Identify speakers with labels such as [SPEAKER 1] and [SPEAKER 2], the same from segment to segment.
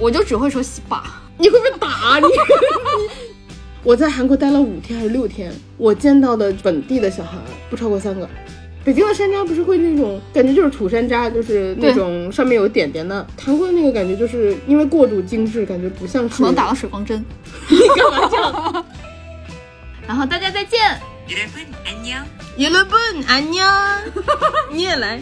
[SPEAKER 1] 我就只会说西巴。
[SPEAKER 2] 你会不会打你？ 我在韩国待了五天还是六天，我见到的本地的小孩不超过三个。北京的山楂不是会那种感觉就是土山楂，就是那
[SPEAKER 1] 对
[SPEAKER 2] 种上面有点点的。韩国的那个感觉就是因为过度精致，感觉不像是
[SPEAKER 1] 可能打了水光 针。
[SPEAKER 2] 干嘛这样？
[SPEAKER 1] 然后大家再见。
[SPEAKER 3] 여러분 안녕.
[SPEAKER 4] 여러분 안녕 你也来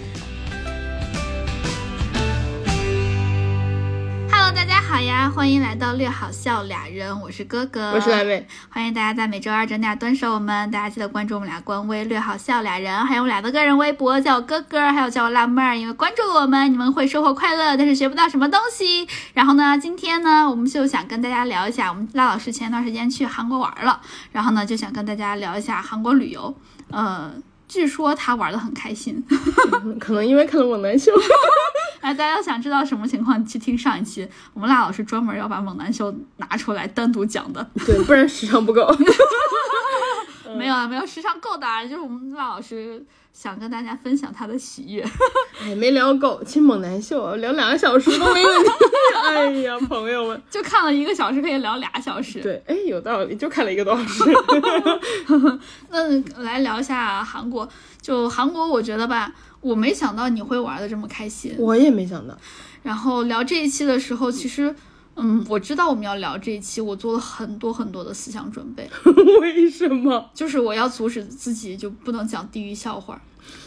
[SPEAKER 1] Hello，大家好呀，欢迎来到略好笑俩人，我是哥哥，
[SPEAKER 2] 我是蓝莓，
[SPEAKER 1] 欢迎大家在每周二整点蹲守我们，大家记得关注我们俩官微“略好笑俩人”，还有我们俩的个人微博，叫我哥哥，还有叫我辣妹儿。因为关注我们，你们会收获快乐，但是学不到什么东西。然后呢，今天呢，我们就想跟大家聊一下，我们辣老师前段时间去韩国玩了，然后呢，就想跟大家聊一下韩国旅游。呃，据说他玩的很开心，
[SPEAKER 2] 啊可能因为看了猛男秀，
[SPEAKER 1] 哎，大家想知道什么情况，去听上一期，我们辣老师专门要把猛男秀拿出来单独讲的。
[SPEAKER 2] 对，不然时长不够。嗯
[SPEAKER 1] 没有啊，没有时尚够的啊，就是我们辣老师想跟大家分享他的喜悦。
[SPEAKER 2] 哎，没聊够，其实猛男秀聊两个小时都没问题。 哎呀，朋友们，
[SPEAKER 1] 就看了一个小时，可以聊俩小时。
[SPEAKER 2] 对，哎，有道理，就看了一个多小 时。
[SPEAKER 1] 那来聊一下韩国，就韩国，我觉得吧，我没想到你会玩的这么开心。
[SPEAKER 2] 我也没想到，
[SPEAKER 1] 然后聊这一期的时候，其实，嗯，我知道我们要聊这一期，我做了很多很多的思想准备，
[SPEAKER 2] 为什么？
[SPEAKER 1] 就是我要阻止自己就不能讲地狱笑话。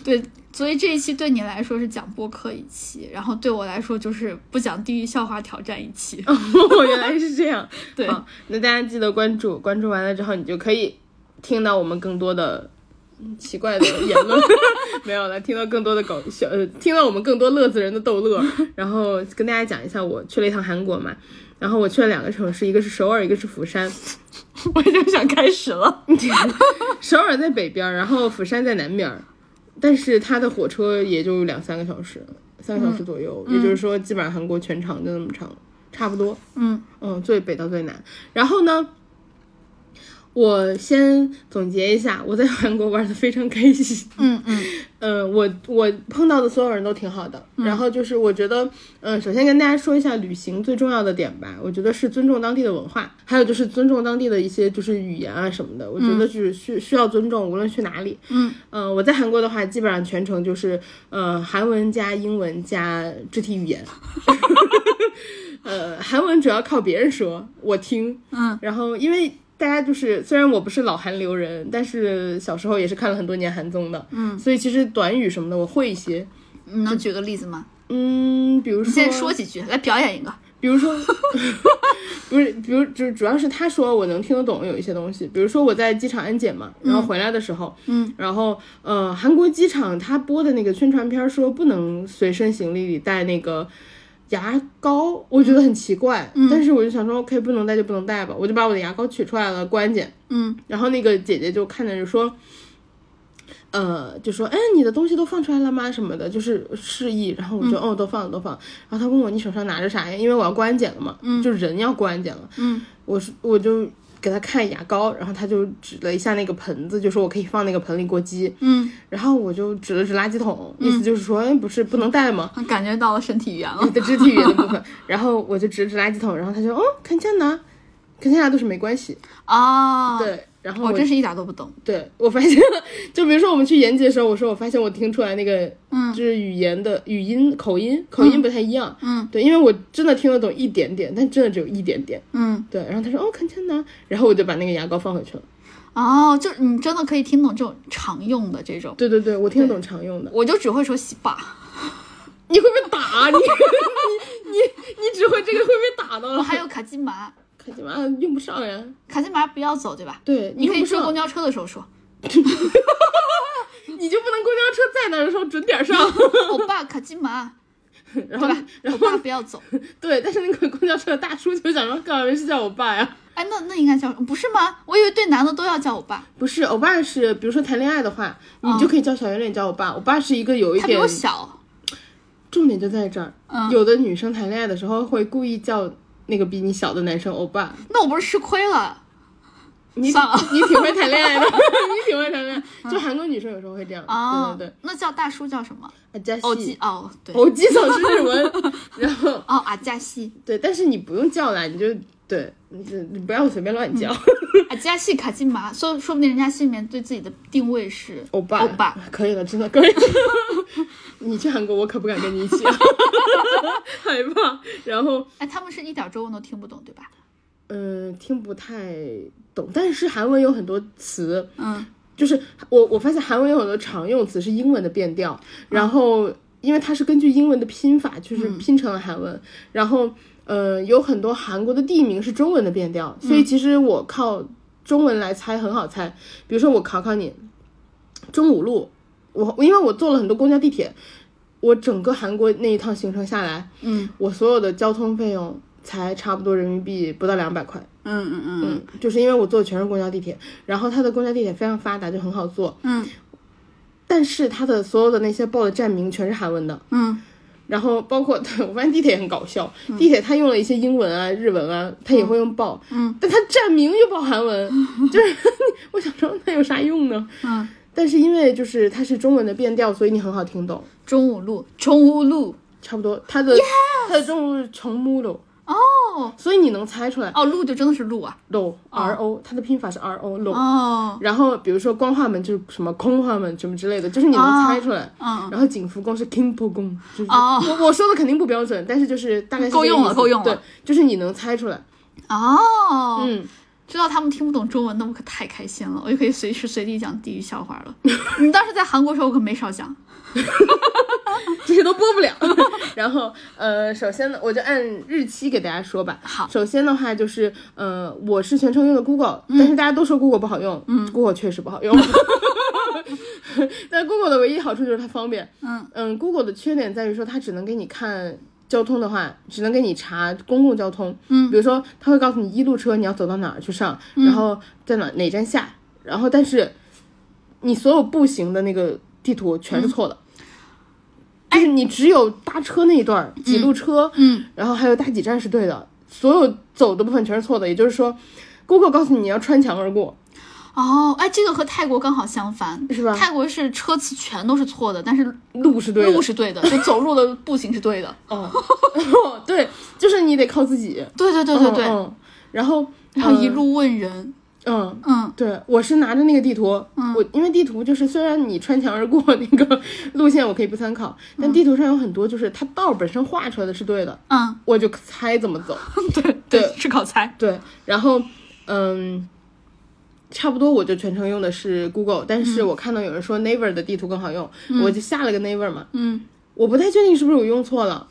[SPEAKER 1] 对，所以这一期对你来说是讲播客一期，然后对我来说就是不讲地狱笑话挑战一期。
[SPEAKER 2] 哦， 原来是这样。
[SPEAKER 1] 对，
[SPEAKER 2] 好，那大家记得关注，关注完了之后，你就可以听到我们更多的嗯奇怪的言论， 没有了，听到更多的搞笑，呃，听到我们更多乐子人的逗 乐。然后跟大家讲一下，我去了一趟韩国嘛，然后我去了两个城市，一个是首尔，一个是釜山。
[SPEAKER 1] 我就想开始了。
[SPEAKER 2] 首尔在北边儿，然后釜山在南边儿，但是它的火车也就两三个小时，三个
[SPEAKER 1] 嗯
[SPEAKER 2] 小时左右，也就是说基本上韩国全长就那么长，差不多。
[SPEAKER 1] 嗯
[SPEAKER 2] 嗯，最北到最南。然后呢，我先总结一下，我在韩国玩的非常开心。
[SPEAKER 1] 嗯嗯。
[SPEAKER 2] 嗯，我我碰到的所有人都挺好的。然后就是我觉得，嗯，首先跟大家说一下旅行最重要的点吧，我觉得是尊重当地的文化，还有就是尊重当地的一些就是语言啊什么的，我觉得是需需要尊重，无论去哪里。
[SPEAKER 1] 嗯，
[SPEAKER 2] 呃，我在韩国的话，基本上全程就是呃韩文加英文加肢体语言。 呃，韩文主要靠别人说，我听。
[SPEAKER 1] 嗯，
[SPEAKER 2] 然后因为大家就是，虽然我不是老韩流人，但是小时候也是看了很多年韩综的，嗯，所以其实短语什么的我会一些。
[SPEAKER 1] 你能举个例子吗？
[SPEAKER 2] 嗯，比如说，
[SPEAKER 1] 你先说几句，来表演一个。
[SPEAKER 2] 比如说， 不是，比如主主要是他说我能听得懂有一些东西，比如说我在机场安检嘛，然后回来的时候，
[SPEAKER 1] 嗯，
[SPEAKER 2] 然后呃，韩国机场他播的那个宣传片说不能随身行李里带那个。牙膏我觉得很奇怪，
[SPEAKER 1] 嗯
[SPEAKER 2] 但是我就想说，OK，不能带就不能带吧，我就把我的牙膏取出来了，过安检，
[SPEAKER 1] 嗯
[SPEAKER 2] 然后那个姐姐就看着就说，呃，就说，哎，你的东西都放出来了吗？什么的，就是示意。然后我就，哦，都放了，都放了。然后她问我，你手上拿着啥呀？因为我要过安检了嘛，就是人要过安检了。
[SPEAKER 1] 嗯，
[SPEAKER 2] 我是我就给她看牙膏，然后她就指了一下那个盆子，就说我可以放那个盆里过机。
[SPEAKER 1] 嗯，
[SPEAKER 2] 然后我就指了指垃圾桶，意思就是说，哎，不是不能带吗？
[SPEAKER 1] 感觉到了身体语言了。
[SPEAKER 2] 的肢体语言的部分。然后我就指了指垃圾桶，然后她就，哦，看见拿，看见拿都是没关系。
[SPEAKER 1] 哦，，
[SPEAKER 2] 对，然后
[SPEAKER 1] 我
[SPEAKER 2] 我
[SPEAKER 1] 真是一点都不懂。
[SPEAKER 2] 对我发现了，就比如说我们去延吉的时候，我说我发现我听出来那个，
[SPEAKER 1] 嗯
[SPEAKER 2] 就是语言的语音口音口音不太一样，
[SPEAKER 1] 嗯，
[SPEAKER 2] 对，因为我真的听得懂一点点，但真的只有一点点，
[SPEAKER 1] 嗯，
[SPEAKER 2] 对。然后他说哦，看见呢，然后我就把那个牙膏放回去了。
[SPEAKER 1] 哦，就是你真的可以听懂这种常用的这种。
[SPEAKER 2] 对对对，我听得懂常用的。
[SPEAKER 1] 我就只会说洗吧，
[SPEAKER 2] 你会不 会打你？你你你只会这个会被打到
[SPEAKER 1] 我。还有卡基玛，
[SPEAKER 2] 看见吗？啊用不上呀。
[SPEAKER 1] 卡基玛不要走对吧？
[SPEAKER 2] 对
[SPEAKER 1] 你可
[SPEAKER 2] 用
[SPEAKER 1] 以
[SPEAKER 2] 不
[SPEAKER 1] 坐
[SPEAKER 2] 上
[SPEAKER 1] 公，交车的时候说。
[SPEAKER 2] 你就不能公交车在那儿的时候准 点上，
[SPEAKER 1] 欧巴卡基 玛，
[SPEAKER 2] 然后然
[SPEAKER 1] 欧
[SPEAKER 2] 后
[SPEAKER 1] 巴不要 走。
[SPEAKER 2] 对，但是那个公交车的大叔就想说，干嘛是叫我爸呀？
[SPEAKER 1] 哎，那那应该叫不是吗？我以为对男的都要叫欧巴，
[SPEAKER 2] 不是，欧巴是，比如说谈恋爱的话，你
[SPEAKER 1] 嗯
[SPEAKER 2] 就可以叫小圆脸叫欧巴。欧巴是一个有一
[SPEAKER 1] 他比
[SPEAKER 2] 点
[SPEAKER 1] 我，小。
[SPEAKER 2] 重点就在这儿。
[SPEAKER 1] 嗯
[SPEAKER 2] 有的女生谈恋爱的时候会故意叫那个比你小的男生欧巴，
[SPEAKER 1] 那我不是吃亏了？
[SPEAKER 2] 你
[SPEAKER 1] 算了嗯
[SPEAKER 2] 你挺会谈 恋爱的，你挺会谈恋爱。就韩国女生有时候会这样，
[SPEAKER 1] 哦，
[SPEAKER 2] 对对
[SPEAKER 1] 那叫大叔叫什么？
[SPEAKER 2] 对，啊加
[SPEAKER 1] 偶记
[SPEAKER 2] 戏，
[SPEAKER 1] 哦，对，
[SPEAKER 2] 偶记总是日文，然后
[SPEAKER 1] 哦啊加西
[SPEAKER 2] 对，但是你不用叫啦，你就对，你就你不要随便乱叫，
[SPEAKER 1] 啊加西卡金麻，说说不定人家心里面对自己的定位是
[SPEAKER 2] 欧巴，
[SPEAKER 1] 欧巴，
[SPEAKER 2] 可以了，真的可以了。 你去韩国，我可不敢跟你一起，啊 害怕。然后，
[SPEAKER 1] 哎，他们是一点中文都听不懂，对吧？
[SPEAKER 2] 嗯、听不太懂，但是韩文有很多词，
[SPEAKER 1] 嗯，
[SPEAKER 2] 就是我我发现韩文有很多常用词是英文的变调，然后因为它是根据英文的拼法，就是拼成了韩文，然后呃有很多韩国的地名是中文的变调，所以其实我靠中文来猜很好猜，比如说我考考你，中五路，我因为我坐了很多公交地铁，我整个韩国那一趟行程下来，
[SPEAKER 1] 嗯，
[SPEAKER 2] 我所有的交通费用才差不多人民币不到两百块。
[SPEAKER 1] 嗯嗯嗯
[SPEAKER 2] 嗯，就是因为我坐的全是公交地铁，然后它的公交地铁非常发达，就很好坐，
[SPEAKER 1] 嗯
[SPEAKER 2] 但是它的所有的那些报的站名全是韩文的，
[SPEAKER 1] 嗯
[SPEAKER 2] 然后包括 我发现地铁也很搞笑，地铁它用了一些英文啊、日文啊，它也会用报，
[SPEAKER 1] 嗯，
[SPEAKER 2] 但它站名又报韩文，就是 我想说那有啥用呢？
[SPEAKER 1] 嗯，
[SPEAKER 2] 但是因为就是它是中文的变调，所以你很好听懂，
[SPEAKER 1] 中午路，中午路，
[SPEAKER 2] 差不多它的它的中文是重木楼，
[SPEAKER 1] 哦
[SPEAKER 2] 所以你能猜出来
[SPEAKER 1] 哦，路就真的是路啊，
[SPEAKER 2] 楼 R O，它的拼法是 R O 楼。
[SPEAKER 1] 哦，
[SPEAKER 2] 然后比如说光化门就是什么空化门什么之类的，就是你能猜出来。
[SPEAKER 1] 嗯，
[SPEAKER 2] 然后景福宫是 King 波宫，就是、
[SPEAKER 1] 哦
[SPEAKER 2] 我我说的肯定不标准，但是就是大概是
[SPEAKER 1] 够用了
[SPEAKER 2] 这个意思
[SPEAKER 1] 够用了
[SPEAKER 2] 对，就是你能猜出来。
[SPEAKER 1] 哦，
[SPEAKER 2] 嗯，
[SPEAKER 1] 知道他们听不懂中文，那我可太开心了，我就可以随时随地讲地域笑话 了。你当时在韩国时候，我可没少讲。
[SPEAKER 2] 这些都播不了。 然后呃，首先呢，我就按日期给大家说吧。
[SPEAKER 1] 好
[SPEAKER 2] 首先的话就是呃，我是全程用的 Google，、但
[SPEAKER 1] 嗯
[SPEAKER 2] 是大家都说 Google 不好用，嗯，Google 确实不 好用。但 Google 的唯一好处就是它方便，
[SPEAKER 1] 嗯
[SPEAKER 2] 嗯，Google 的缺点在于说它只能给你看交通的话，只能给你查公共交通，
[SPEAKER 1] 嗯
[SPEAKER 2] 比如说它会告诉你一路车你要走到哪儿去上，然后在哪哪站下，然后但是你所有步行的那个地图全是
[SPEAKER 1] 嗯
[SPEAKER 2] 错的。就是你只有搭车那一段儿几路车，
[SPEAKER 1] 嗯，
[SPEAKER 2] 然后还有搭几站是对的，所有走的部分全是错的。也就是说，Google 告诉你你要穿墙而过，
[SPEAKER 1] 哦，哎，这个和泰国刚好相反，
[SPEAKER 2] 是吧
[SPEAKER 1] 泰国是车次全都是错的，但是
[SPEAKER 2] 路是对的，
[SPEAKER 1] 路是对的，就走路的步行是对的。
[SPEAKER 2] 哦， 对，就是你得靠自己。
[SPEAKER 1] 对对对对对，
[SPEAKER 2] 嗯，嗯然后
[SPEAKER 1] 然后一路问人，
[SPEAKER 2] 嗯。
[SPEAKER 1] 嗯
[SPEAKER 2] 对，我是拿着那个地图，我因为地图就是虽然你穿墙而过那个路线我可以不参考，但地图上有很多就是它道本身画出来的是对的，
[SPEAKER 1] 嗯，
[SPEAKER 2] 我就猜怎么走。
[SPEAKER 1] 对
[SPEAKER 2] 对
[SPEAKER 1] 吃烤猜。
[SPEAKER 2] 对，然后嗯，差不多我就全程用的是 Google，但是我看到有人说 Naver 的地图更好用，我就下了个 Naver 嘛，
[SPEAKER 1] 嗯，
[SPEAKER 2] 我不太确定是不是我用错了。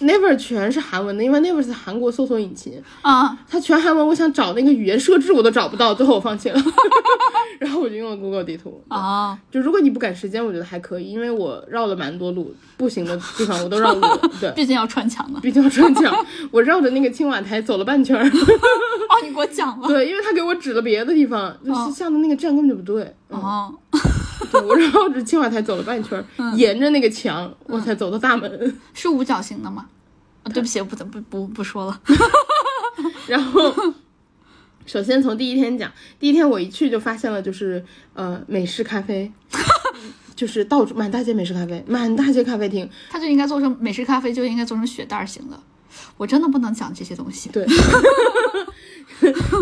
[SPEAKER 2] Naver 全是韩文的，因为 Naver 是韩国搜索引擎，
[SPEAKER 1] 啊，
[SPEAKER 2] 它全韩文，我想找那个语言设置我都找不到，最后我放弃了， 然后我就用了 Google 地图。
[SPEAKER 1] 哦，
[SPEAKER 2] 就如果你不赶时间，我觉得还可以，因为我绕了蛮多路，不行的地方我都绕路了。对，
[SPEAKER 1] 毕竟要穿墙的。
[SPEAKER 2] 比较专讲，我绕着那个青瓦台走了半圈儿。
[SPEAKER 1] 哦，你给我讲了。
[SPEAKER 2] 对，因为他给我指了别的地方，就是下的那个站根本就不对。嗯，
[SPEAKER 1] 哦，
[SPEAKER 2] 对我绕着青瓦台走了半圈儿，沿着那个墙，我才走到大门。
[SPEAKER 1] 是五角形的吗？啊，对不起，我不不不不说了。
[SPEAKER 2] 然后，首先从第一天讲，第一天我一去就发现了，就是呃美式咖啡，就是到处满大街美式咖啡，满大街咖啡厅。
[SPEAKER 1] 它就应该做成美式咖啡，就应该做成雪袋儿型的。我真的不能讲这些东西。
[SPEAKER 2] 对。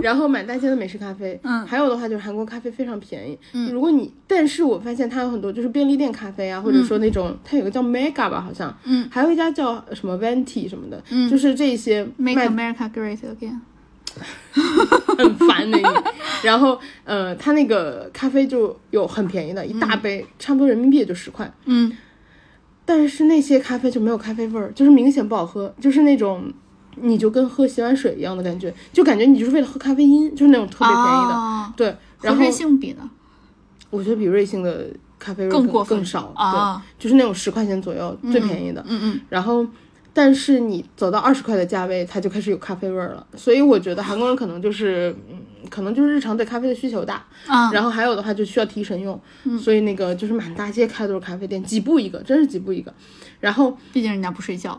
[SPEAKER 2] 然后满大街的美式咖啡，嗯，还有的话就是韩国咖啡非常便宜，嗯，如果你，但是我发现它有很多就是便利店咖啡啊，或者说那种它有个叫 Mega 吧，好像，
[SPEAKER 1] 嗯，
[SPEAKER 2] 还有一家叫什么 Venti 什么的，嗯，就是这些
[SPEAKER 1] Make
[SPEAKER 2] 卖
[SPEAKER 1] America Great Again。
[SPEAKER 2] 很烦的你， 然后呃，它那个咖啡就有很便宜的，一大杯、差不多人民币也就十块，
[SPEAKER 1] 嗯，
[SPEAKER 2] 但是那些咖啡就没有咖啡味儿，就是明显不好喝，就是那种你就跟喝洗碗水一样的感觉，就感觉你就是为了喝咖啡因，就是那种特别便宜的。
[SPEAKER 1] 哦
[SPEAKER 2] 对，然
[SPEAKER 1] 和
[SPEAKER 2] 后
[SPEAKER 1] 瑞幸比呢？
[SPEAKER 2] 我觉得比瑞幸的咖啡味
[SPEAKER 1] 更
[SPEAKER 2] 更
[SPEAKER 1] 过分
[SPEAKER 2] 更少，
[SPEAKER 1] 啊
[SPEAKER 2] 对，就是那种十块钱左右、最便宜的。
[SPEAKER 1] 嗯嗯，
[SPEAKER 2] 然后，但是你走到二十块的价位，它就开始有咖啡味儿了。所以我觉得韩国人可能就是，嗯，可能就是日常对咖啡的需求大，
[SPEAKER 1] 啊，
[SPEAKER 2] 然后还有的话就需要提神用，
[SPEAKER 1] 嗯
[SPEAKER 2] 所以那个就是满大街开都是咖啡店，几步一个，真是几步一个。然后，
[SPEAKER 1] 毕竟人家不睡觉。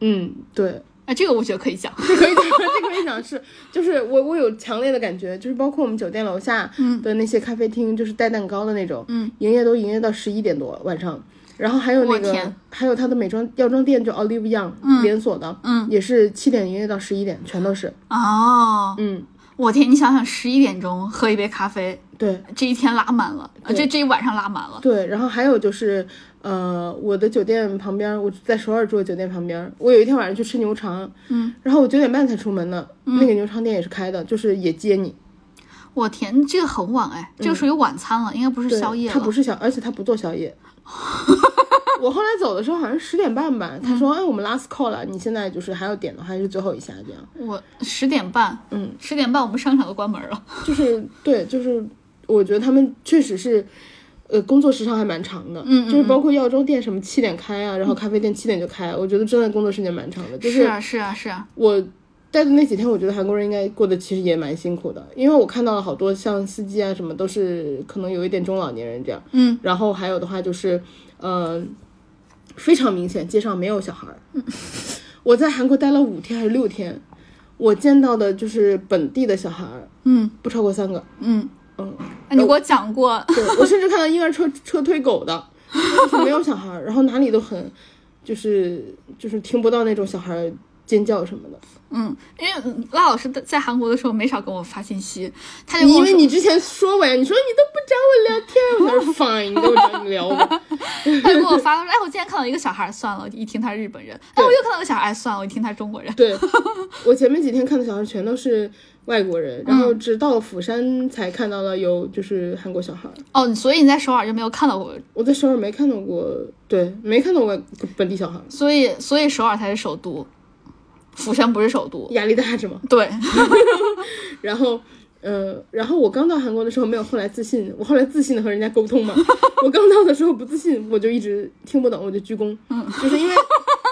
[SPEAKER 2] 嗯，对，
[SPEAKER 1] 啊，这个我觉得可以讲。
[SPEAKER 2] 可以讲，这可以讲是，就是我我有强烈的感觉，就是包括我们酒店楼下的那些咖啡厅，就是带蛋糕的那种，
[SPEAKER 1] 嗯，
[SPEAKER 2] 营业都营业到十一点多晚上。然后还有那
[SPEAKER 1] 我
[SPEAKER 2] 个
[SPEAKER 1] 天，
[SPEAKER 2] 还有它的美妆药妆店，就 Olive Young、连锁的，
[SPEAKER 1] 嗯啊
[SPEAKER 2] 也是七点营业到十一点，全都是，
[SPEAKER 1] 哦，
[SPEAKER 2] 嗯，
[SPEAKER 1] 我天，你想想，十一点钟喝一杯咖啡，
[SPEAKER 2] 对
[SPEAKER 1] 这一天拉满了，呃这这一晚上拉满了。
[SPEAKER 2] 对。然后还有就是，呃，我的酒店旁边，我在首尔住的酒店旁边，我有一天晚上去吃牛肠，
[SPEAKER 1] 嗯，
[SPEAKER 2] 然后我九点半才出门呢，那个牛肠店也是开的，就是也接你，
[SPEAKER 1] 我天，这个很晚哎，这个属于晚餐了，应该不是
[SPEAKER 2] 嗯对
[SPEAKER 1] 宵夜了。
[SPEAKER 2] 他不是宵，而且他不做 宵夜。我后来走的时候好像十点半吧，他
[SPEAKER 1] 嗯
[SPEAKER 2] 说：“哎，我们 last call 了，你现在就是还要点的话是最后一下这样。
[SPEAKER 1] 我十点半，
[SPEAKER 2] 嗯，
[SPEAKER 1] 十点半我们商场都关门了。”
[SPEAKER 2] 就是对，就是我觉得他们确实是，呃，工作时长还蛮长的，
[SPEAKER 1] 嗯嗯嗯
[SPEAKER 2] 就是包括药妆店什么七点开啊，然后咖啡店七点就开啊，我觉得真的工作时间蛮长的。就是是
[SPEAKER 1] 啊，是啊，是啊，
[SPEAKER 2] 我待的那几天，我觉得韩国人应该过得其实也蛮辛苦的，因为我看到了好多像司机啊什么都是可能有一点中老年人这样，
[SPEAKER 1] 嗯，
[SPEAKER 2] 然后还有的话就是，呃，非常明显街上没有小孩儿。我在韩国待了五天还是六天，我见到的就是本地的小孩儿
[SPEAKER 1] 嗯
[SPEAKER 2] 不超过三个，
[SPEAKER 1] 嗯，
[SPEAKER 2] 嗯，
[SPEAKER 1] 那你给我讲过，
[SPEAKER 2] 对我甚至看到婴儿车车推狗的，就是没有小孩儿，然后哪里都很，就是就是听不到那种小孩儿尖叫什么的。
[SPEAKER 1] 嗯，因为嗯拉老师在在韩国的时候没少跟我发信息，他就跟
[SPEAKER 2] 你因
[SPEAKER 1] 哎我
[SPEAKER 2] 为
[SPEAKER 1] 说，
[SPEAKER 2] 你之前说我呀，你说你都不找我聊天，我说 fine，你都找你聊吧。
[SPEAKER 1] 他就跟我发，哎，我今天看到一个小孩，算了，一听他日本人；哎，我又看到一个小孩，哎，算了，我一听他中国人。
[SPEAKER 2] 对，我前面几天看的小孩全都是外国人，然后直到釜山才看到了有就是韩国小孩。
[SPEAKER 1] 哦，你所以你在首尔就没有看到过，
[SPEAKER 2] 我在首尔没看到过，对，没看到过本地小孩，
[SPEAKER 1] 所以所以首尔才是首都，釜山不是首都。
[SPEAKER 2] 压力大是吗？
[SPEAKER 1] 对，
[SPEAKER 2] 然后，呃，然后我刚到韩国的时候没有后来自信，我后来自信的和人家沟 通嘛。我刚到的时候不自信，我就一直听不懂，我就鞠躬，嗯，就 是因为，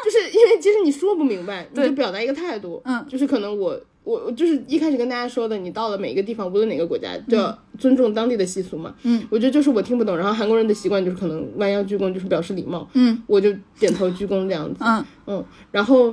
[SPEAKER 2] 就是因为其实你说不明白，你就表达一个态度，
[SPEAKER 1] 嗯
[SPEAKER 2] 就是可能我。我我就是一开始跟大家说的，你到了每一个地方，无论哪个国家，都要尊重当地的习俗嘛。
[SPEAKER 1] 嗯，
[SPEAKER 2] 我觉得就是我听不懂，然后韩国人的习惯就是可能弯腰鞠躬，就是表示礼貌。
[SPEAKER 1] 嗯，
[SPEAKER 2] 我就点头鞠躬这样子。
[SPEAKER 1] 嗯
[SPEAKER 2] 嗯，然后，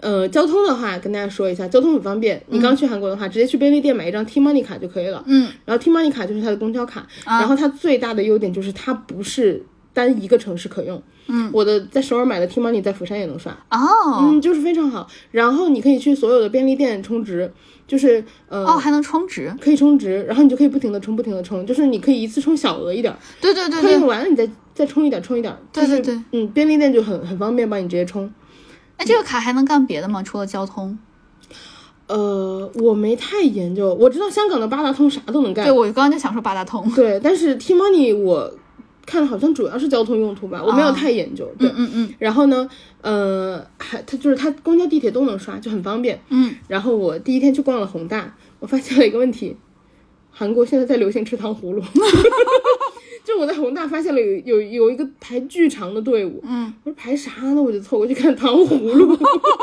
[SPEAKER 2] 呃，交通的话跟大家说一下，交通很方便。你刚去韩国的话，直接去便利店买一张 T Money 卡就可以了。
[SPEAKER 1] 嗯，啊
[SPEAKER 2] 然后 T Money 卡就是它的公交卡，然后它最大的优点就是它不是单一个城市可用。
[SPEAKER 1] 嗯，
[SPEAKER 2] 我的在首尔买的 T Money 在釜山也能刷。
[SPEAKER 1] 哦、
[SPEAKER 2] 嗯，就是非常好。然后你可以去所有的便利店充值，就是呃。
[SPEAKER 1] 哦，还能充值？
[SPEAKER 2] 可以充值，然后你就可以不停的充，不停的充，就是你可以一次充小额一点儿，
[SPEAKER 1] 对对对
[SPEAKER 2] 快 用
[SPEAKER 1] 对，
[SPEAKER 2] 完了你再再充一点儿，充一点儿。
[SPEAKER 1] 对对
[SPEAKER 2] 就是
[SPEAKER 1] 对
[SPEAKER 2] 嗯，便利店就很很方便，帮你直接充。
[SPEAKER 1] 那哎这个卡还能干别的吗？除了交通？
[SPEAKER 2] 呃，我没太研究，我知道香港的八达通啥都能干
[SPEAKER 1] 对，，我刚刚就想说八达通。
[SPEAKER 2] 对，但是 T Money 我看好像主要是交通用途吧，我没有
[SPEAKER 1] 啊
[SPEAKER 2] 太研究。对，
[SPEAKER 1] 嗯嗯
[SPEAKER 2] 然后呢，呃，还它就是它公交、地铁都能刷，就很方便。
[SPEAKER 1] 嗯，
[SPEAKER 2] 然后我第一天去逛了宏大，我发现了一个问题，韩国现在在流行吃糖 葫芦。 就我在宏大发现了有有有一个排巨长的队伍，
[SPEAKER 1] 嗯，
[SPEAKER 2] 我说排啥呢？我就凑过去看糖葫 芦，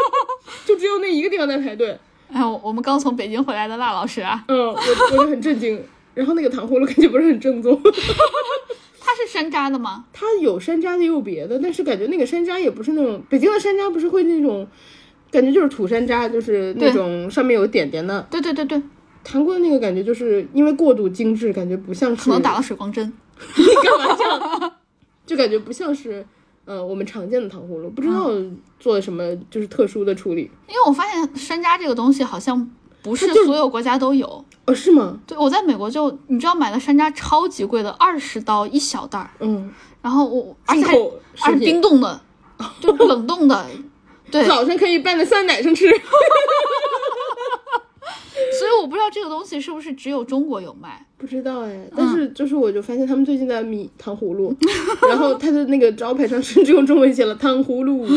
[SPEAKER 2] 就只有那一个地方在排队。
[SPEAKER 1] 哎，我我们刚从北京回来的辣老师啊，
[SPEAKER 2] 嗯，我我就很震惊。 然后那个糖葫芦感觉不是很正宗，
[SPEAKER 1] 他是山楂的吗？
[SPEAKER 2] 它有山楂的，也有别的，但是感觉那个山楂也不是那种北京的山楂，不是会那种感觉就是土山楂，就是那
[SPEAKER 1] 对
[SPEAKER 2] 种上面有点点的。
[SPEAKER 1] 对对对对，
[SPEAKER 2] 韩国的那个感觉就是因为过度精致，感觉不像是
[SPEAKER 1] 可能打了水光针。
[SPEAKER 2] 就感觉不像是呃我们常见的糖葫芦，不知道做了什么就是特殊的处理。
[SPEAKER 1] 因为我发现山楂这个东西好像不是
[SPEAKER 2] 它就是
[SPEAKER 1] 所有国家都有。
[SPEAKER 2] 哦，是吗？
[SPEAKER 1] 对，我在美国就你知道买的山楂超级贵的，二十刀一小袋儿，
[SPEAKER 2] 嗯，
[SPEAKER 1] 然后我而
[SPEAKER 2] 进
[SPEAKER 1] 且还
[SPEAKER 2] 口
[SPEAKER 1] 而
[SPEAKER 2] 食
[SPEAKER 1] 且
[SPEAKER 2] 品
[SPEAKER 1] 冰，冻的，就冷冻 的，对，
[SPEAKER 2] 早上可以拌在酸奶上吃。
[SPEAKER 1] 所以我不知道这个东西是不是只有中国有卖。
[SPEAKER 2] 不知道
[SPEAKER 1] 嗯
[SPEAKER 2] 哎，但是就是我就发现他们最近在米糖葫芦， 然后它的那个招牌上 甚至用中文写了糖葫 芦，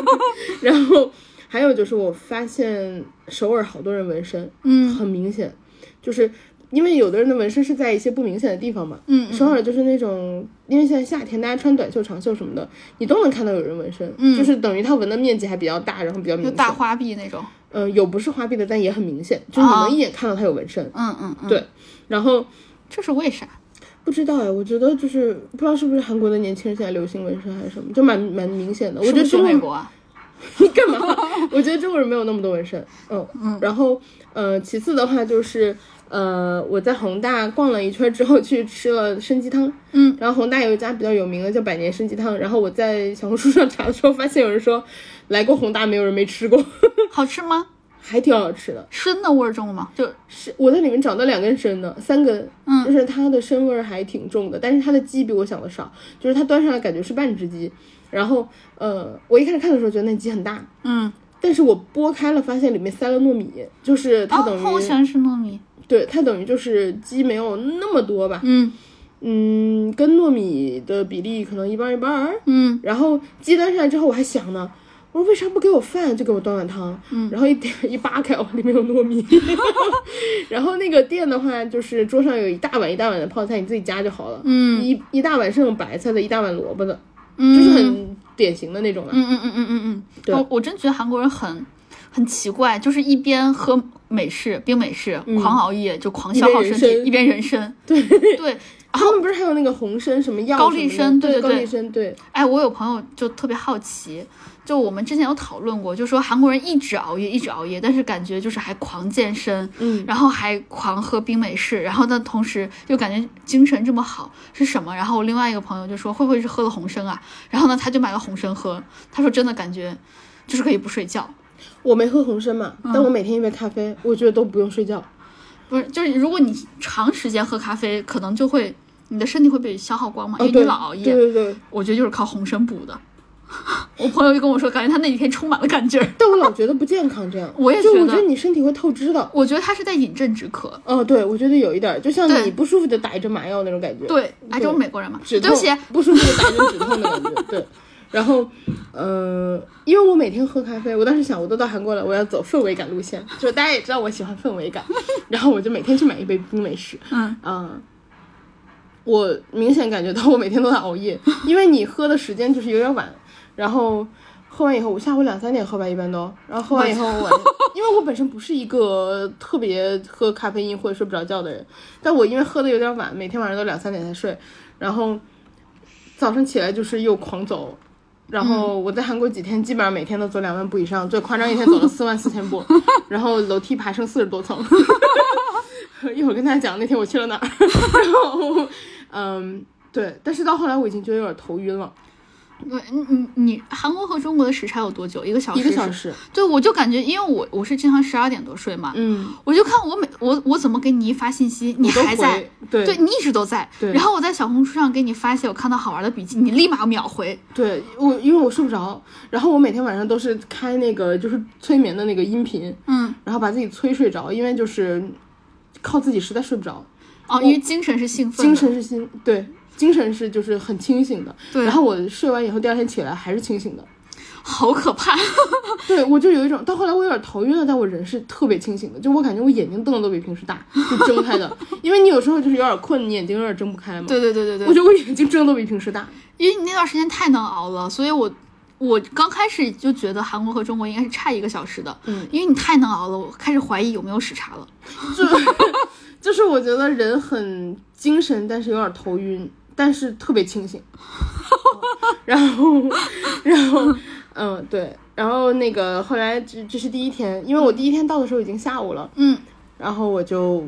[SPEAKER 2] 然后还有就是我发现首尔好多人纹身，
[SPEAKER 1] 嗯
[SPEAKER 2] 很明显，就是因为有的人的纹身是在一些不明显的地方嘛，
[SPEAKER 1] 嗯
[SPEAKER 2] 首尔就是那种，因为现在夏天大家穿短袖、长袖什么的，你都能看到有人纹身，
[SPEAKER 1] 嗯
[SPEAKER 2] 就是等于他纹的面积还比较大，然后比较明
[SPEAKER 1] 就
[SPEAKER 2] 显，
[SPEAKER 1] 大花臂那种。
[SPEAKER 2] 嗯、有不是花臂的，但也很明显，就是你
[SPEAKER 1] 啊
[SPEAKER 2] 能一眼看到他有纹身，
[SPEAKER 1] 嗯嗯嗯，
[SPEAKER 2] 对，然后。
[SPEAKER 1] 这是为啥？
[SPEAKER 2] 不知道哎，我觉得就是不知道是不是韩国的年轻人现在流行纹身还是什么，就蛮蛮明显的。我
[SPEAKER 1] 是
[SPEAKER 2] 觉
[SPEAKER 1] 不
[SPEAKER 2] 得
[SPEAKER 1] 是去
[SPEAKER 2] 中
[SPEAKER 1] 美
[SPEAKER 2] 国
[SPEAKER 1] 国啊？
[SPEAKER 2] 你干嘛？ 我觉得中国人没有那么多纹身。嗯嗯。然后呃，其次的话就是呃，我在宏大逛了一圈之后，去吃了参鸡汤。
[SPEAKER 1] 嗯，
[SPEAKER 2] 然后宏大有一家比较有名的叫百年参鸡汤，然后我在小红书上查的时候，发现有人说来过宏大，没有人没吃过，
[SPEAKER 1] 好吃吗？
[SPEAKER 2] 还挺好吃的。
[SPEAKER 1] 参的味儿重吗？就是
[SPEAKER 2] 我在里面找到两根参的，三根，
[SPEAKER 1] 嗯
[SPEAKER 2] 就是它的参味儿还挺重的，但是它的鸡比我想的少，就是它端上来感觉是半只鸡。然后呃，我一开始看的时候觉得那鸡很大，
[SPEAKER 1] 嗯，
[SPEAKER 2] 但是我剥开了，发现里面塞了糯米，就是它等
[SPEAKER 1] 哦，我
[SPEAKER 2] 于、
[SPEAKER 1] 喜欢吃糯米。
[SPEAKER 2] 对它等于就是鸡没有那么多吧，
[SPEAKER 1] 嗯
[SPEAKER 2] 嗯，跟糯米的比例可能一半儿一半儿。
[SPEAKER 1] 嗯
[SPEAKER 2] 然后鸡端上来之后，我还想呢，我说为啥不给我饭，就给我端碗汤？嗯，然后一点 一扒开，哦，里面有糯米。 然后那个店的话，就是桌上有一大碗一大碗的泡菜，你自己夹就好了。
[SPEAKER 1] 嗯
[SPEAKER 2] 一一大碗是那种白菜的，一大碗萝卜的，
[SPEAKER 1] 嗯，
[SPEAKER 2] 就是很典型的那种了。
[SPEAKER 1] 嗯嗯嗯嗯嗯嗯，
[SPEAKER 2] 对
[SPEAKER 1] 我我真觉得韩国人很很奇怪，就是一边喝美式冰美式，狂熬夜就狂消耗身
[SPEAKER 2] 嗯一边人
[SPEAKER 1] 体，
[SPEAKER 2] 参
[SPEAKER 1] 一边人参。
[SPEAKER 2] 对，
[SPEAKER 1] 对，
[SPEAKER 2] 他们不是还有那个红参什么药
[SPEAKER 1] 高
[SPEAKER 2] 什么
[SPEAKER 1] 丽
[SPEAKER 2] 的
[SPEAKER 1] 参对
[SPEAKER 2] 对
[SPEAKER 1] 对
[SPEAKER 2] 高
[SPEAKER 1] 对
[SPEAKER 2] 丽参，对，
[SPEAKER 1] 哎，我有朋友就特别好奇，就我们之前有讨论过，就说韩国人一直熬夜，一直熬夜，但是感觉就是还狂健身，
[SPEAKER 2] 嗯
[SPEAKER 1] 然后还狂喝冰美式，然后呢，同时就感觉精神这么好是什么？然后我另外一个朋友就说，会不会是喝了红参啊？然后呢，他就买了红参喝，他说真的感觉就是可以不睡觉。
[SPEAKER 2] 我没喝红参嘛，
[SPEAKER 1] 嗯
[SPEAKER 2] 但我每天一杯咖啡，我觉得都不用睡觉。
[SPEAKER 1] 哦不是，就是如果你长时间喝咖啡，可能就会你的身体会被消耗光嘛，因为
[SPEAKER 2] 哦对
[SPEAKER 1] 你老熬夜。
[SPEAKER 2] 对对对，
[SPEAKER 1] 我觉得就是靠红参补的。 我朋友就跟我说，感觉他那几天充满了干劲儿。
[SPEAKER 2] 但我老觉得不健康，这样
[SPEAKER 1] 我也
[SPEAKER 2] 就
[SPEAKER 1] 觉
[SPEAKER 2] 我
[SPEAKER 1] 得
[SPEAKER 2] 觉得你身体会透支的。
[SPEAKER 1] 我觉得他是在饮鸩止渴。
[SPEAKER 2] 哦，对，我觉得有一点儿，就像
[SPEAKER 1] 对
[SPEAKER 2] 你不舒服就打一针麻药那种感觉，，
[SPEAKER 1] 对，哎，这
[SPEAKER 2] 对
[SPEAKER 1] 不是美国人嘛？
[SPEAKER 2] 止
[SPEAKER 1] 对
[SPEAKER 2] 痛
[SPEAKER 1] 不起，
[SPEAKER 2] 不舒服就打一针止痛的感觉，对。然后，呃，因为我每天喝咖啡，我当时想，我都到韩国了，我要走氛围感路线，就是大家也知道我喜欢氛围感，然后我就每天去买一杯冰美式，
[SPEAKER 1] 嗯
[SPEAKER 2] 嗯，我明显感觉到我每天都在熬夜，因为你喝的时间就是有点晚，然后喝完以后，我下午两三点喝吧，一般都，然后喝完以后晚，因为我本身不是一个特别喝咖啡因或者睡不着觉的人，但我因为喝的有点晚，每天晚上都两三点才睡，然后早上起来就是又狂走。然后我在韩国几天，基本上每天都走两万步以上，最夸张一天走了四万四千步，然后楼梯爬升四十多层。 一会儿跟大家讲那天我去了哪儿，然后嗯，对，但是到后来我已经觉得有点头晕了，
[SPEAKER 1] 你你你韩国和中国的时差有多久？一个小时？
[SPEAKER 2] 一个小。时，
[SPEAKER 1] 对，我就感觉，因为我我是经常十二点多睡嘛，
[SPEAKER 2] 嗯，
[SPEAKER 1] 我就看我每我我怎么给你发信息，你
[SPEAKER 2] 都
[SPEAKER 1] 还在
[SPEAKER 2] 回，对
[SPEAKER 1] 对你一直都在。
[SPEAKER 2] 对
[SPEAKER 1] 然后我在小红书上给你发一些我看到好玩的笔记，你立马秒回。
[SPEAKER 2] 对我因为我睡不着，然后我每天晚上都是开那个就是催眠的那个音频，
[SPEAKER 1] 嗯，
[SPEAKER 2] 然后把自己催睡着，因为就是靠自己实在睡不着，
[SPEAKER 1] 哦，因为精神是兴奋的，
[SPEAKER 2] 精神是心对。精神是就是很清醒的，
[SPEAKER 1] 对
[SPEAKER 2] 然后我睡完以后，第二天起来还是清醒的，
[SPEAKER 1] 好可怕。
[SPEAKER 2] 对我就有一种，到后来我有点头晕了，但我人是特别清醒的，就我感觉我眼睛瞪得都比平时大，就睁开的，因为你有时候就是有点困，你眼睛有点睁不开嘛。
[SPEAKER 1] 对对对对
[SPEAKER 2] 我
[SPEAKER 1] 对，
[SPEAKER 2] 觉得我眼睛睁得都比平时大。
[SPEAKER 1] 因为你那段时间太能熬了，所以我我刚开始就觉得韩国和中国应该是差一个小时的，
[SPEAKER 2] 嗯，
[SPEAKER 1] 因为你太能熬了，我开始怀疑有没有时差了。
[SPEAKER 2] 就就是我觉得人很精神，但是有点头晕，但是特别清 醒。然后，然后，嗯，对，然后那个后来这这是第一天，因为我第一天到的时候已经下午了，
[SPEAKER 1] 嗯
[SPEAKER 2] 然后我就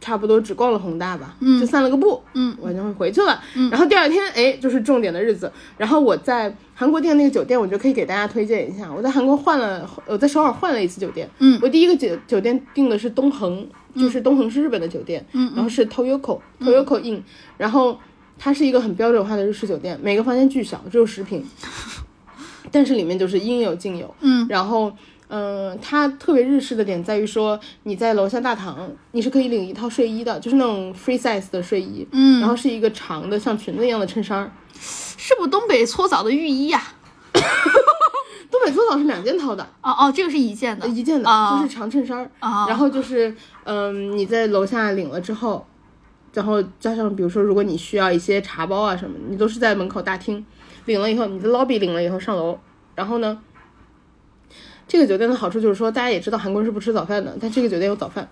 [SPEAKER 2] 差不多只逛了宏大吧，
[SPEAKER 1] 嗯
[SPEAKER 2] 就散了个步，
[SPEAKER 1] 嗯
[SPEAKER 2] 我就会回去了。然后第二天，哎，就是重点的日子。然后我在韩国订那个酒店，我就可以给大家推荐一下。我在韩国换了，我在首尔换了一次酒店。
[SPEAKER 1] 嗯
[SPEAKER 2] 我第一个酒酒店订的是东恒，就是东恒是日本的酒店，
[SPEAKER 1] 嗯
[SPEAKER 2] 然后是 Toyoko Toyoko Inn，、然后它是一个很标准化的日式酒店，每个房间巨小，只有 十平，但是里面就是应有尽有。
[SPEAKER 1] 嗯
[SPEAKER 2] 然后，嗯、它特别日式的点在于说，你在楼下大堂，你是可以领一套睡衣的，就是那种 free size 的睡衣，
[SPEAKER 1] 嗯
[SPEAKER 2] 然后是一个长的像裙子一样的衬衫儿。
[SPEAKER 1] 是不是东北搓澡的浴衣呀、
[SPEAKER 2] 东北搓澡是两件套的，呃
[SPEAKER 1] 哦哦，这个是一件的，
[SPEAKER 2] 一件的，
[SPEAKER 1] 啊
[SPEAKER 2] 就是长衬衫儿。
[SPEAKER 1] 啊
[SPEAKER 2] 然后就是，嗯，你在楼下领了之后，然后加上比如说，如果你需要一些茶包啊什么，你都是在门口大厅领了以后，你在 lobby 领了以后上楼，然后呢，这个酒店的好处就是说，大家也知道韩国人是不吃早饭的，但这个酒店有早饭。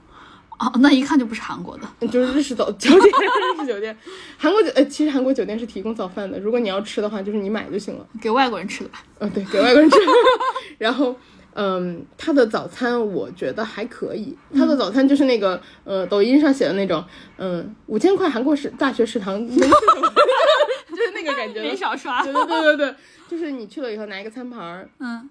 [SPEAKER 1] 哦，那一看就不是韩国的。
[SPEAKER 2] 就是日式早酒店，日式酒店，韩国酒呃，其实韩国酒店是提供早饭的，如果你要吃的话，就是你买就行了。
[SPEAKER 1] 给外国人吃的吧。
[SPEAKER 2] 呃，对，给外国人吃。 然后，嗯，他的早餐我觉得还可以，他的早餐就是那个呃，抖音上写的那种，嗯，五千块韩国食大学食堂，就是那个感觉的。
[SPEAKER 1] 没少刷
[SPEAKER 2] 对。对对对对，就是你去了以后拿一个餐盘儿，
[SPEAKER 1] 嗯，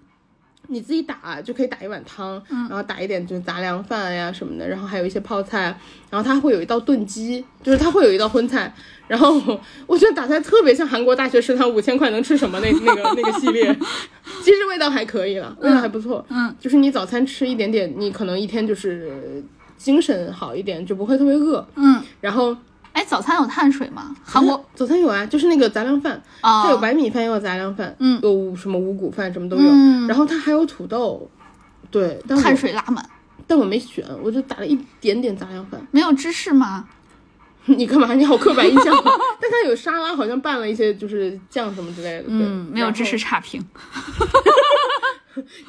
[SPEAKER 2] 你自己打就可以打一碗汤，然后打一点就是杂粮饭呀什么的，然后还有一些泡菜，然后它会有一道炖鸡，就是它会有一道荤菜，然后我我觉得打菜特别像韩国大学食堂五千块能吃什么那那个那个系 列，其实味道还可以了，味道还不错，
[SPEAKER 1] 嗯，
[SPEAKER 2] 就是你早餐吃一点点，你可能一天就是精神好一点，就不会特别饿，
[SPEAKER 1] 嗯，
[SPEAKER 2] 然后
[SPEAKER 1] 哎，早餐有碳水吗？韩国
[SPEAKER 2] 早餐有啊，就是那个杂粮饭，
[SPEAKER 1] 啊，
[SPEAKER 2] 它有白米饭，也有杂粮饭，
[SPEAKER 1] 嗯
[SPEAKER 2] 有什么五谷饭，什么都有。
[SPEAKER 1] 嗯
[SPEAKER 2] 然后它还有土豆，对，但
[SPEAKER 1] 碳
[SPEAKER 2] 我
[SPEAKER 1] 水拉满，
[SPEAKER 2] 但我没选，我就打了一点点杂粮饭。
[SPEAKER 1] 没有芝士吗？
[SPEAKER 2] 你干嘛？你好刻板印象啊。 但它有沙拉，好像拌了一些就是酱什么之类的。对
[SPEAKER 1] 嗯，没有
[SPEAKER 2] 然后
[SPEAKER 1] 芝士差评。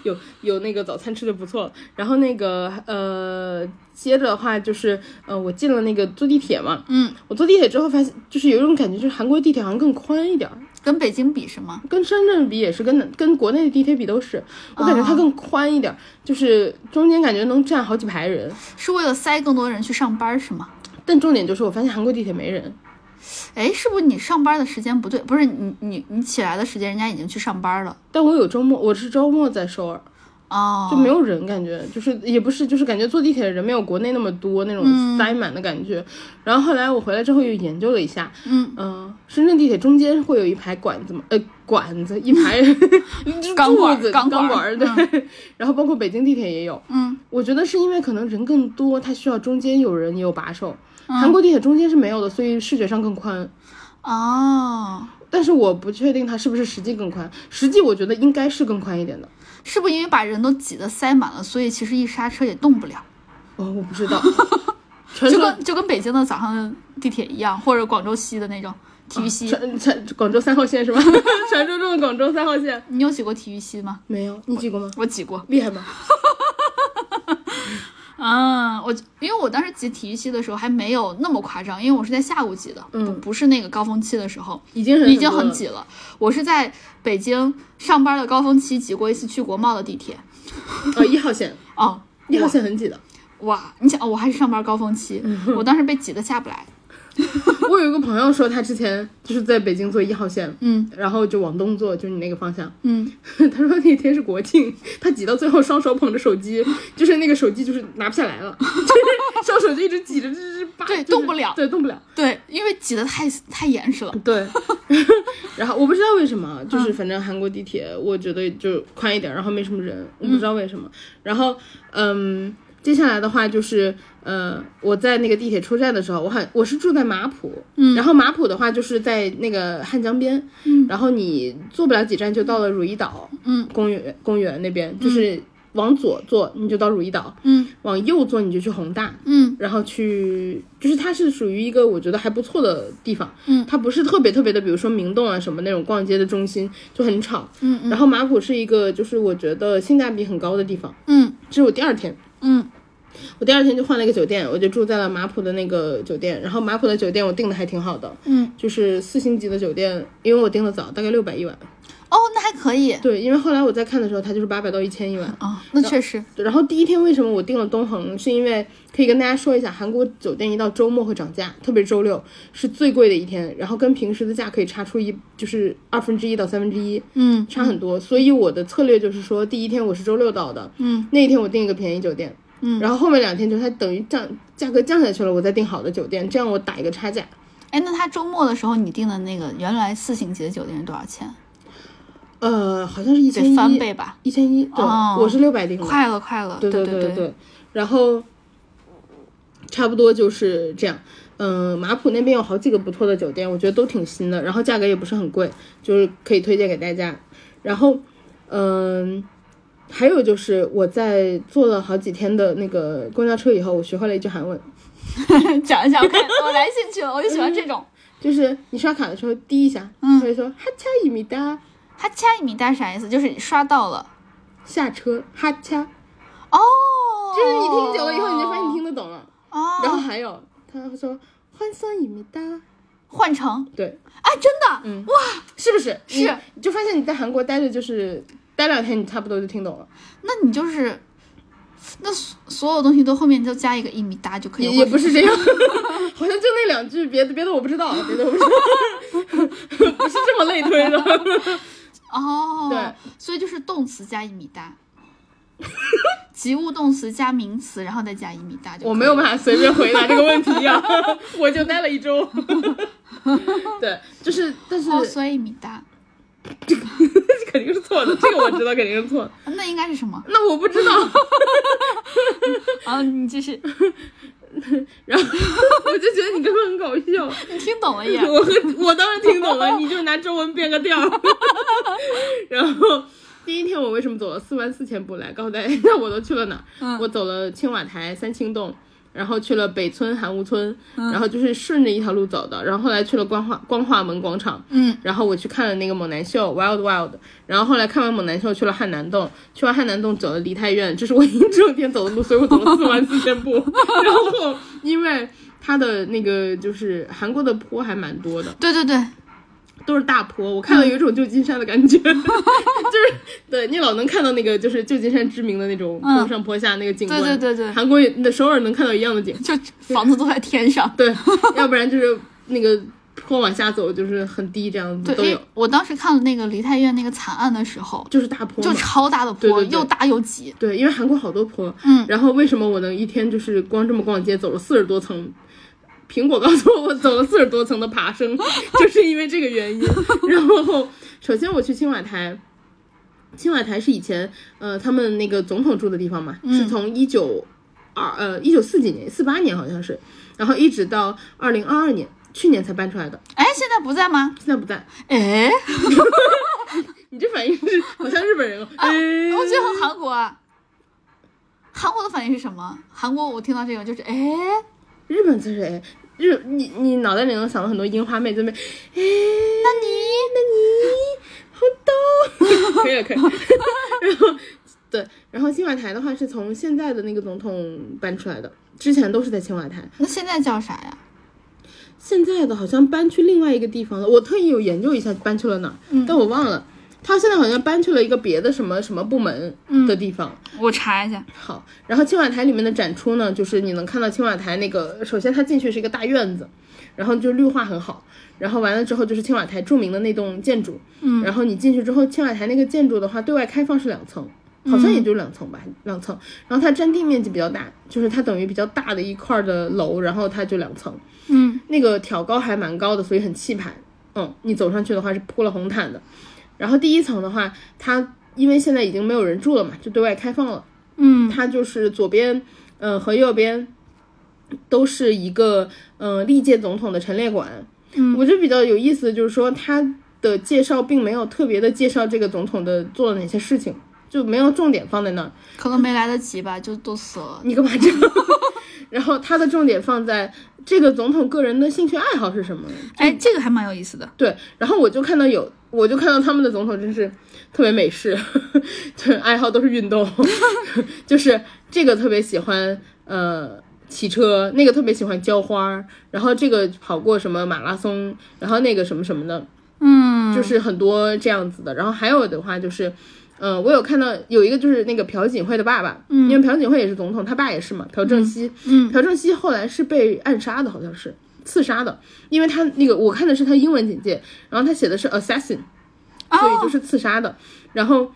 [SPEAKER 2] 有有那个早餐吃的不错，然后那个呃，接着的话就是呃，我进了那个坐地铁嘛，
[SPEAKER 1] 嗯，
[SPEAKER 2] 我坐地铁之后发现就是有一种感觉，就是韩国地铁好像更宽一点儿，
[SPEAKER 1] 跟北京比是吗？
[SPEAKER 2] 跟深圳比也是，跟跟国内的地铁比都是，我感觉它
[SPEAKER 1] 哦
[SPEAKER 2] 更宽一点儿，就是中间感觉能站好几排人。
[SPEAKER 1] 是为了塞更多人去上班是吗？
[SPEAKER 2] 但重点就是我发现韩国地铁没人，
[SPEAKER 1] 哎，是不是你上班的时间不对？不是你你你起来的时间，人家已经去上班了。
[SPEAKER 2] 但我有周末，我是周末在首尔，
[SPEAKER 1] 哦，
[SPEAKER 2] 就没有人，感觉就是也不是，就是感觉坐地铁的人没有国内那么多那种
[SPEAKER 1] 嗯
[SPEAKER 2] 塞满的感觉。然后后来我回来之后又研究了一下，
[SPEAKER 1] 嗯
[SPEAKER 2] 呃深圳地铁中间会有一排管子嘛，呃，管子 一排就是
[SPEAKER 1] 钢管
[SPEAKER 2] 柱子
[SPEAKER 1] 钢
[SPEAKER 2] 钢
[SPEAKER 1] 管
[SPEAKER 2] 管儿对。 然后包括北京地铁也有，
[SPEAKER 1] 嗯，
[SPEAKER 2] 我觉得是因为可能人更多，它需要中间有人也有把手。
[SPEAKER 1] 嗯
[SPEAKER 2] 韩国地铁中间是没有的，所以视觉上更宽。
[SPEAKER 1] 哦，
[SPEAKER 2] 但是我不确定它是不是实际更宽，实际我觉得应该是更宽一点的。
[SPEAKER 1] 是不是因为把人都挤得塞满了，所以其实一刹车也动不了？
[SPEAKER 2] 哦，我不 知道，全
[SPEAKER 1] 就
[SPEAKER 2] 说
[SPEAKER 1] 跟就跟北京的早上的地铁一样，或者广州西的那种体育西。
[SPEAKER 2] 传传广州三号 线是吧？传说中的广州三号线
[SPEAKER 1] 你有挤过体育西吗？
[SPEAKER 2] 没有，你挤过吗？
[SPEAKER 1] 我挤过，
[SPEAKER 2] 厉害吗？
[SPEAKER 1] 嗯，我因为我当时挤体育系的时候还没有那么夸张，因为我是在下午挤的，不不是那个高峰期嗯的时候，
[SPEAKER 2] 已经很
[SPEAKER 1] 已经
[SPEAKER 2] 多
[SPEAKER 1] 很
[SPEAKER 2] 了
[SPEAKER 1] 挤了。我是在北京上班的高峰期挤过一次去国贸的地铁，
[SPEAKER 2] 呃，一 号线，
[SPEAKER 1] 哦，
[SPEAKER 2] 一号线很挤的。
[SPEAKER 1] 哇，你想，哦我还是上班高峰期，我当时被挤得下不 来，
[SPEAKER 2] 我有一个朋友说，他之前就是在北京坐一号线，
[SPEAKER 1] 嗯，
[SPEAKER 2] 然后就往东坐，就是你那个方向。
[SPEAKER 1] 嗯，
[SPEAKER 2] 他说那天是国庆，他挤到最后，双手捧着手机，就是那个手机就是拿不下来了， 就是双手就一直挤着，这这扒，
[SPEAKER 1] 对
[SPEAKER 2] 就是
[SPEAKER 1] 动不了
[SPEAKER 2] 对，动不了。
[SPEAKER 1] 对，因为挤得太太严实了，嗯
[SPEAKER 2] 对， 然后我不知道为什么，就是反正韩国地铁，我觉得就宽一点，然后没什么人，
[SPEAKER 1] 嗯
[SPEAKER 2] 我不知道为什么。然后，嗯，接下来的话就是，呃，我在那个地铁出站的时候，我很我是住在马浦，嗯，然后马浦的话就是在那个汉江边，嗯，然后你坐不了几站就到了汝矣岛，
[SPEAKER 1] 嗯，
[SPEAKER 2] 公园公园那边就是往左坐你就到汝矣岛，
[SPEAKER 1] 嗯
[SPEAKER 2] 往右坐你就去宏大，
[SPEAKER 1] 嗯
[SPEAKER 2] 然后去，就是它是属于一个我觉得还不错的地方，
[SPEAKER 1] 嗯
[SPEAKER 2] 它不是特别特别的，比如说明洞啊什么那种逛街的中心就很吵，
[SPEAKER 1] 嗯嗯
[SPEAKER 2] 然后马浦是一个就是我觉得性价比很高的地方，
[SPEAKER 1] 嗯
[SPEAKER 2] 这是我第二天，
[SPEAKER 1] 嗯
[SPEAKER 2] 我第二天就换了一个酒店，我就住在了马浦的那个酒店，然后马浦的酒店我订的还挺好的，
[SPEAKER 1] 嗯，
[SPEAKER 2] 就是四星级的酒店，因为我订的早，大概六百一晚，
[SPEAKER 1] 哦，那还可以，
[SPEAKER 2] 对，因为后来我在看的时候，它就是八百到一千一晚，
[SPEAKER 1] 哦，那确实，
[SPEAKER 2] 然后第一天为什么我订了东恒，是因为可以跟大家说一下，韩国酒店一到周末会涨价，特别是周六是最贵的一天，然后跟平时的价可以差出一就是二分之一到三分之一，
[SPEAKER 1] 嗯
[SPEAKER 2] 差很多。所以我的策略就是说，第一天我是周六到的，
[SPEAKER 1] 嗯，
[SPEAKER 2] 那一天我订一个便宜酒店，
[SPEAKER 1] 嗯，
[SPEAKER 2] 然后后面两天就是它等于降价格降下去了，我再订好的酒店，这样我打一个差价。
[SPEAKER 1] 哎，那他周末的时候你订的那个原来四星级的酒店是多少钱？
[SPEAKER 2] 呃，好像是一千
[SPEAKER 1] 得
[SPEAKER 2] 一，
[SPEAKER 1] 翻倍吧？
[SPEAKER 2] 一千一，对，
[SPEAKER 1] 哦
[SPEAKER 2] 我是六百订的，
[SPEAKER 1] 快了，快了，
[SPEAKER 2] 嗯对
[SPEAKER 1] 对
[SPEAKER 2] 对
[SPEAKER 1] 对，
[SPEAKER 2] 对，然后差不多就是这样。嗯，马普那边有好几个不错的酒店，我觉得都挺新的，然后价格也不是很贵，就是可以推荐给大家。然后，嗯，还有就是我在坐了好几天的那个公交车以后，我学会了一句韩文，
[SPEAKER 1] 讲一讲，我看我来兴趣了，我就喜
[SPEAKER 2] 嗯
[SPEAKER 1] 欢这种。
[SPEAKER 2] 就是你刷卡的时候滴一下，
[SPEAKER 1] 嗯
[SPEAKER 2] 他会说哈恰一米哒，
[SPEAKER 1] 哈恰一米大啥意思？就是刷到了
[SPEAKER 2] 下车哈恰，
[SPEAKER 1] 哦，
[SPEAKER 2] 就是你听久了以后，你就发现你听得懂了。
[SPEAKER 1] 哦，
[SPEAKER 2] 然后还有他会说换算一米哒，
[SPEAKER 1] 换乘，
[SPEAKER 2] 对，
[SPEAKER 1] 哎，真的，嗯、哇，
[SPEAKER 2] 是不是？
[SPEAKER 1] 是
[SPEAKER 2] 你，你就发现你在韩国待着就是待两天，你差不多就听懂了，
[SPEAKER 1] 那你就是，那所所有东西都后面都加一个一米大就可以
[SPEAKER 2] 也
[SPEAKER 1] 了，
[SPEAKER 2] 也不是这样， 好像就那两句，别的别的我不知道，别的我不知道， 不是这么类推的。
[SPEAKER 1] 哦，
[SPEAKER 2] 对，
[SPEAKER 1] 所以就是动词加一米大，及物动词加名词，然后再加一米大就可以了哦
[SPEAKER 2] 我没有办法随便回答这个问题 呀、我就待了一 周。对，就是，但是、
[SPEAKER 1] 哦，所以米大，
[SPEAKER 2] 这肯定是错的，这个我知道肯定是错的。
[SPEAKER 1] 那应该是什 么？
[SPEAKER 2] 那我不知道，
[SPEAKER 1] 啊，你继续，
[SPEAKER 2] 然后我就觉得你根本很搞笑。
[SPEAKER 1] 你听懂了 也，
[SPEAKER 2] 我和我当然听懂了，你就拿中文变个调儿。然后第一天我为什么走了四万四千步来？告诉大家，那我都去了哪儿？我走了青瓦台、三清洞。然后去了北村、韩屋村，然后就是顺着一条路走的，然后后来去了光化光化门广场，
[SPEAKER 1] 嗯，
[SPEAKER 2] 然后我去看了那个猛男秀 Wild Wild，然后后来看完猛男秀去了汉南洞，去完汉南洞走了梨泰院，这是我一整天走的路，所以我走了四万四千 步。然后因为它的那个就是韩国的坡还蛮多的，
[SPEAKER 1] 对对对，
[SPEAKER 2] 都是大坡，我看到有一种旧金山 的感觉，就是对你老能看到那个就是旧金山知名的那种坡上坡下那个景观，
[SPEAKER 1] 嗯对对对对
[SPEAKER 2] 韩国也那首尔能看到一样的景，
[SPEAKER 1] 就房子都在天上。
[SPEAKER 2] 对，要不然就是那个坡往下走就是很低这样子
[SPEAKER 1] 对，
[SPEAKER 2] 都
[SPEAKER 1] 因
[SPEAKER 2] 有
[SPEAKER 1] 为，我当时看了那个梨泰院那个惨案的时候，
[SPEAKER 2] 就是大坡
[SPEAKER 1] 就
[SPEAKER 2] 嘛。
[SPEAKER 1] 超大的坡，
[SPEAKER 2] 对对对
[SPEAKER 1] 又大又挤。
[SPEAKER 2] 对，因为韩国好多坡，
[SPEAKER 1] 嗯
[SPEAKER 2] 然后为什么我能一天就是光这么逛街走了四十多层？苹果告诉我，我走了四十多层的爬升， 就是因为这个原因。然后，首先我去青瓦台，青瓦台是以前呃他们那个总统住的地方嘛，是从一九二呃一九四几年四八年好像是，然后一直到二零二二年，去年才搬出来的，
[SPEAKER 1] 哎，现在不在吗？
[SPEAKER 2] 现在不在。
[SPEAKER 1] 哎，
[SPEAKER 2] 你这反应是好像日本人哦，哎
[SPEAKER 1] 我觉得很韩国啊。韩国的反应是什么？韩国我听到这个就是哎，那
[SPEAKER 2] 日本就是哎，日你你脑袋里能想到很多樱花妹在那边，哎，那
[SPEAKER 1] 你
[SPEAKER 2] 你好 逗，可以了可以了。然后对，然后青瓦台的话是从现在的那个总统搬出来的，之前都是在青瓦台，
[SPEAKER 1] 那现在叫啥呀？
[SPEAKER 2] 现在的好像搬去另外一个地方了。我特意有研究一下搬去了哪儿，但我忘了。他现在好像搬去了一个别的什么什么部门的地方，
[SPEAKER 1] 我查一下。
[SPEAKER 2] 好，然后青瓦台里面的展出呢，就是你能看到青瓦台那个，首先它进去是一个大院子，然后就绿化很好，然后完了之后就是青瓦台著名的那栋建筑，嗯，然后你进去之后，青瓦台那个建筑的话，对外开放是两层，好像也就两层吧，两层，然后它占地面积比较大，就是它等于比较大的一块儿的楼，然后它就两层，
[SPEAKER 1] 嗯，
[SPEAKER 2] 那个挑高还蛮高的，所以很气派，嗯，你走上去的话是铺了红毯的，然后第一层的话，它因为现在已经没有人住了嘛，就对外开放了。
[SPEAKER 1] 嗯
[SPEAKER 2] 它就是左边，嗯、和右边都是一个，嗯、历届总统的陈列馆。
[SPEAKER 1] 嗯，
[SPEAKER 2] 我觉得比较有意思的就是说，它的介绍并没有特别的介绍这个总统的做了哪些事情，就没有重点放在那儿。
[SPEAKER 1] 可能没来得及吧，就都死了。
[SPEAKER 2] 你干嘛这样？ 然后它的重点放在这个总统个人的兴趣爱好是什么？
[SPEAKER 1] 哎，这个还蛮有意思的。
[SPEAKER 2] 对，然后我就看到有，我就看到他们的总统真是特别美式， 就是爱好都是运动， 就是这个特别喜欢呃骑车，那个特别喜欢浇花儿，然后这个跑过什么马拉松，然后那个什么什么的，
[SPEAKER 1] 嗯，
[SPEAKER 2] 就是很多这样子的。然后还有的话就是。嗯、我有看到有一个就是那个朴槿惠的爸爸，嗯、因为朴槿惠也是总统，他爸也是嘛，朴正熙。
[SPEAKER 1] 嗯
[SPEAKER 2] 朴正熙后来是被暗杀的，好像是刺杀的，因为他那个我看的是他英文简介，然后他写的是 assassin，所以
[SPEAKER 1] 哦，
[SPEAKER 2] 就是刺杀的。然后，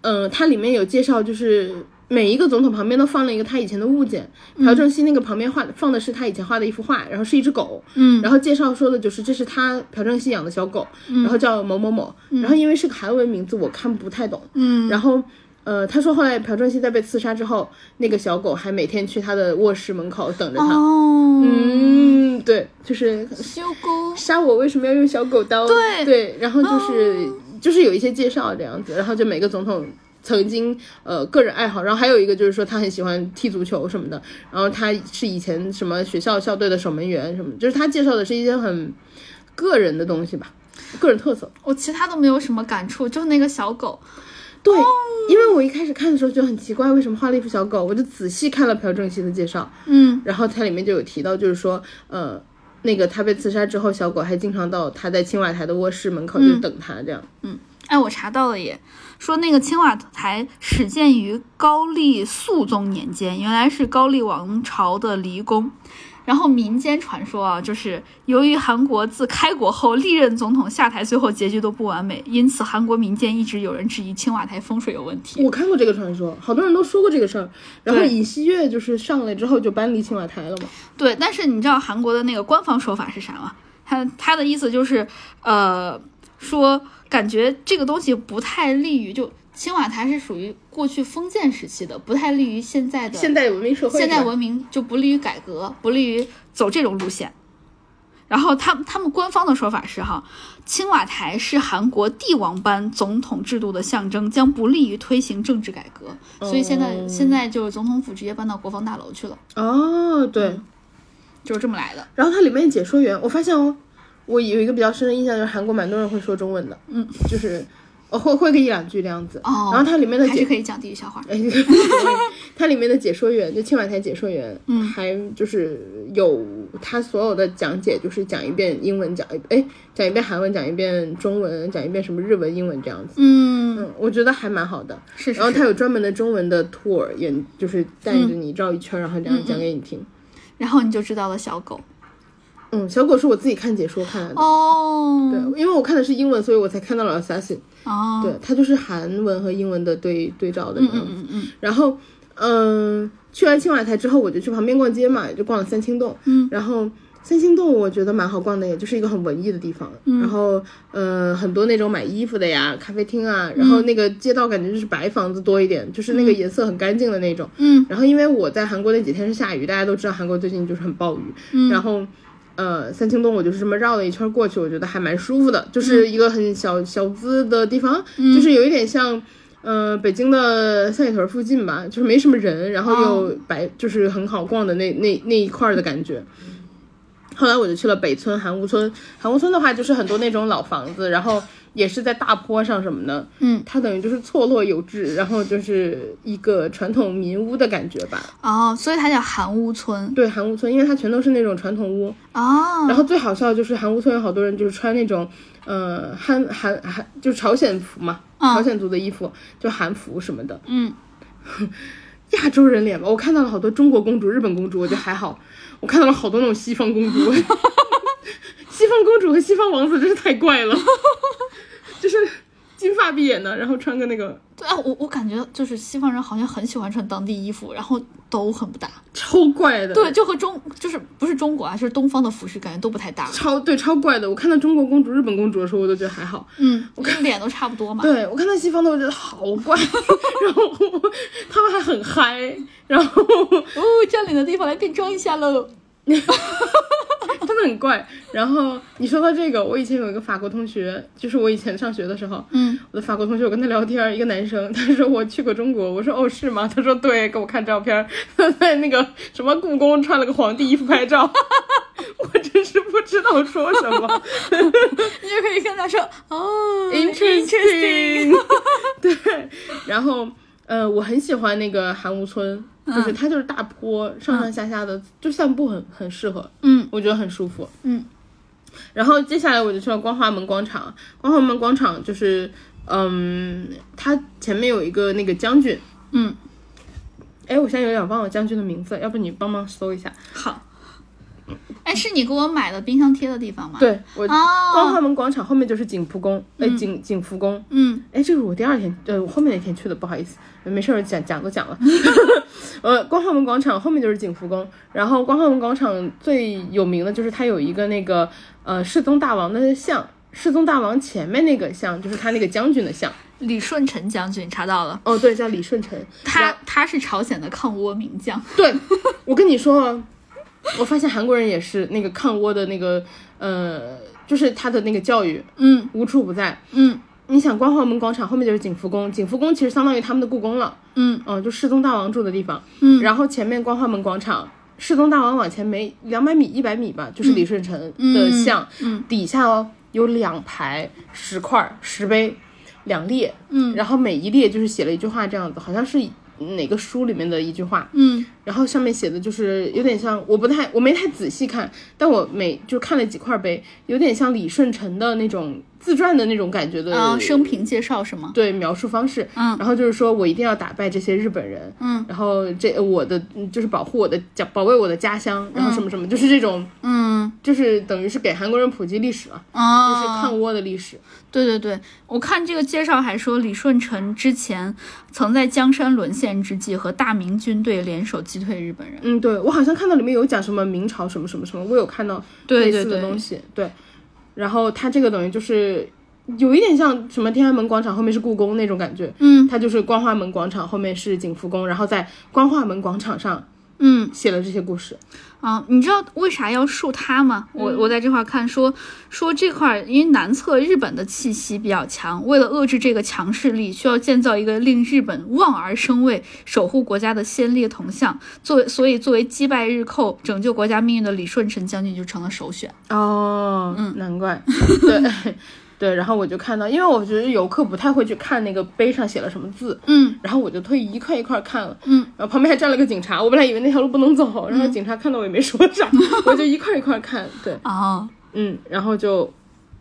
[SPEAKER 2] 呃，它里面有介绍，就是每一个总统旁边都放了一个他以前的物件。
[SPEAKER 1] 嗯
[SPEAKER 2] 朴正熙那个旁边画放的是他以前画的一幅画，然后是一只狗。
[SPEAKER 1] 嗯
[SPEAKER 2] 然后介绍说的就是这是他朴正熙养的小狗，然后叫某某某。然后因为是个韩文名字，我看不太懂。
[SPEAKER 1] 嗯
[SPEAKER 2] 然后。呃，他说后来朴正熙在被刺杀之后，那个小狗还每天去他的卧室门口等着他。
[SPEAKER 1] 哦，
[SPEAKER 2] 嗯，对，就是
[SPEAKER 1] 修沟。
[SPEAKER 2] 杀我为什么要用小狗刀？
[SPEAKER 1] 对
[SPEAKER 2] 然后就是、就是有一些介绍这样子，然后就每个总统曾经呃个人爱好，然后还有一个就是说他很喜欢踢足球什么的，然后他是以前什么学校校队的守门员什么的，就是他介绍的是一些很个人的东西吧，个人特色。
[SPEAKER 1] 我其他都没有什么感触，就是那个小狗，
[SPEAKER 2] 对，因为我一开始看的时候就很奇怪，为什么画了一幅小狗？我就仔细看了朴正熙的介绍，
[SPEAKER 1] 嗯，
[SPEAKER 2] 然后它里面就有提到，就是说，呃，那个他被刺杀之后，小狗还经常到他在青瓦台的卧室门口就等他，这样。
[SPEAKER 1] 哎，我查到了耶，说那个青瓦台始建于高丽肃宗年间，原来是高丽王朝的离宫。然后民间传说啊，就是由于韩国自开国后历任总统下台，最后结局都不完美，因此韩国民间一直有人质疑青瓦台风水有问题。
[SPEAKER 2] 我看过这个传说，好多人都说过这个事儿。然后
[SPEAKER 1] 对
[SPEAKER 2] 尹锡悦就是上来之后就搬离青瓦台了嘛。
[SPEAKER 1] 对，但是你知道韩国的那个官方说法是啥吗？他他的意思就是，呃，说感觉这个东西不太利于就青瓦台是属于过去封建时期的，不太利于现在的
[SPEAKER 2] 现代文明社会，
[SPEAKER 1] 现代文明就不利于改革，不利于走这种路线。然后他们他们官方的说法是哈，青瓦台是韩国帝王般总统制度的象征，将不利于推行政治改革，所以现在、
[SPEAKER 2] 哦
[SPEAKER 1] 现在就是总统府直接搬到国防大楼去了，
[SPEAKER 2] 哦，对。
[SPEAKER 1] 嗯就是这么来的。
[SPEAKER 2] 然后它里面解说员，我发现哦，我有一个比较深的印象就是韩国蛮多人会说中文的，嗯，就是呃会会个一两句这样子。
[SPEAKER 1] 哦
[SPEAKER 2] 然后它里面的
[SPEAKER 1] 还
[SPEAKER 2] 解
[SPEAKER 1] 是可以讲地狱笑话。
[SPEAKER 2] 哎， 它里面的解说员就青瓦台解说员，嗯，还就是有他所有的讲解，就是讲一遍英文，讲一哎讲一遍韩文，讲一遍中文，讲一遍什么日文、英文这样子。
[SPEAKER 1] 嗯，
[SPEAKER 2] 嗯，我觉得还蛮好的。
[SPEAKER 1] 是是
[SPEAKER 2] 然后
[SPEAKER 1] 是。
[SPEAKER 2] 他有专门的中文的 tour，也就是带着你绕一圈，然后这样讲给你听。
[SPEAKER 1] 然后你就知道了小狗
[SPEAKER 2] 嗯，小狗是我自己看解说看来的。
[SPEAKER 1] 哦，
[SPEAKER 2] 对，因为我看的是英文，所以我才看到了 assassin。
[SPEAKER 1] 哦，
[SPEAKER 2] 对，它就是韩文和英文的对对照的这样子。
[SPEAKER 1] 嗯嗯
[SPEAKER 2] 然后，嗯、去完青瓦台之后，我就去旁边逛街嘛，就逛了三清洞。
[SPEAKER 1] 嗯，
[SPEAKER 2] 然后三清洞我觉得蛮好逛的，也就是一个很文艺的地方。嗯，然后，呃，很多那种买衣服的呀，咖啡厅啊，
[SPEAKER 1] 嗯
[SPEAKER 2] 然后那个街道感觉就是白房子多一点，就是那个颜色很干净的那种。
[SPEAKER 1] 嗯，
[SPEAKER 2] 然后因为我在韩国那几天是下雨，大家都知道韩国最近就是很暴雨，嗯、然后。呃，三清洞我就是这么绕了一圈过去，我觉得还蛮舒服的，就是一个很小小资的地方，就是有一点像，呃，北京的三里屯附近吧，就是没什么人，然后又白，就是很好逛的那那那一块儿的感觉。后来我就去了北村韩屋村，韩屋村的话就是很多那种老房子，然后也是在大坡上什么的，
[SPEAKER 1] 嗯，
[SPEAKER 2] 它等于就是错落有致，然后就是一个传统民屋的感觉吧。
[SPEAKER 1] 哦，所以它叫韩屋村
[SPEAKER 2] 对韩屋村，因为它全都是那种传统屋，
[SPEAKER 1] 哦，
[SPEAKER 2] 然后最好笑的就是韩屋村有好多人就是穿那种，呃，韩韩韩就是朝鲜服嘛，
[SPEAKER 1] 嗯
[SPEAKER 2] 朝鲜族的衣服，就韩服什么的。
[SPEAKER 1] 嗯，
[SPEAKER 2] 亚洲人脸吧，我看到了好多中国公主、日本公主，我觉得还好。我看到了好多那种西方公 主，西方公主和西方王子真是太怪了， 就是金发碧眼的，然后穿个那个
[SPEAKER 1] 对啊，我我感觉就是西方人好像很喜欢穿当地衣服，然后都很不搭。
[SPEAKER 2] 超怪的，
[SPEAKER 1] 对，就和中就是不是中国啊，就是东方的服饰感觉都不太搭。
[SPEAKER 2] 超对超怪的。我看到中国公主、日本公主的时候，我都觉得还好。
[SPEAKER 1] 嗯，我跟脸都差不多嘛。
[SPEAKER 2] 对我看到西方的，我觉得好怪，然后我他们还很嗨，然后
[SPEAKER 1] 哦，占领的地方来变装一下喽。
[SPEAKER 2] 真的很怪。然后你说到这个，我以前有一个法国同学，就是我以前上学的时候，
[SPEAKER 1] 嗯，
[SPEAKER 2] 我的法国同学，我跟他聊天，一个男生，他说我去过中国，我说哦是吗？他说对，给我看照片，他在那个什么故宫穿了个皇帝衣服拍照， 我真是不知道说什么
[SPEAKER 1] 你就可以跟他说哦
[SPEAKER 2] ，interesting，对， 然后。呃，我很喜欢那个韩屋村，就是它就是大坡，上上下下的，就散步很很适合，
[SPEAKER 1] 嗯
[SPEAKER 2] 我觉得很舒服。
[SPEAKER 1] 嗯，
[SPEAKER 2] 然后接下来我就去了光华门广场，光华门广场就是，嗯，它前面有一个那个将军，
[SPEAKER 1] 嗯，
[SPEAKER 2] 哎，我现在有点忘了将军的名字，要不你帮忙搜一下？
[SPEAKER 1] 好。
[SPEAKER 2] 嗯
[SPEAKER 1] 哎，是你给我买的冰箱贴的地方吗？，
[SPEAKER 2] 对我，光华
[SPEAKER 1] 哦，
[SPEAKER 2] 门广场后面就是景福宫，哎，景景福宫。
[SPEAKER 1] 嗯
[SPEAKER 2] 哎，这个是我第二天，呃，我后面那天去的，不好意思，没事儿，讲讲都讲了。 呃，光化门广场后面就是景福宫，然后光化门广场最有名的就是它有一个那个呃世宗大王的像，世宗大王前面那个像就是他那个将军的像，
[SPEAKER 1] 李舜臣将军查到了，
[SPEAKER 2] 哦，对，叫李舜臣，
[SPEAKER 1] 他他是朝鲜的抗倭名将。
[SPEAKER 2] 对，我跟你说啊，我发现韩国人也是那个抗倭的那个呃，就是他的那个教育
[SPEAKER 1] 嗯
[SPEAKER 2] 无处不在。
[SPEAKER 1] 嗯
[SPEAKER 2] 你想，光化门广场后面就是景福宫，景福宫其实相当于他们的故宫了。
[SPEAKER 1] 嗯
[SPEAKER 2] 嗯，就世宗大王住的地方。
[SPEAKER 1] 嗯
[SPEAKER 2] 然后前面光化门广场，世宗大王往前没两百米、一百米吧，就是李舜臣的像。
[SPEAKER 1] 嗯
[SPEAKER 2] 底下哦有两排石块、石碑，两列，
[SPEAKER 1] 嗯
[SPEAKER 2] 然后每一列就是写了一句话这样子，好像是哪个书里面的一句话，
[SPEAKER 1] 嗯
[SPEAKER 2] 然后上面写的就是有点像，我不太我没太仔细看，但我每就看了几块呗，有点像李舜臣的那种自传的那种感觉的、
[SPEAKER 1] 嗯、呃生平介绍是吗？
[SPEAKER 2] 对描述方式，
[SPEAKER 1] 嗯
[SPEAKER 2] 然后就是说我一定要打败这些日本人，
[SPEAKER 1] 嗯，
[SPEAKER 2] 然后这我的嗯就是保护我的家，保卫我的家乡，然后什么什么，就是这种，
[SPEAKER 1] 嗯
[SPEAKER 2] 就是等于是给韩国人普及历史了，
[SPEAKER 1] 哦，
[SPEAKER 2] 就是抗倭的历史，
[SPEAKER 1] 对对对，我看这个介绍还说，李舜臣之前曾在江山沦陷之际和大明军队联手击退日本人。
[SPEAKER 2] 嗯，对我好像看到里面有讲什么明朝什么什么什么，我有看到
[SPEAKER 1] 对
[SPEAKER 2] 类
[SPEAKER 1] 对
[SPEAKER 2] 似的
[SPEAKER 1] 对，
[SPEAKER 2] 东西，对然后它这个等于就是有一点像什么天安门广场后面是故宫那种感觉，
[SPEAKER 1] 嗯
[SPEAKER 2] 它就是光化门广场后面是景福宫，然后在光化门广场上
[SPEAKER 1] 嗯
[SPEAKER 2] 写了这些故事，
[SPEAKER 1] 啊，你知道为啥要树它吗？我我在这块看说说这块儿，因为南侧日本的气息比较强，为了遏制这个强势力，需要建造一个令日本望而生畏、守护国家的先烈铜像。作为所以作为击败日寇、拯救国家命运的李舜臣将军就成了首选。
[SPEAKER 2] 哦，
[SPEAKER 1] 嗯
[SPEAKER 2] 难怪，对对，然后我就看到，因为我觉得游客不太会去看那个碑上写了什么字，
[SPEAKER 1] 嗯。
[SPEAKER 2] 然后我就特意一块一块看了，
[SPEAKER 1] 嗯，
[SPEAKER 2] 然后旁边还站了个警察，我本来以为那条路不能走，然后警察看到我也没说 啥，我就一块一块看，对，
[SPEAKER 1] 哦，
[SPEAKER 2] 嗯，然后就。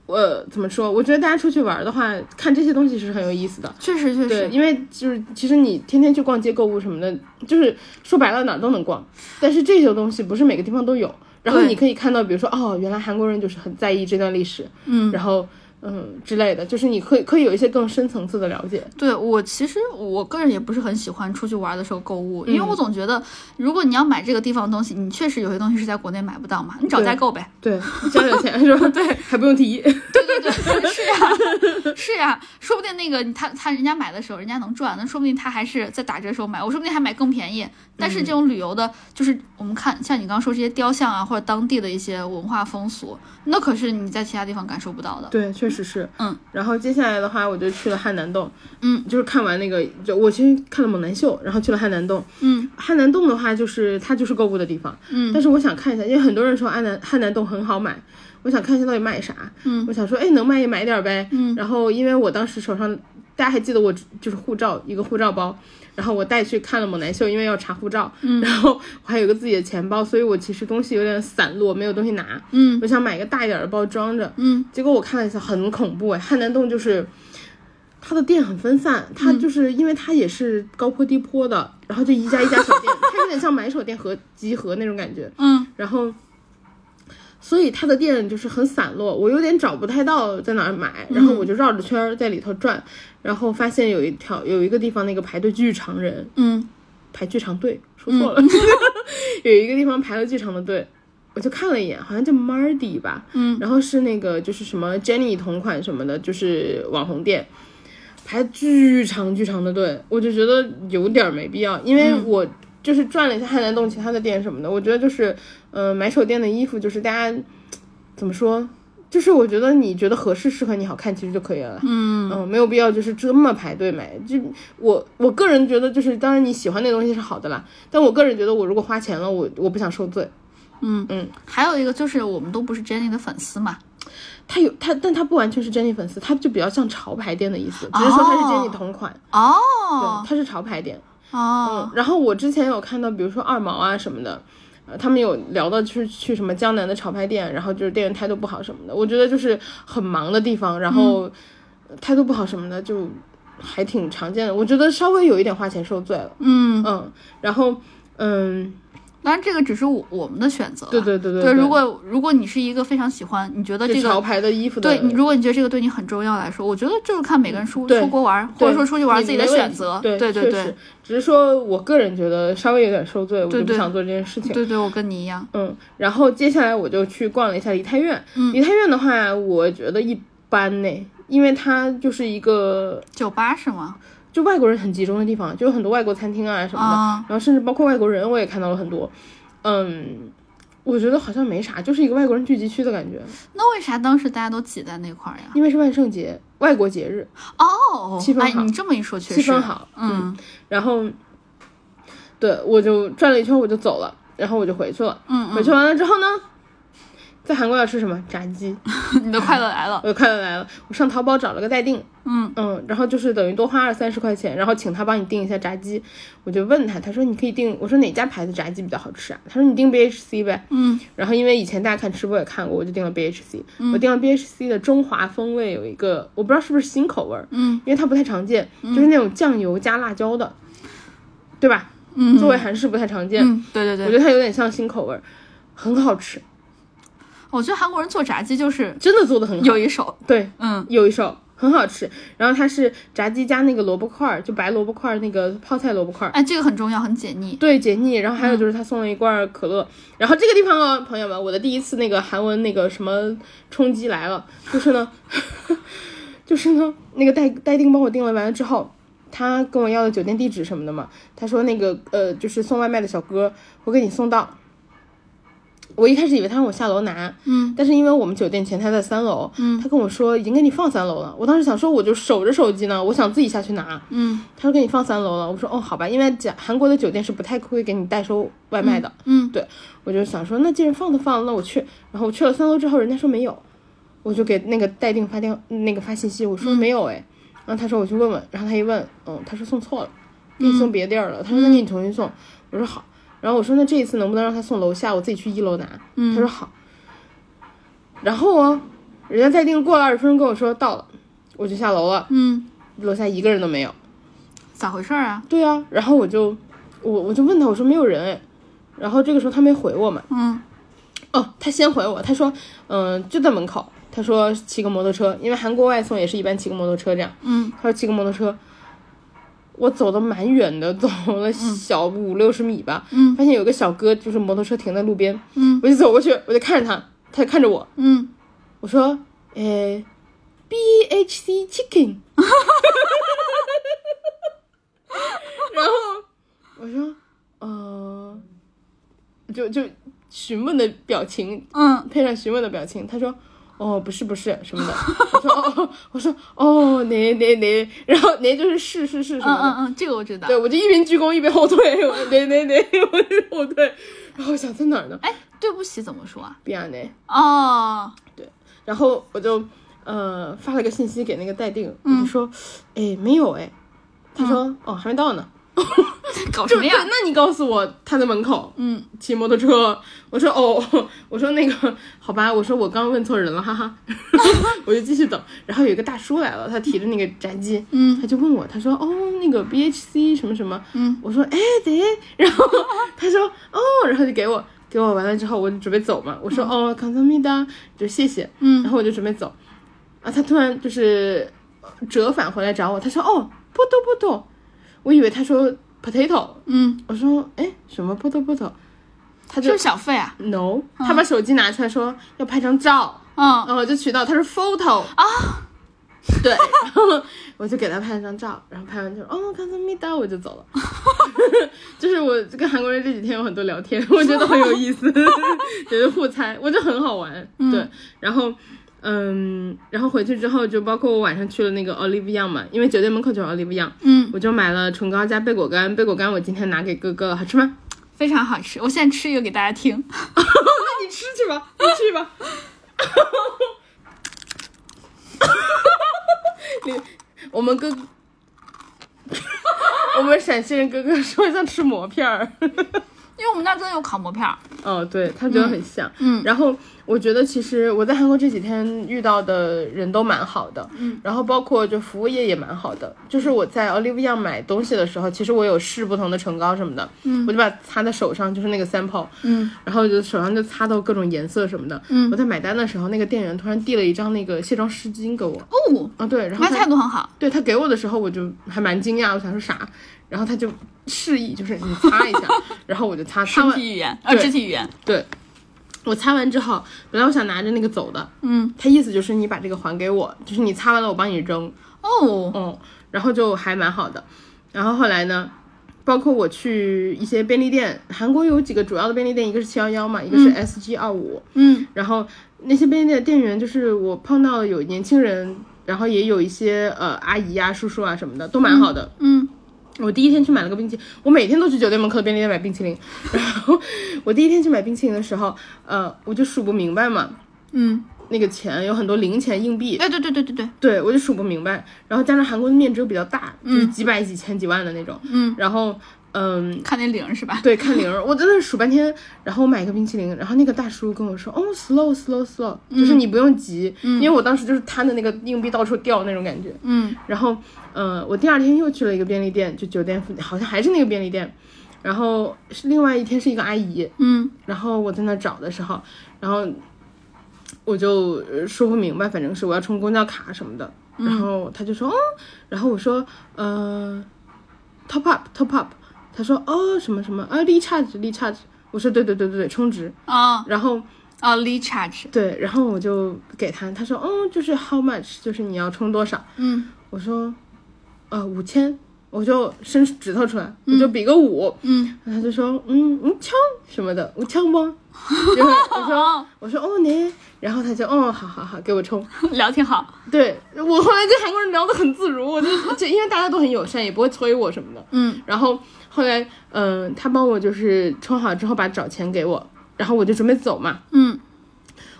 [SPEAKER 2] 我怎么说？我觉得大家出去玩的话，看这些东西是很有意思的。
[SPEAKER 1] 确实确
[SPEAKER 2] 对，
[SPEAKER 1] 实，
[SPEAKER 2] 因为就是其实你天天去逛街购物什么的，就是说白了哪儿都能逛，但是这些东西不是每个地方都有。然后
[SPEAKER 1] 对
[SPEAKER 2] 你可以看到，比如说哦，原来韩国人就是很在意这段历史，
[SPEAKER 1] 嗯，
[SPEAKER 2] 然后嗯之类的，就是你可以可以有一些更深层次的了解。
[SPEAKER 1] 对我其实我个人也不是很喜欢出去玩的时候购物，因为我总觉得如果你要买这个地方的东西，你确实有些东西是在国内买不到嘛，你找
[SPEAKER 2] 对
[SPEAKER 1] 代购呗。
[SPEAKER 2] 对，交点钱是吧？ 对，还不用提。
[SPEAKER 1] 对对对，是呀、是呀、说不定那个他他人家买的时候人家能赚，那说不定他还是在打折时候买，我说不定还买更便宜。但是这种旅游的，就是我们看像你刚刚说这些雕像啊，或者当地的一些文化风俗，那可是你在其他地方感受不到的。
[SPEAKER 2] 对，确实是。
[SPEAKER 1] 嗯，
[SPEAKER 2] 然后接下来的话，我就去了汉南洞。
[SPEAKER 1] 嗯，
[SPEAKER 2] 就是看完那个，就我其实看了猛男秀，然后去了汉南洞。
[SPEAKER 1] 嗯
[SPEAKER 2] 汉南洞的话，就是它就是购物的地方。
[SPEAKER 1] 嗯
[SPEAKER 2] 但是我想看一下，因为很多人说安南汉南洞很好买，我想看一下到底卖啥。
[SPEAKER 1] 嗯
[SPEAKER 2] 我想说，哎，能卖也买点儿呗。
[SPEAKER 1] 嗯
[SPEAKER 2] 然后因为我当时手上，大家还记得我就是护照一个护照包，然后我带去看了猛男秀，因为要查护照。嗯，然后我还有个自己的钱包，所以我其实东西有点散落，没有东西拿。
[SPEAKER 1] 嗯
[SPEAKER 2] 我想买一个大一点儿的包装着。
[SPEAKER 1] 嗯
[SPEAKER 2] 结果我看了一下，很恐怖哎，汉南洞就是。它的店很分散，它就是因为它也是高坡低坡的，然后就一家一家小店，它有点像买手店和集合那种感觉。
[SPEAKER 1] 嗯
[SPEAKER 2] 然后，所以它的店就是很散落，我有点找不太到在哪儿买，然后我就绕着圈儿在里头转，然后发现有一条有一个地方那个排队巨长人，
[SPEAKER 1] 嗯
[SPEAKER 2] 排巨长队，说错了， 有一个地方排了巨长的队。我就看了一眼，好像叫 Mardy 吧，
[SPEAKER 1] 嗯，
[SPEAKER 2] 然后是那个就是什么 Jenny 同款什么的，就是网红店，排巨长巨长的队，我就觉得有点儿没必要，因为我就是转了一下汉南洞其他的店什么的，我觉得就是，呃，买手店的衣服就是大家嘖怎么说，就是我觉得你觉得合适、适合你、好看其实就可以了，嗯没有必要就是这么排队买。就我我个人觉得，就是当然你喜欢那东西是好的啦，但我个人觉得我如果花钱了，我我不想受罪。
[SPEAKER 1] 还有一个就是我们都不是 Jenny 的粉丝嘛，
[SPEAKER 2] 他有他，但他不完全是 Jenny 粉丝，他就比较像潮牌店的意思，只是说他是 Jenny 同款，
[SPEAKER 1] 哦
[SPEAKER 2] 对，他是潮牌店。嗯
[SPEAKER 1] 哦，
[SPEAKER 2] 然后我之前有看到，比如说二毛啊什么的，呃，他们有聊到就是去什么江南的潮牌店，然后就是店员态度不好什么的。我觉得就是很忙的地方，然
[SPEAKER 1] 嗯
[SPEAKER 2] 后态度不好什么的就还挺常见的。我觉得稍微有一点花钱受罪了，
[SPEAKER 1] 嗯，
[SPEAKER 2] 嗯，然后嗯，
[SPEAKER 1] 当然这个只是我我们的选择啊，
[SPEAKER 2] 对对对
[SPEAKER 1] 对
[SPEAKER 2] 对
[SPEAKER 1] 如果如果你是一个非常喜欢，你觉得这
[SPEAKER 2] 就潮
[SPEAKER 1] 个
[SPEAKER 2] 牌的衣服的
[SPEAKER 1] 对你，如果你觉得这个对你很重要来说，我觉得就是看每个人出
[SPEAKER 2] 对
[SPEAKER 1] 出国玩，或
[SPEAKER 2] 对
[SPEAKER 1] 者说出去玩
[SPEAKER 2] 你
[SPEAKER 1] 自己的
[SPEAKER 2] 没问
[SPEAKER 1] 选
[SPEAKER 2] 题
[SPEAKER 1] 择，
[SPEAKER 2] 对
[SPEAKER 1] 对对
[SPEAKER 2] 确
[SPEAKER 1] 对
[SPEAKER 2] 实只是说我个人觉得稍微有点受罪，我
[SPEAKER 1] 对
[SPEAKER 2] 就不
[SPEAKER 1] 对
[SPEAKER 2] 想做这件事情。
[SPEAKER 1] 对对，我跟你一样，
[SPEAKER 2] 嗯，然后接下来我就去逛了一下梨泰院。
[SPEAKER 1] 嗯
[SPEAKER 2] 梨泰院的话，我觉得一般呢，因为它就是一个
[SPEAKER 1] 酒吧是吗？
[SPEAKER 2] 就外国人很集中的地方，就有很多外国餐厅啊什么的，
[SPEAKER 1] 啊
[SPEAKER 2] 然后甚至包括外国人，我也看到了很多。嗯，我觉得好像没啥，就是一个外国人聚集区的感觉，
[SPEAKER 1] 那为啥当时大家都挤在那块儿呀？
[SPEAKER 2] 因为是万圣节，外国节日，
[SPEAKER 1] 哦
[SPEAKER 2] 气，氛
[SPEAKER 1] 哎，
[SPEAKER 2] 好
[SPEAKER 1] 你这么一说确实
[SPEAKER 2] 气氛，好。
[SPEAKER 1] 嗯
[SPEAKER 2] 然后，对我就转了一圈，我就走了，然后我就回去了。
[SPEAKER 1] 嗯
[SPEAKER 2] 回
[SPEAKER 1] 嗯
[SPEAKER 2] 去完了之后呢，在韩国要吃什么？炸鸡。
[SPEAKER 1] 你的快乐来了。
[SPEAKER 2] 我的快乐来了，我上淘宝找了个待定，
[SPEAKER 1] 嗯
[SPEAKER 2] 嗯，然后就是等于多花二三十块钱，然后请他帮你订一下炸鸡。我就问他，他说你可以订，我说哪家牌子炸鸡比较好吃啊？他说你订 BHC 呗。
[SPEAKER 1] 嗯，
[SPEAKER 2] 然后因为以前大家看吃播也看过，我就订了 BHC，、我订了 BHC 的中华风味有一个，我不知道是不是新口味儿，
[SPEAKER 1] 嗯，
[SPEAKER 2] 因为它不太常见，就是那种酱油加辣椒的，对吧？
[SPEAKER 1] 嗯，
[SPEAKER 2] 作为韩式不太常见，
[SPEAKER 1] 嗯，对对
[SPEAKER 2] 我
[SPEAKER 1] 对，
[SPEAKER 2] 觉得它有点像新口味儿，很好吃，
[SPEAKER 1] 我觉得韩国人做炸鸡就是
[SPEAKER 2] 真的做的很好，
[SPEAKER 1] 有一手，
[SPEAKER 2] 对，
[SPEAKER 1] 嗯
[SPEAKER 2] 有一手很好吃。然后它是炸鸡加那个萝卜块儿，就白萝卜块儿那个泡菜萝卜块儿，
[SPEAKER 1] 哎，这个很重要，很解腻。
[SPEAKER 2] 对解腻。然后
[SPEAKER 1] 嗯
[SPEAKER 2] 还有就是他送了一罐儿可乐。然后这个地方哦，朋友们，我的第一次那个韩文那个什么冲击来了，就是呢， 就是呢，那个代代订帮我订了完了之后。他跟我要的酒店地址什么的嘛，他说那个呃，就是送外卖的小哥会给你送到。我一开始以为他让我下楼拿，
[SPEAKER 1] 嗯
[SPEAKER 2] 但是因为我们酒店前台在三楼，
[SPEAKER 1] 嗯
[SPEAKER 2] 他跟我说已经给你放三楼了。我当时想说，我就守着手机呢，我想自己下去拿。
[SPEAKER 1] 嗯
[SPEAKER 2] 他说给你放三楼了，我说哦，好吧，因为讲韩国的酒店是不太会给你代收外卖的。
[SPEAKER 1] 嗯
[SPEAKER 2] 对，我就想说，那既然放都放了，那我去。然后我去了三楼之后，人家说没有，我就给那个待定发电那个发信息，我说
[SPEAKER 1] 嗯
[SPEAKER 2] 没有哎。然后他说我去问问，然后他一问，嗯，他说送错了，
[SPEAKER 1] 嗯
[SPEAKER 2] 给你送别地儿了。他说那给你重新送，我说好。然后我说那这一次能不能让他送楼下，我自己去一楼拿？
[SPEAKER 1] 嗯
[SPEAKER 2] 他说好。然后哦，人家待定过了二十分钟跟我说到了，我就下楼了，
[SPEAKER 1] 嗯，
[SPEAKER 2] 楼下一个人都没有。
[SPEAKER 1] 咋回事儿啊？
[SPEAKER 2] 对啊，然后我就我我就问他，我说没有人哎，然后这个时候他没回我嘛，
[SPEAKER 1] 嗯
[SPEAKER 2] 哦，他先回我，他说，嗯、就在门口，他说骑个摩托车，因为韩国外送也是一般骑个摩托车这样，
[SPEAKER 1] 嗯
[SPEAKER 2] 他说骑个摩托车，我走的蛮远的，走了小五六十米吧，
[SPEAKER 1] 嗯
[SPEAKER 2] 发现有个小哥就是摩托车停在路边，
[SPEAKER 1] 嗯
[SPEAKER 2] 我就走过去，我就看着他，他就看着我，
[SPEAKER 1] 嗯，
[SPEAKER 2] 我说，呃，B H C chicken，然后我说，呃，就就询问的表情
[SPEAKER 1] 嗯
[SPEAKER 2] 配上询问的表情，他说。哦，不是不是什么 的，我说哦，哦我说哦，哪哪哪，然后哪就是是是是什
[SPEAKER 1] 嗯
[SPEAKER 2] 么的，
[SPEAKER 1] 嗯嗯，这个我知道
[SPEAKER 2] 对。我就一边鞠躬一边后退，我哪哪哪，我就后退，然后我想在哪儿呢？
[SPEAKER 1] 哎，对不起怎么说啊？
[SPEAKER 2] 比亚内，
[SPEAKER 1] 哦，
[SPEAKER 2] 然后我就呃发了个信息给那个待定，
[SPEAKER 1] 嗯
[SPEAKER 2] 我就说，哎，没有哎，他说、哦还没到呢，
[SPEAKER 1] 哦搞什
[SPEAKER 2] 就
[SPEAKER 1] 么
[SPEAKER 2] 对，
[SPEAKER 1] 呀？
[SPEAKER 2] 那你告诉我他在门口
[SPEAKER 1] 嗯
[SPEAKER 2] 骑摩托车，我说哦， 我说那个好吧，我说我刚问错人了，哈哈， 我就继续等，然后有一个大叔来了，他提着那个炸鸡，
[SPEAKER 1] 嗯
[SPEAKER 2] 他就问我，他说哦那个 BHC 什么什么，
[SPEAKER 1] 嗯
[SPEAKER 2] 我说哎得， 然后他说哦，然后就给我给我完了之后，我就准备走嘛，我说、哦康桑米达，就谢谢，然
[SPEAKER 1] 嗯
[SPEAKER 2] 后我就准备走，啊，他突然就是折返回来找我，他说哦，波多波多，我以为他说 potato，
[SPEAKER 1] 嗯，
[SPEAKER 2] 我说哎什么波多波多，他
[SPEAKER 1] 是
[SPEAKER 2] 就
[SPEAKER 1] 不是小费啊？
[SPEAKER 2] no，他把手机拿出来说要拍张照，
[SPEAKER 1] 嗯
[SPEAKER 2] 然后我就取到他是 photo 啊。对，然后我就给他拍了张照，然后拍完就说哦，看他没到，我就走了。 就是我跟韩国人这几天有很多聊天，我觉得很有意思， 觉得互猜，我觉得很好玩。对，然后嗯，然后回去之后就包括我晚上去了那个 Olive Young 嘛，因为酒店门口就是 Olive Young，
[SPEAKER 1] 嗯，
[SPEAKER 2] 我就买了唇膏加贝果干，贝果干我今天拿给哥哥了，好吃吗？
[SPEAKER 1] 非常好吃。我现在吃一个给大家听。
[SPEAKER 2] 那你吃去吧，你去吧。 你我们哥，我们陕西人哥哥说像吃馍片儿。
[SPEAKER 1] 因为我们那儿真的有烤馍片儿。
[SPEAKER 2] 哦，对他觉得很像。
[SPEAKER 1] 嗯
[SPEAKER 2] 然后我觉得其实我在韩国这几天遇到的人都蛮好的，嗯，然后包括就服务业也蛮好的。就是我在 Olive Young 买东西的时候，其实我有试不同的唇膏什么的，嗯，我就把擦在手上，就是那个 sample，
[SPEAKER 1] 嗯
[SPEAKER 2] 然后就手上就擦到各种颜色什么的。
[SPEAKER 1] 嗯
[SPEAKER 2] 我在买单的时候，那个店员突然递了一张那个卸妆湿巾给我。
[SPEAKER 1] 哦，
[SPEAKER 2] 啊，对，然后
[SPEAKER 1] 那态
[SPEAKER 2] 他
[SPEAKER 1] 度很好。
[SPEAKER 2] 对他给我的时候，我就还蛮惊讶，我想说啥，然后他就示意，就是你擦一 下，然后我就擦，擦
[SPEAKER 1] 身
[SPEAKER 2] 完
[SPEAKER 1] 体语言，呃，
[SPEAKER 2] 对
[SPEAKER 1] 肢体语言。
[SPEAKER 2] 对，我擦完之后，本来我想拿着那个走的，
[SPEAKER 1] 嗯，
[SPEAKER 2] 他意思就是你把这个还给我，就是你擦完了我帮你扔，
[SPEAKER 1] 哦，
[SPEAKER 2] 嗯，然后就还蛮好的。然后后来呢，包括我去一些便利店，韩国有几个主要的便利店，一个是七幺幺嘛，一个是 SG 二五、
[SPEAKER 1] 嗯
[SPEAKER 2] 然后那些便利店的店员就是我碰到有年轻人，然后也有一些呃阿姨啊、叔叔啊什么的，都蛮好的。
[SPEAKER 1] 嗯
[SPEAKER 2] 我第一天去买了个冰淇淋，我每天都去九店门口的便利店买冰淇淋。然后我第一天去买冰淇淋的时候，呃，我就数不明白嘛，
[SPEAKER 1] 嗯，
[SPEAKER 2] 那个钱有很多零钱硬币，
[SPEAKER 1] 对对对对对对，
[SPEAKER 2] 对我就数不明白。然后加上韩国的面值又比较大，就是几百、几千、几万的那种。
[SPEAKER 1] 嗯，
[SPEAKER 2] 然后嗯，
[SPEAKER 1] 看那零是吧？
[SPEAKER 2] 对，看铃儿，我真的是数半天，然后我买一个冰淇淋，然后那个大叔跟我说，哦，slow slow slow，、就是你不用急，因为我当时就是摊的那个硬币到处掉那种感觉。
[SPEAKER 1] 嗯
[SPEAKER 2] 然后，呃，我第二天又去了一个便利店，就酒店附近，好像还是那个便利店。然后是另外一天是一个阿姨，
[SPEAKER 1] 嗯
[SPEAKER 2] 然后我在那找的时候，然后我就呃说不明白，反正是我要充公交卡什么的。然后他就说，哦，然后我说，呃，top up top up，他说，哦，什么什么啊，recharge recharge，我说对对对对对，充值。
[SPEAKER 1] 哦
[SPEAKER 2] 然后
[SPEAKER 1] 哦 l e charge，
[SPEAKER 2] 对，然后我就给他，他说，哦，就是 how much，就是你要充多少。
[SPEAKER 1] 嗯
[SPEAKER 2] 我说，呃，五千，我就伸指头出来，我就比个五。
[SPEAKER 1] 嗯，
[SPEAKER 2] 然后他就说，嗯，五枪什么的，五枪吗？然后我说，我说哦呢，然后他就，哦，好好好，给我充。
[SPEAKER 1] 聊挺好，
[SPEAKER 2] 对我后来跟韩国人聊得很自如，我就就因为大家都很友善，也不会催我什么的。
[SPEAKER 1] 嗯
[SPEAKER 2] 然后后来，嗯、他帮我就是充好之后把找钱给我，然后我就准备走嘛。
[SPEAKER 1] 嗯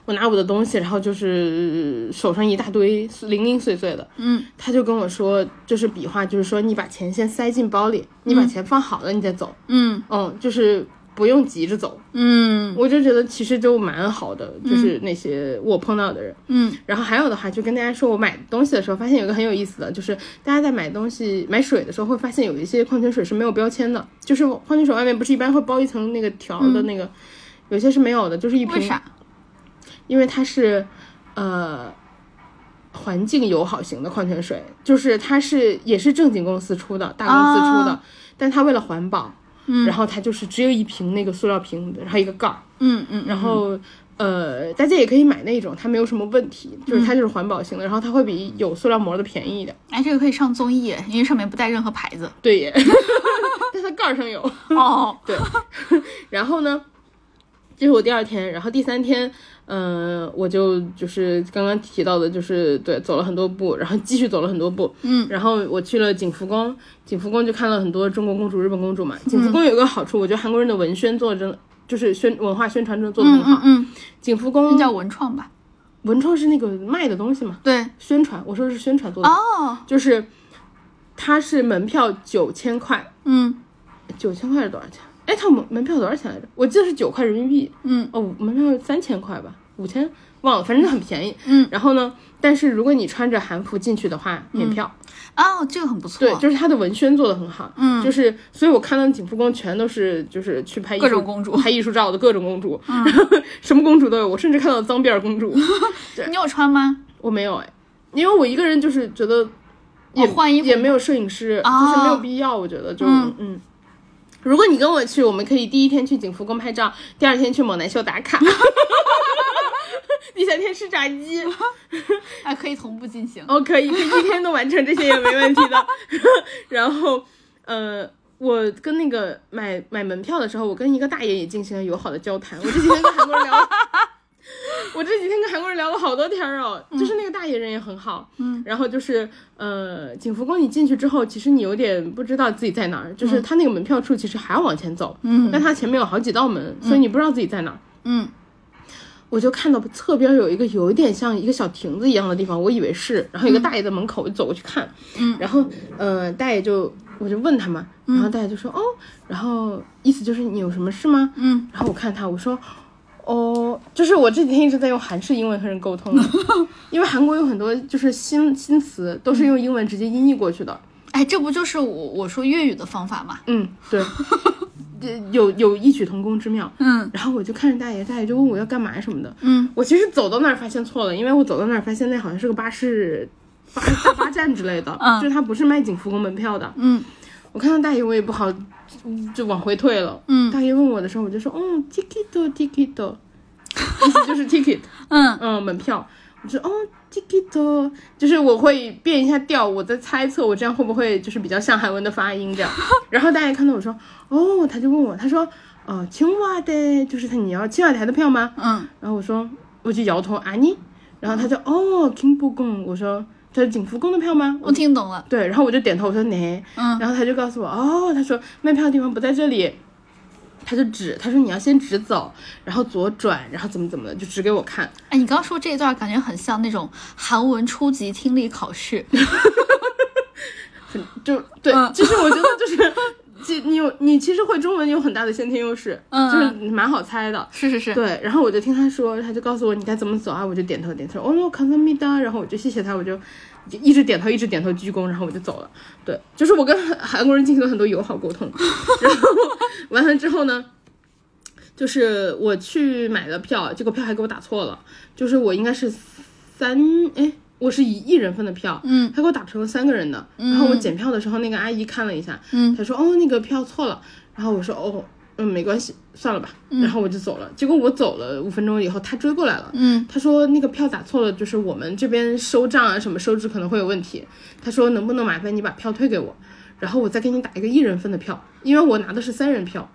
[SPEAKER 2] 我拿我的东西，然后就是手上一大堆零零碎碎的，
[SPEAKER 1] 嗯
[SPEAKER 2] 他就跟我说，就是比划，就是说你把钱先塞进包里，你把钱放好了，你再走。
[SPEAKER 1] 嗯
[SPEAKER 2] 嗯，就是不用急着走。
[SPEAKER 1] 嗯
[SPEAKER 2] 我就觉得其实就蛮好的，就是那些我碰到的人。
[SPEAKER 1] 嗯
[SPEAKER 2] 然后还有的话，就跟大家说，我买东西的时候发现有一个很有意思的，就是大家在买东西买水的时候，会发现有一些矿泉水是没有标签的，就是矿泉水外面不是一般会包一层那个条的那个，有些是没有的，就是一
[SPEAKER 1] 嗯为
[SPEAKER 2] 瓶
[SPEAKER 1] 啥？
[SPEAKER 2] 因为它是，呃，环境友好型的矿泉水，就是它是也是正经公司出的，大公司出的，
[SPEAKER 1] 啊
[SPEAKER 2] 但它为了环保，
[SPEAKER 1] 嗯
[SPEAKER 2] 然后它就是只有一瓶那个塑料瓶，然后一个盖儿，
[SPEAKER 1] 嗯嗯，
[SPEAKER 2] 然后。呃，大家也可以买那种，它没有什么问题，就是
[SPEAKER 1] 嗯
[SPEAKER 2] 它就是环保型的，然后它会比有塑料膜的便宜一点。
[SPEAKER 1] 哎，这个可以上综艺，因为上面不带任何牌 子。
[SPEAKER 2] 对耶，但它盖儿上有。
[SPEAKER 1] 哦，
[SPEAKER 2] 对，然后呢，这是我第二天，然后第三天，嗯，我就就是刚刚提到的，就是对走了很多步，然后继续走了很多步，
[SPEAKER 1] 嗯，
[SPEAKER 2] 然后我去了景福宫，景福宫就看了很多中国公主、日本公主嘛。
[SPEAKER 1] 嗯
[SPEAKER 2] 景福宫有一个好处，我觉得韩国人的文宣做得真的就是宣文化宣传真的做得很
[SPEAKER 1] 嗯
[SPEAKER 2] 好。
[SPEAKER 1] 嗯嗯，
[SPEAKER 2] 景福
[SPEAKER 1] 那
[SPEAKER 2] 宫
[SPEAKER 1] 叫文创吧？
[SPEAKER 2] 文创是那个卖的东西嘛，
[SPEAKER 1] 对，
[SPEAKER 2] 宣传，我说是宣传做的，
[SPEAKER 1] 哦，
[SPEAKER 2] 就是它是门票九千块，
[SPEAKER 1] 嗯
[SPEAKER 2] 九千块是多少钱？哎，它门门票多少钱来着？我记得是九块人民币。
[SPEAKER 1] 嗯
[SPEAKER 2] 哦，门票三千块吧，五千忘了，反正很便宜。
[SPEAKER 1] 嗯，
[SPEAKER 2] 然后呢，但是如果你穿着韩服进去的话，免票。
[SPEAKER 1] 哦，这个很不错。
[SPEAKER 2] 对，就是它的文宣做的很好。
[SPEAKER 1] 嗯
[SPEAKER 2] 就是所以我看到景福宫全都是就是去拍艺术
[SPEAKER 1] 各种公主
[SPEAKER 2] 拍艺术照的各种公主，嗯、 什么公主都有，我甚至看到脏辫儿公主，
[SPEAKER 1] 你有穿吗？
[SPEAKER 2] 我没有哎，因为我一个人就是觉得也、
[SPEAKER 1] 哦换衣服
[SPEAKER 2] 也没有摄影师，
[SPEAKER 1] 哦
[SPEAKER 2] 就是没有必要，我觉得就
[SPEAKER 1] 嗯
[SPEAKER 2] 嗯。如果你跟我去，我们可以第一天去景福宫拍照，第二天去猛男秀打 卡，第三天吃炸鸡。
[SPEAKER 1] 哎，可以同步进行。
[SPEAKER 2] 哦，可以，可以一天都完成这些也没问题的。 然后，呃，我跟那个买买门票的时候，我跟一个大爷也进行了友好的交谈。我这几天跟韩国人聊了，我这几天跟韩国人聊了 好多天儿哦，就是那个大爷人也很好。
[SPEAKER 1] 嗯，
[SPEAKER 2] 然后就是，呃，景福宫你进去之后，其实你有点不知道自己在哪儿，就是他那个门票处其实还要往前走，
[SPEAKER 1] 嗯
[SPEAKER 2] 但他前面有好几道门，所以你不知道自己在哪儿。
[SPEAKER 1] 嗯
[SPEAKER 2] 我就看到侧边有一个有一点像一个小亭子一样的地方，我以为是，然后有一个大爷在门口，我就走过去看，
[SPEAKER 1] 嗯
[SPEAKER 2] 然后呃，大爷就我就问他嘛，然后大爷就说、哦，然后意思就是你有什么事吗？
[SPEAKER 1] 嗯
[SPEAKER 2] 然后我看他，我说哦，就是我这几天一直在用韩式英文和人沟通的，因为韩国有很多就是新新词都是用英文直接音译过去的，
[SPEAKER 1] 哎，这不就是我我说粤语的方法吗？
[SPEAKER 2] 嗯，对，有有异曲同工之妙。
[SPEAKER 1] 嗯
[SPEAKER 2] 然后我就看着大爷，大爷就问我要干嘛什么的，
[SPEAKER 1] 嗯
[SPEAKER 2] 我其实走到那儿发现错了，因为我走到那儿发现那好像是个巴士巴大巴站之类的，
[SPEAKER 1] 嗯
[SPEAKER 2] 就是它不是卖景福宫门票的。
[SPEAKER 1] 嗯
[SPEAKER 2] 我看到大爷，我也不好就就往回退了。
[SPEAKER 1] 嗯
[SPEAKER 2] 大爷问我的时候，我就说，嗯，ticket ticket，意思就是 ticket，
[SPEAKER 1] 嗯
[SPEAKER 2] 嗯，门票。我说，哦，ticket，就是我会变一下调，我在猜测我这样会不会就是比较像韩文的发音 这样。然后大爷看到我说，哦，他就问我，他说，呃，青瓦的，就是他你要青瓦台的票吗？
[SPEAKER 1] 嗯
[SPEAKER 2] 然后我说，我就摇头啊你，然后他就哦，听不懂。我说他是景福宫的票吗？
[SPEAKER 1] 我听懂了，
[SPEAKER 2] 对，然后我就点头，我说哪？
[SPEAKER 1] 嗯
[SPEAKER 2] 然后他就告诉我，哦，他说卖票的地方不在这里，他就指，他说你要先直走，然后左转，然后怎么怎么的，就指给我看。
[SPEAKER 1] 哎，你刚说这一段感觉很像那种韩文初级听力考 试，
[SPEAKER 2] 就对
[SPEAKER 1] 嗯，
[SPEAKER 2] 就是我觉得就是， 其你有你其实会中文有很大的先天优势，
[SPEAKER 1] 嗯
[SPEAKER 2] 就是蛮好猜的。
[SPEAKER 1] 是是是，
[SPEAKER 2] 对，然后我就听他说，他就告诉我你该怎么走啊，我就点头点头，哦哟，康萨米达，然后我就谢谢他，我就就一直点头一直点头鞠躬，然后我就走了。对，就是我跟韩韩国人进行了很多友好 沟通，然后完了之后呢，就是我去买了票，结果票还给我打错了，就是我应该是三哎。我是以一人份的票，
[SPEAKER 1] 嗯，
[SPEAKER 2] 他给我打成了三个人的，然后我检票的时候，那个阿姨看了一下，
[SPEAKER 1] 嗯
[SPEAKER 2] 她说哦那个票错了，然后我说哦嗯没关系，算了吧，然后我就走了。结果我走了五分钟以后，他追过来了，
[SPEAKER 1] 嗯嗯，
[SPEAKER 2] 他说那个票打错了，就是我们这边收账啊什么收支可能会有问题，他说能不能麻烦你把票退给我，然后我再给你打一个一人份的票，因为我拿的是三人票，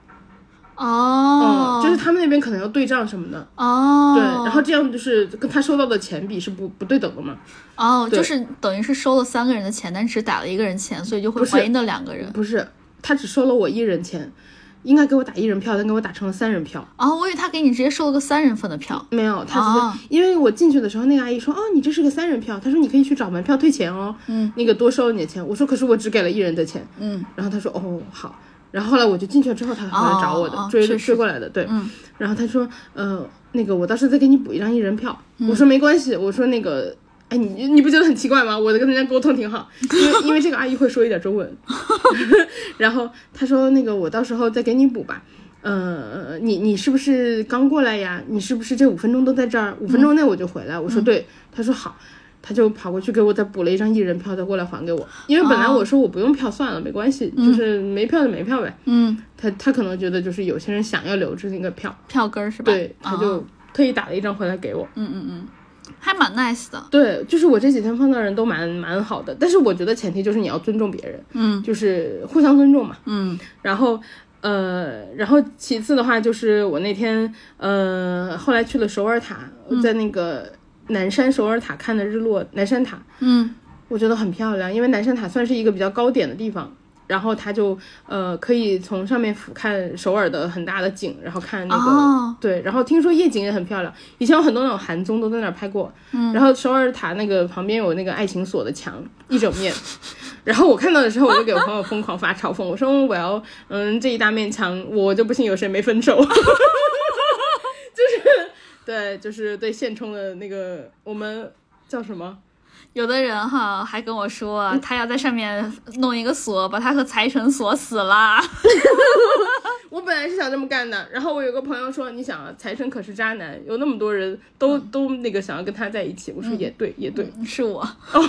[SPEAKER 1] 哦，
[SPEAKER 2] 嗯，就是他们那边可能要对账什么的，
[SPEAKER 1] 哦，
[SPEAKER 2] 对，然后这样就是跟他收到的钱比是不不对等的嘛。
[SPEAKER 1] 哦，
[SPEAKER 2] 对
[SPEAKER 1] 就是等于是收了三个人的钱，但只打了一个人钱，所以就会
[SPEAKER 2] 不是
[SPEAKER 1] 怀疑那两个人。
[SPEAKER 2] 不是，他只收了我一人钱，应该给我打一人票，但给我打成了三人票。
[SPEAKER 1] 哦，我以为他给你直接收了个三人份的票。
[SPEAKER 2] 没有，他只是、
[SPEAKER 1] 哦
[SPEAKER 2] 因为我进去的时候，那个阿姨说：“哦，你这是个三人票。”她说：“你可以去找门票退钱哦，
[SPEAKER 1] 嗯，
[SPEAKER 2] 那个多收了你的钱。”我说：“可是我只给了一人的钱。
[SPEAKER 1] 嗯”
[SPEAKER 2] 然后她说：“哦，好。”然后后来我就进去了之后，她好像找我的，
[SPEAKER 1] 哦哦
[SPEAKER 2] 追
[SPEAKER 1] 是是
[SPEAKER 2] 追过来的，对。
[SPEAKER 1] 嗯
[SPEAKER 2] 然后她说：“呃，那个我到时候再给你补一张一人票。我
[SPEAKER 1] 嗯
[SPEAKER 2] 说：“没关系。”我说：“那个。”哎，你你不觉得很奇怪吗？我跟人家沟通挺好，因为因为这个阿姨会说一点 中文， 然后她说那个我到时候再给你补吧，呃，你你是不是刚过来呀？你是不是这五分钟都在这儿？五分
[SPEAKER 1] 嗯
[SPEAKER 2] 钟内我就回来。我说对，他说好，他就跑过去给我再补了一张一人票，再过来还给我。因为本来
[SPEAKER 1] 哦
[SPEAKER 2] 我说我不用票算了，没关系，就是没票就没票呗。
[SPEAKER 1] 嗯，
[SPEAKER 2] 他他可能觉得就是有些人想要留着那个票，
[SPEAKER 1] 票根儿是吧？
[SPEAKER 2] 对，他就
[SPEAKER 1] 哦
[SPEAKER 2] 特意打了一张回来给我。
[SPEAKER 1] 嗯嗯嗯，还蛮 nice 的。
[SPEAKER 2] 对，就是我这几天碰到人都蛮蛮好的，但是我觉得前提就是你要尊重别人，
[SPEAKER 1] 嗯
[SPEAKER 2] 就是互相尊重嘛。
[SPEAKER 1] 嗯
[SPEAKER 2] 然后呃，然后其次的话就是我那天呃后来去了首尔塔，
[SPEAKER 1] 嗯
[SPEAKER 2] 在那个南山首尔塔看的日落，南山塔
[SPEAKER 1] 嗯
[SPEAKER 2] 我觉得很漂亮，因为南山塔算是一个比较高点的地方。然后它就呃可以从上面俯瞰首尔的很大的景，然后看那个、
[SPEAKER 1] 哦
[SPEAKER 2] 对，然后听说夜景也很漂亮。以前有很多那种韩综都在那儿拍过，
[SPEAKER 1] 嗯
[SPEAKER 2] 然后首尔塔那个旁边有那个爱情锁的墙一整面， 然后我看到的时候我就给我朋友疯狂发嘲讽，我说我要嗯这一大面墙，我就不信有谁没分手， 就是对，就是对现充的那个我们叫什么？
[SPEAKER 1] 有的人哈还跟我说，他要在上面弄一个锁，把他和财神锁死了。
[SPEAKER 2] 我本来是想这么干的，然后我有个朋友说，你想啊，财神可是渣男，有那么多人都、都那个想要跟他在一起，我说也对，也 对，
[SPEAKER 1] 是我，
[SPEAKER 2] 是嗯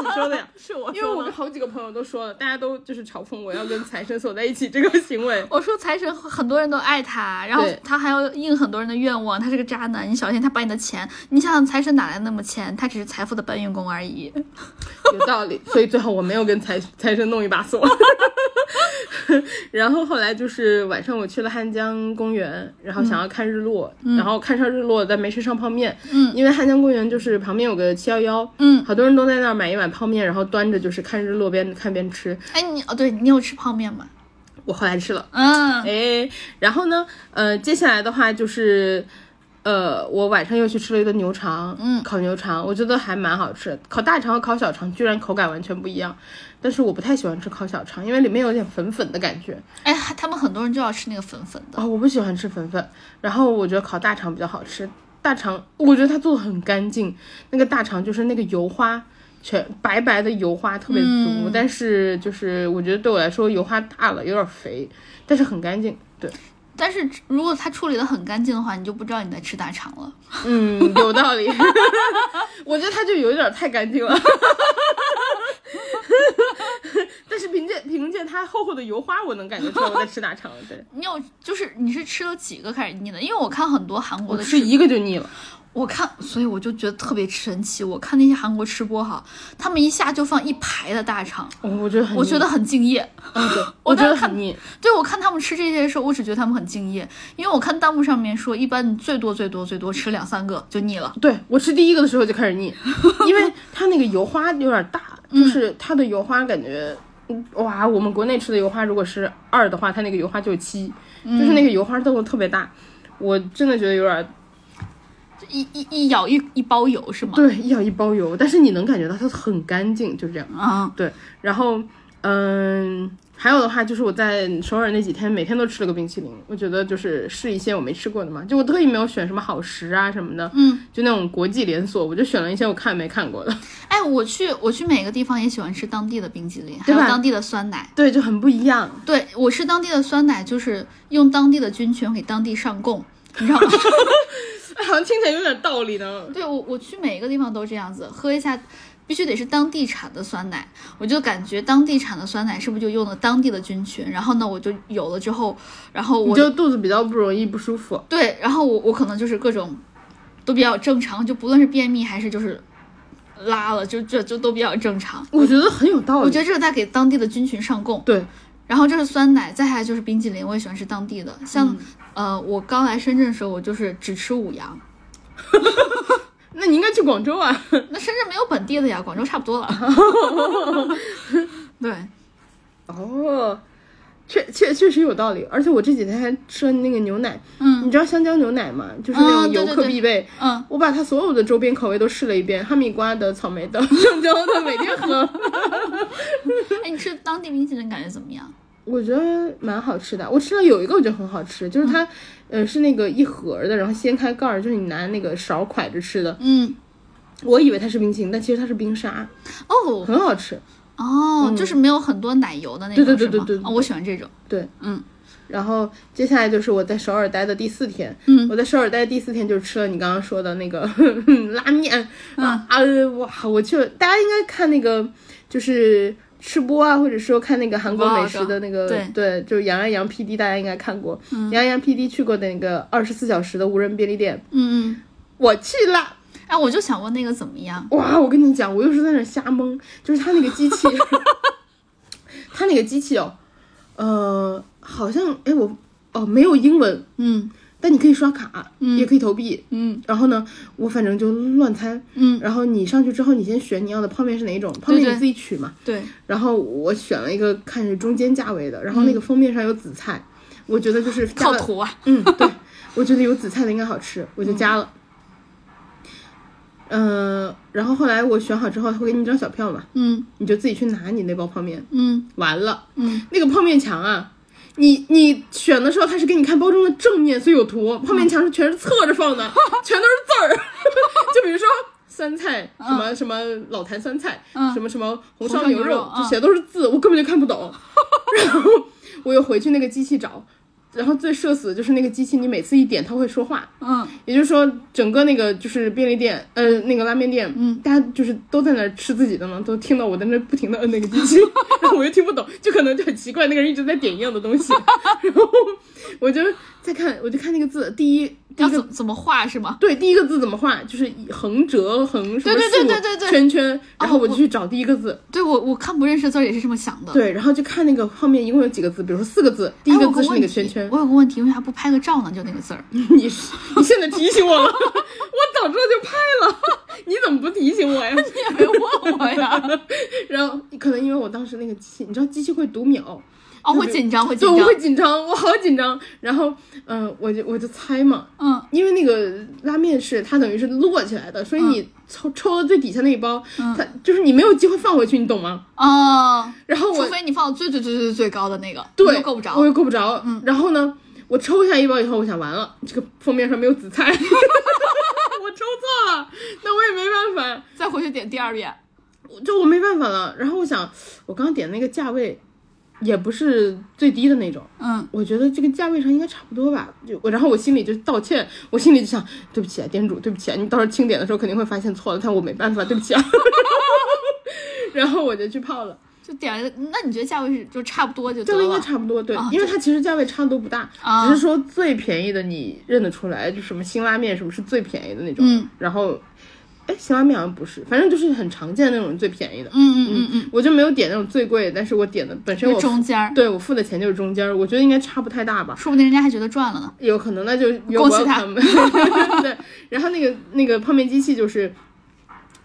[SPEAKER 2] 你说的呀。
[SPEAKER 1] 是我
[SPEAKER 2] 因为我跟好几个朋友都说了，大家都就是嘲讽我要跟财神锁在一起这个行为，
[SPEAKER 1] 我说财神很多人都爱他，然后
[SPEAKER 2] 对
[SPEAKER 1] 他还要应很多人的愿望，他是个渣男，你小心他把你的钱。你想想财神哪来那么钱？他只是财富的搬运工而已。
[SPEAKER 2] 有道理，所以最后我没有跟财财神弄一把锁。 然后后来就是晚上我去了汉江公园，然后想要看日落，然后看上日落，但没吃上泡面，
[SPEAKER 1] 嗯
[SPEAKER 2] 因为汉江公园就是旁边有个七幺幺，
[SPEAKER 1] 嗯
[SPEAKER 2] 好多人都在那儿买一碗泡面，然后端着就是看日落边看边吃，
[SPEAKER 1] 哎，你哦，对你有吃泡面吗？
[SPEAKER 2] 我后来吃了，
[SPEAKER 1] 嗯
[SPEAKER 2] 哎，然后呢，呃，接下来的话就是。呃，我晚上又去吃了一顿牛肠，
[SPEAKER 1] 嗯
[SPEAKER 2] 烤牛肠，我觉得还蛮好吃的。烤大肠和烤小肠居然口感完全不一样，但是我不太喜欢吃烤小肠，因为里面有点粉粉的感觉。
[SPEAKER 1] 哎，他们很多人就要吃那个粉粉的。
[SPEAKER 2] 哦，我不喜欢吃粉粉。然后我觉得烤大肠比较好吃，大肠我觉得它做的很干净，那个大肠就是那个油花。全白白的油花特别足，但是就是我觉得对我来说油花大了，有点肥，但是很干净。对，
[SPEAKER 1] 但是如果他处理的很干净的话，你就不知道你在吃大肠了。
[SPEAKER 2] 嗯，有道 理。我觉 得它就有点太干净了。但是凭借凭凭借它厚厚的油花，我能感觉出来我在吃大肠。对，
[SPEAKER 1] 你有就是你是吃了几个开始腻的？因 为我看很多韩国
[SPEAKER 2] 我
[SPEAKER 1] 的
[SPEAKER 2] 吃一个就腻了。
[SPEAKER 1] 我看，所以我就觉得特别神奇。我看那些韩国吃播哈，他们一下就放一排的大肠，
[SPEAKER 2] 我我觉得很腻，
[SPEAKER 1] 我觉得很敬业。
[SPEAKER 2] 嗯，对，
[SPEAKER 1] 我
[SPEAKER 2] 我觉
[SPEAKER 1] 当时
[SPEAKER 2] 得
[SPEAKER 1] 看
[SPEAKER 2] 很腻。
[SPEAKER 1] 对我看他们吃这些的时候，我只觉得他们很敬业，因为我看弹幕上面说，一般你最多最多最多吃两三个就腻了。
[SPEAKER 2] 对我吃第一个的时候就开始 腻，因为它那个油花有点大，
[SPEAKER 1] 嗯
[SPEAKER 2] 就是它的油花感觉，嗯哇，我们国内吃的油花如果是二的话，它那个油花就有七，
[SPEAKER 1] 嗯
[SPEAKER 2] 就是那个油花豆特别大，我真的觉得有点
[SPEAKER 1] 就一一一咬一一包油是吗？
[SPEAKER 2] 对，一咬一包油，但是你能感觉到它很干净，就这样。
[SPEAKER 1] 啊，
[SPEAKER 2] 对，然后嗯，还有的话就是我在首尔那几天每天都吃了个冰淇淋，我觉得就是试一些我没吃过的嘛，就我特意没有选什么好食啊什么的，
[SPEAKER 1] 嗯，
[SPEAKER 2] 就那种国际连锁，我就选了一些我看没看过的，
[SPEAKER 1] 哎，我去我去每个地方也喜欢吃当地的冰淇淋，还
[SPEAKER 2] 对
[SPEAKER 1] 有
[SPEAKER 2] 吧
[SPEAKER 1] 当地的酸奶。
[SPEAKER 2] 对，就很不一样。
[SPEAKER 1] 对我吃当地的酸奶，就是用当地的军犬给当地上供，你知道吗？
[SPEAKER 2] 哎， 好像听起来有点道理呢。
[SPEAKER 1] 对我，我去每个地方都这样子，喝一下必须得是当地产的酸奶，我就感觉当地产的酸奶是不是就用了当地的菌群？然后呢，我就有了之后，然后
[SPEAKER 2] 你
[SPEAKER 1] 我
[SPEAKER 2] 就肚子比较不容易不舒服，
[SPEAKER 1] 对，然后我我可能就是各种都比较正常，就不论是便秘还是就是拉了，就这就都比较正常。
[SPEAKER 2] 我觉得很有道理。
[SPEAKER 1] 我觉得这是在给当地的菌群上供，
[SPEAKER 2] 对，
[SPEAKER 1] 然后这是酸奶，再还有就是冰淇淋，我也喜欢吃当地的。像、
[SPEAKER 2] 嗯
[SPEAKER 1] 呃，我刚来深圳的时候，我就是只吃五 羊，
[SPEAKER 2] 那你应该去广州啊。
[SPEAKER 1] 那深圳没有本地的呀，广州差不多 了。对，
[SPEAKER 2] 哦，确确确实有道理，而且我这几天还吃了那个牛奶，
[SPEAKER 1] 嗯
[SPEAKER 2] 你知道香蕉牛奶吗？就是
[SPEAKER 1] 啊
[SPEAKER 2] 那种
[SPEAKER 1] 对
[SPEAKER 2] 游
[SPEAKER 1] 对
[SPEAKER 2] 客
[SPEAKER 1] 对
[SPEAKER 2] 必备。
[SPEAKER 1] 嗯，
[SPEAKER 2] 我把它所有的周边口味都试了一遍，哈密瓜的、草莓的、 香蕉的，每天喝，
[SPEAKER 1] 哎，你吃当地冰淇淋感觉怎么样？
[SPEAKER 2] 我觉得蛮好吃的。我吃了有一个我觉得很好吃，就是它，
[SPEAKER 1] 嗯
[SPEAKER 2] 呃，是那个一盒儿的，然后掀开盖儿，就是你拿那个勺㧟着吃的。
[SPEAKER 1] 嗯，
[SPEAKER 2] 我以为它是冰淇淋，但其实它是冰沙，
[SPEAKER 1] 哦
[SPEAKER 2] 很好吃。
[SPEAKER 1] 哦，就是没有很多奶油的那种，
[SPEAKER 2] 对嗯对对
[SPEAKER 1] 是吗
[SPEAKER 2] 对对对
[SPEAKER 1] 哦，我喜欢这种。
[SPEAKER 2] 对，
[SPEAKER 1] 嗯
[SPEAKER 2] 然后接下来就是我在首尔待的第四天，
[SPEAKER 1] 嗯
[SPEAKER 2] 我在首尔待的第四天就吃了你刚刚说的那个 拉面，
[SPEAKER 1] 嗯
[SPEAKER 2] 啊啊哇，我去了，大家应该看那个就是吃播啊，或者说看那个韩国
[SPEAKER 1] Vlog
[SPEAKER 2] 美食的那个，
[SPEAKER 1] 对嗯
[SPEAKER 2] 就是杨洋洋 PD，大家应该看过，杨洋 PD 去过那个二十四小时的无人便利店，
[SPEAKER 1] 嗯
[SPEAKER 2] 我去了。
[SPEAKER 1] 嗯，哎，我就想问那个怎么样？
[SPEAKER 2] 哇，我跟你讲，我又是在那儿瞎蒙，就是他那个机器， 他那个机器哦，呃，好像哎我哦没有英文，
[SPEAKER 1] 嗯
[SPEAKER 2] 但你可以刷卡，也可以投币。
[SPEAKER 1] 嗯
[SPEAKER 2] 然后呢，我反正就乱猜。
[SPEAKER 1] 嗯，
[SPEAKER 2] 然后你上去之后，你先选你要的泡面是哪一种，泡面
[SPEAKER 1] 对
[SPEAKER 2] 你自己取嘛。
[SPEAKER 1] 对，
[SPEAKER 2] 然后我选了一个看是中间价位的，然后那个封面上有紫菜，我觉得就是加
[SPEAKER 1] 嗯靠
[SPEAKER 2] 了。
[SPEAKER 1] 谱啊。
[SPEAKER 2] 嗯，对，我觉得有紫菜的应该好吃，我就加了。嗯、然后后来我选好之后，他会给你一张小票嘛，
[SPEAKER 1] 嗯
[SPEAKER 2] 你就自己去拿你那包泡面。
[SPEAKER 1] 嗯
[SPEAKER 2] 完了，
[SPEAKER 1] 嗯，
[SPEAKER 2] 那个泡面墙啊，你你选的时候它是给你看包装的正面，所以有
[SPEAKER 1] 嗯
[SPEAKER 2] 图；泡面墙是全是侧着放 的，全都是字儿。 就比如说酸菜，什么什么老坛酸菜，
[SPEAKER 1] 嗯
[SPEAKER 2] 什么什么
[SPEAKER 1] 红
[SPEAKER 2] 红烧
[SPEAKER 1] 烧
[SPEAKER 2] 牛
[SPEAKER 1] 牛肉
[SPEAKER 2] 肉，
[SPEAKER 1] 嗯
[SPEAKER 2] 就写的都是字，我根本就看 不懂。然后我又回去那个机器找，然后最社死的就是那个机器，你每次一点它会说话。
[SPEAKER 1] 嗯
[SPEAKER 2] 也就是说，整个那个就是便利店，呃，那个拉面店，
[SPEAKER 1] 嗯
[SPEAKER 2] 大家就是都在那儿吃自己的嘛，都听到我在那儿不停的摁那个机器，然后我又听不懂，就可能就很奇怪，那个人一直在点一样的东西，然后我就在看，我就看那个字，第一第
[SPEAKER 1] 要
[SPEAKER 2] 一个
[SPEAKER 1] 怎怎么画是吗？
[SPEAKER 2] 对第一个字怎么画，就是横折横什
[SPEAKER 1] 对
[SPEAKER 2] 么
[SPEAKER 1] 对对
[SPEAKER 2] 竖
[SPEAKER 1] 对对对
[SPEAKER 2] 圈圈，然后
[SPEAKER 1] 哦
[SPEAKER 2] 我就去找第一个字，
[SPEAKER 1] 对我我看不认识字儿也是这么想的。，
[SPEAKER 2] 对，然后就看那个后面一共有几个字，比如说四个字，第
[SPEAKER 1] 哎，
[SPEAKER 2] 一
[SPEAKER 1] 我
[SPEAKER 2] 个
[SPEAKER 1] 有
[SPEAKER 2] 字是那
[SPEAKER 1] 问
[SPEAKER 2] 个
[SPEAKER 1] 题，
[SPEAKER 2] 圈圈，
[SPEAKER 1] 我有个问题，为啥不拍个照呢？就那个 字儿，
[SPEAKER 2] 你是你现在提醒我了，我早知道就拍了，你怎么不提醒我呀？
[SPEAKER 1] 也没问我呀。
[SPEAKER 2] 然后可能因为我当时那个机器，你知道机器会读秒，
[SPEAKER 1] 哦，会紧张，会紧
[SPEAKER 2] 对，我
[SPEAKER 1] 张。
[SPEAKER 2] 会紧张，我好紧张。然后，嗯、我就我就猜嘛，
[SPEAKER 1] 嗯
[SPEAKER 2] 因为那个拉面是它等于是摞起来的，所以你抽、抽了最底下那一包，
[SPEAKER 1] 嗯
[SPEAKER 2] 它就是你没有机会放回去，你懂吗？
[SPEAKER 1] 哦，
[SPEAKER 2] 然后我
[SPEAKER 1] 除非你放到最最最最最高的那个，你
[SPEAKER 2] 对
[SPEAKER 1] 又够不着嗯
[SPEAKER 2] 我。又够不着。然后呢，我抽下一包以后，我想完了，这个封面上没有紫菜， 我抽错了，那我也没办法。
[SPEAKER 1] 再回去点第二遍。
[SPEAKER 2] 我就我没办法了。然后我想，我刚刚点那个价位，也不是最低的那种，
[SPEAKER 1] 嗯，
[SPEAKER 2] 我觉得这个价位上应该差不多吧。就我，然后我心里就道歉，我心里就想，对不起啊，店主，对不起啊，你到时候 清点的时候肯定会发现错了，但我没办法，对不起啊。然后我就去泡了，
[SPEAKER 1] 就点了，那你觉得价位是就差不多就得
[SPEAKER 2] 价位应该
[SPEAKER 1] 了？
[SPEAKER 2] 差不多，对
[SPEAKER 1] 哦，
[SPEAKER 2] 因为它其实价位差都不大，
[SPEAKER 1] 啊
[SPEAKER 2] 只是说最便宜的你认得出来，就什么辛拉面什么是最便宜的那种，
[SPEAKER 1] 嗯
[SPEAKER 2] 然后，哎，辛拉面好像不是，反正就是很常见那种最便宜的，
[SPEAKER 1] 嗯嗯嗯嗯，
[SPEAKER 2] 我就没有点那种最贵的，但是我点的本身
[SPEAKER 1] 就
[SPEAKER 2] 我
[SPEAKER 1] 中间儿，
[SPEAKER 2] 对我付的钱就是中间儿，我觉得应该差不太大吧，
[SPEAKER 1] 说不定人家还觉得赚了呢。
[SPEAKER 2] 有可能那就有
[SPEAKER 1] 恭喜他
[SPEAKER 2] welcome 对，然后那个那个泡面机器就是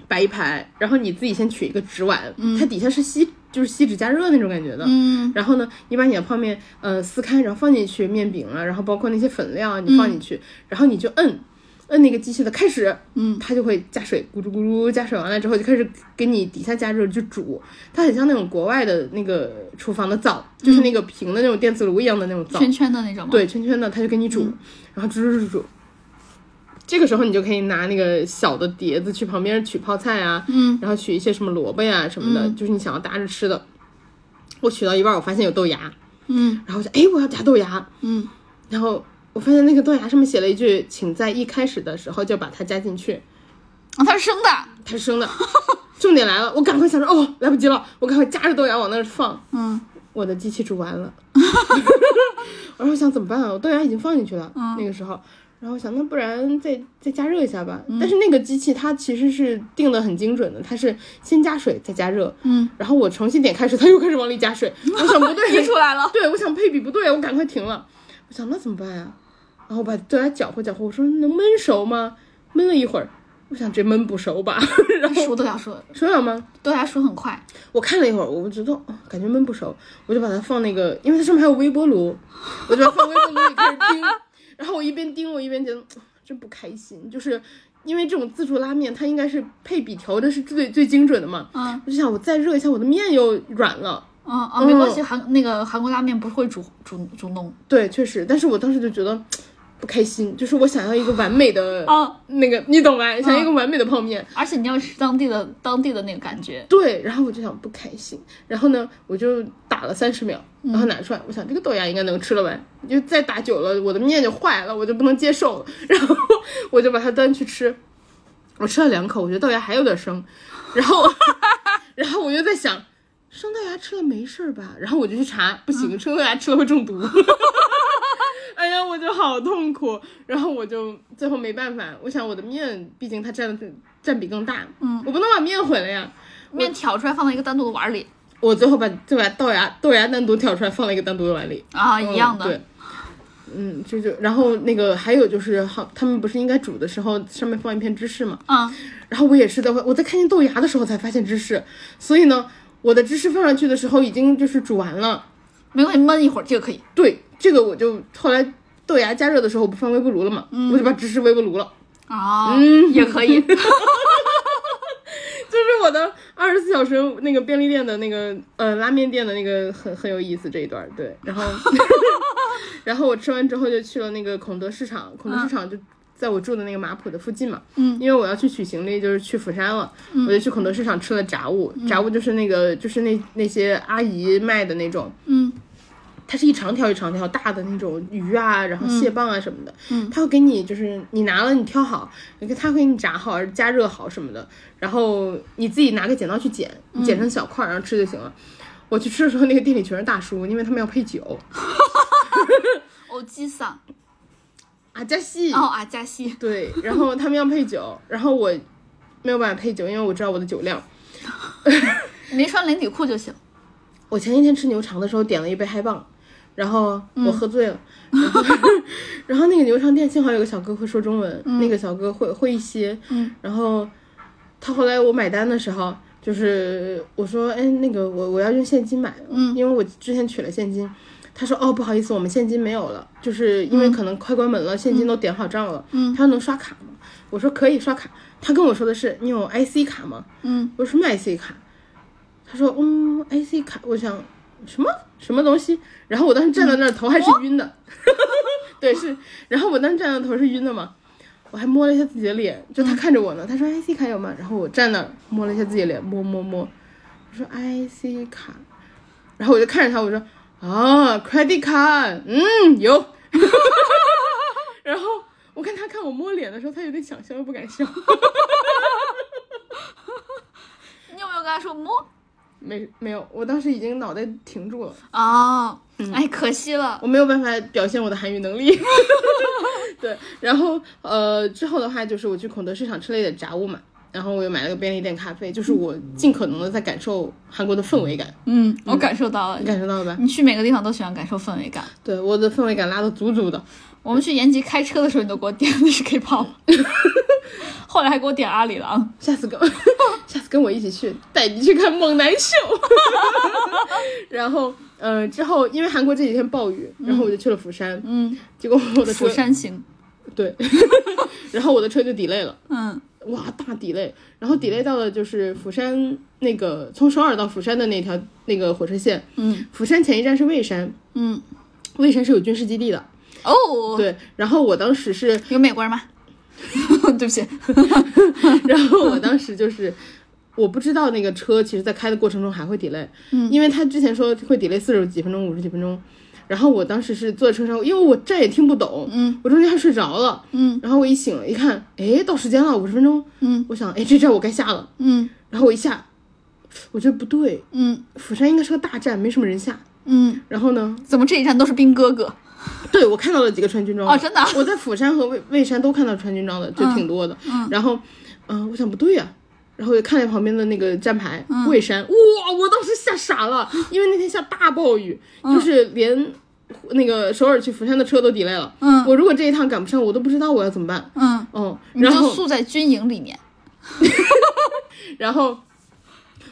[SPEAKER 2] 摆一排，然后你自己先取一个纸碗，它底下是锡就是锡纸加热那种感觉的，
[SPEAKER 1] 嗯
[SPEAKER 2] 然后呢，你把你的泡面呃撕开，然后放进去面饼啊，然后包括那些粉料啊，你放进去，然后你就摁摁那个机器的开始，
[SPEAKER 1] 嗯，
[SPEAKER 2] 它就会加水，咕噜咕噜加水完了之后就开始给你底下加热就煮，它很像那种国外的那个厨房的灶，就是那个平的那种电磁炉一样的那种
[SPEAKER 1] 嗯
[SPEAKER 2] 灶，
[SPEAKER 1] 圈圈的那嗯种吗？，
[SPEAKER 2] 对，圈圈的，它就给你煮，然后煮煮煮煮。这个时候你就可以拿那个小的碟子去旁边取泡菜啊，
[SPEAKER 1] 嗯，
[SPEAKER 2] 然后取一些什么萝卜呀、什么的，就是你想要搭着吃的。我取到一半，我发现有豆芽，
[SPEAKER 1] 嗯
[SPEAKER 2] 然后我就哎，我要加豆芽，
[SPEAKER 1] 嗯
[SPEAKER 2] 然后我发现那个豆芽上面写了一句，请在一开始的时候就把它加进去，
[SPEAKER 1] 啊，它是生的，
[SPEAKER 2] 它是生的。重点来了，我赶快想说，哦，来不及了，我赶快夹着豆芽往那儿放。
[SPEAKER 1] 嗯
[SPEAKER 2] 我的机器煮完了，然后我想怎么办啊？我豆芽已经放进去了，那个时候，然后我想那不然再再加热一下吧。但是那个机器它其实是定的很精准的，它是先加水再加热，
[SPEAKER 1] 嗯，
[SPEAKER 2] 然后我重新点开始，它又开始往里加水，我想 不对，
[SPEAKER 1] 溢出来 了，
[SPEAKER 2] 对，我想配比不对，我赶快停了。我想那怎么办呀、然后我把豆芽搅和搅和，我说能焖熟吗？焖了一会儿，我想这焖不熟吧， 然后
[SPEAKER 1] 熟都要熟，
[SPEAKER 2] 熟了吗？
[SPEAKER 1] 豆芽熟很快，
[SPEAKER 2] 我看了一会儿，我觉得哦，感觉焖不熟，我就把它放那个，因为它上面还有微波炉，我就把它放微波炉里开始叮。然后我一边叮，我一边觉得嗯真不开心，就是因为这种自助拉面，它应该是配比调的是最最精准的嘛。
[SPEAKER 1] 嗯
[SPEAKER 2] 我就想，我再热一下，我的面又软了。
[SPEAKER 1] 嗯啊，没关系，韩那个韩国拉面不是会煮煮煮浓，
[SPEAKER 2] 对，确实，但是我当时就觉得不开心，就是我想要一个完美的，
[SPEAKER 1] 哦
[SPEAKER 2] 那个你懂吧？想要一个完美的泡面。
[SPEAKER 1] 而且你要吃当地的当地的那个感觉，
[SPEAKER 2] 对，然后我就想不开心，然后呢，我就打了三十秒，然后拿出来，我想这个豆芽应该能吃了吧，就再打久了，我的面就坏了，我就不能接受了， 然后我就把它端去吃，我吃了两口，我觉得豆芽还有点生，然后然后我就在想。生豆芽吃了没事儿吧？然后我就去查，不行，生豆芽吃了会中毒。 哎呀，我就好痛苦。然后我就最后没办法，我想我的面毕竟它占的占比更大，嗯，我不能把面毁了呀。
[SPEAKER 1] 面挑出来放到一个单独的碗里
[SPEAKER 2] 我最后把就把豆芽豆芽单独挑出来，放了一个单独的碗里，
[SPEAKER 1] 啊，一样的，
[SPEAKER 2] 嗯、对，嗯，这就然后那个还有就是，好，他们不是应该煮的时候上面放一片芝士嘛？
[SPEAKER 1] 嗯
[SPEAKER 2] 然后我也是在我在看见豆芽的时候才发现芝士，所以呢，我的芝士放上去的时候已经就是煮完了。
[SPEAKER 1] 没关系，焖一会儿这个可以，
[SPEAKER 2] 对，这个我就后来豆芽加热的时候我不放微波炉了嘛，
[SPEAKER 1] 嗯
[SPEAKER 2] 我就把芝士微波炉了。
[SPEAKER 1] 哦，也可 以，
[SPEAKER 2] 就是我的二十四小时那个便利店的那个呃拉面店的那个很很有意思这一段儿，对，然后然后我吃完之后就去了那个孔德市场，孔德市场就在我住的那个马浦的附近嘛，
[SPEAKER 1] 嗯，
[SPEAKER 2] 因为我要去取行李，就是去釜山了，我就去孔德市场吃了炸物，炸物就是那个就是那那些阿姨卖的那种，
[SPEAKER 1] 嗯
[SPEAKER 2] 它是一长条一长条大的那种鱼啊，然后蟹棒啊什么的，
[SPEAKER 1] 嗯
[SPEAKER 2] 它会给你就是你拿了你挑好，它会给你炸好、加热好什么的，然后你自己拿个剪刀去剪，
[SPEAKER 1] 嗯
[SPEAKER 2] 剪成小块儿然后吃就行了。我去吃的时候，那个店里全是大叔，因为他们要配酒。
[SPEAKER 1] 哦，鸡嗓，
[SPEAKER 2] 啊，加戏，
[SPEAKER 1] 哦啊，加西，
[SPEAKER 2] 对，然后他们要配酒，然后我没有办法配酒，因为我知道我的酒量。
[SPEAKER 1] 没穿连体裤就行，
[SPEAKER 2] 我前一天吃牛肠的时候点了一杯嗨棒，然后
[SPEAKER 1] 嗯
[SPEAKER 2] 我喝醉了，然 后然后那个牛肠店幸好有个小哥会说中文，那个小哥会会一些，
[SPEAKER 1] 嗯
[SPEAKER 2] 然后他后来我买单的时候，就是我说，哎，那个我我要用现金买，
[SPEAKER 1] 嗯
[SPEAKER 2] 因为我之前取了现金。他说：“哦，不好意思，我们现金没有了，就是因为可能快关门了，现金都点好账了。”
[SPEAKER 1] 嗯
[SPEAKER 2] 他说：“能刷卡吗？”我说：“可以刷卡。”他跟我说的是：“你有 IC 卡吗？”
[SPEAKER 1] 嗯
[SPEAKER 2] 我说什么 IC 卡？他说，嗯，IC 卡。我想什么什么东西？然后我当时站到那儿，头还是晕的。 对，是。然后我当时站到头是晕的嘛，我还摸了一下自己的脸，就他看着我呢，他说 IC 卡有吗？然后我站那儿摸了一下自己的脸，摸摸摸，我说 IC 卡，然后我就看着他，我说啊，credit card，嗯，有。 然后我看他看我摸脸的时候，他有点想笑又不敢笑。
[SPEAKER 1] 你有没有跟他说摸？
[SPEAKER 2] 没没有，我当时已经脑袋停住了，
[SPEAKER 1] 哦，哎，可惜了。
[SPEAKER 2] 我没有办法表现我的韩语能力。 对，然后呃，之后的话就是我去孔德市场吃了一点炸物嘛，然后我又买了个便利店咖啡，就是我尽可能的在感受韩国的氛围感，
[SPEAKER 1] 嗯，我感受到了
[SPEAKER 2] 你。感受到了吧？
[SPEAKER 1] 你去每个地方都喜欢感受氛围感。
[SPEAKER 2] 对，我的氛围感拉的足足的。
[SPEAKER 1] 我们去延吉开车的时候，你都给我点 的是 K-pop，后来还给我点阿里郎。
[SPEAKER 2] 下次跟 下次跟我一起去，带你去看猛男秀。 然后，呃，之后因为韩国这几天暴雨，然后我就去了釜山。
[SPEAKER 1] 嗯，
[SPEAKER 2] 结果我的车
[SPEAKER 1] 釜山行。
[SPEAKER 2] 对， 然后我的车就 delay 了，
[SPEAKER 1] 嗯
[SPEAKER 2] 哇，大 delay。然后 delay 到了就是釜山那个从首尔到釜山的那条那个火车线，
[SPEAKER 1] 嗯
[SPEAKER 2] 釜山前一站是蔚山，
[SPEAKER 1] 嗯。
[SPEAKER 2] 蔚山是有军事基地的。
[SPEAKER 1] 哦，
[SPEAKER 2] 对，然后我当 时是，
[SPEAKER 1] 有美国 人吗？对不起。
[SPEAKER 2] 然后我当时就是。我不知道那个车其实，在开的过程中还会 delay，、
[SPEAKER 1] 嗯
[SPEAKER 2] 因为他之前说会 delay 四十几分钟、五十几分钟，然后我当时是坐在车上，因为我站也听不懂，
[SPEAKER 1] 嗯
[SPEAKER 2] 我中间还睡着了，
[SPEAKER 1] 嗯
[SPEAKER 2] 然后我一醒了，一看，哎，到时间了，五十分钟，
[SPEAKER 1] 嗯
[SPEAKER 2] 我想，哎，这站我该下了，
[SPEAKER 1] 嗯
[SPEAKER 2] 然后我一下，我觉得不对，
[SPEAKER 1] 嗯
[SPEAKER 2] 釜山应该是个大站，没什么人下。
[SPEAKER 1] 嗯。
[SPEAKER 2] 然后呢，
[SPEAKER 1] 怎么这一站都是兵哥哥？
[SPEAKER 2] 对我看到了几个穿军装
[SPEAKER 1] 哦，真的啊。
[SPEAKER 2] 我在釜山和蔚蔚山都看到穿军装的，就挺多的。
[SPEAKER 1] 嗯
[SPEAKER 2] 然后，嗯、我想不对呀、然后我就看见旁边的那个站牌，
[SPEAKER 1] 嗯
[SPEAKER 2] 蔚、山，哇！我当时吓傻 了，因为那天下大暴雨，
[SPEAKER 1] 嗯
[SPEAKER 2] 就是连那个首尔去釜山的车都 delay 了。
[SPEAKER 1] 嗯
[SPEAKER 2] 我如果这一趟赶不上，我都不知道我要怎么办。
[SPEAKER 1] 嗯。
[SPEAKER 2] 哦，
[SPEAKER 1] 你
[SPEAKER 2] 然
[SPEAKER 1] 就
[SPEAKER 2] 后
[SPEAKER 1] 宿在军营里面。
[SPEAKER 2] 然后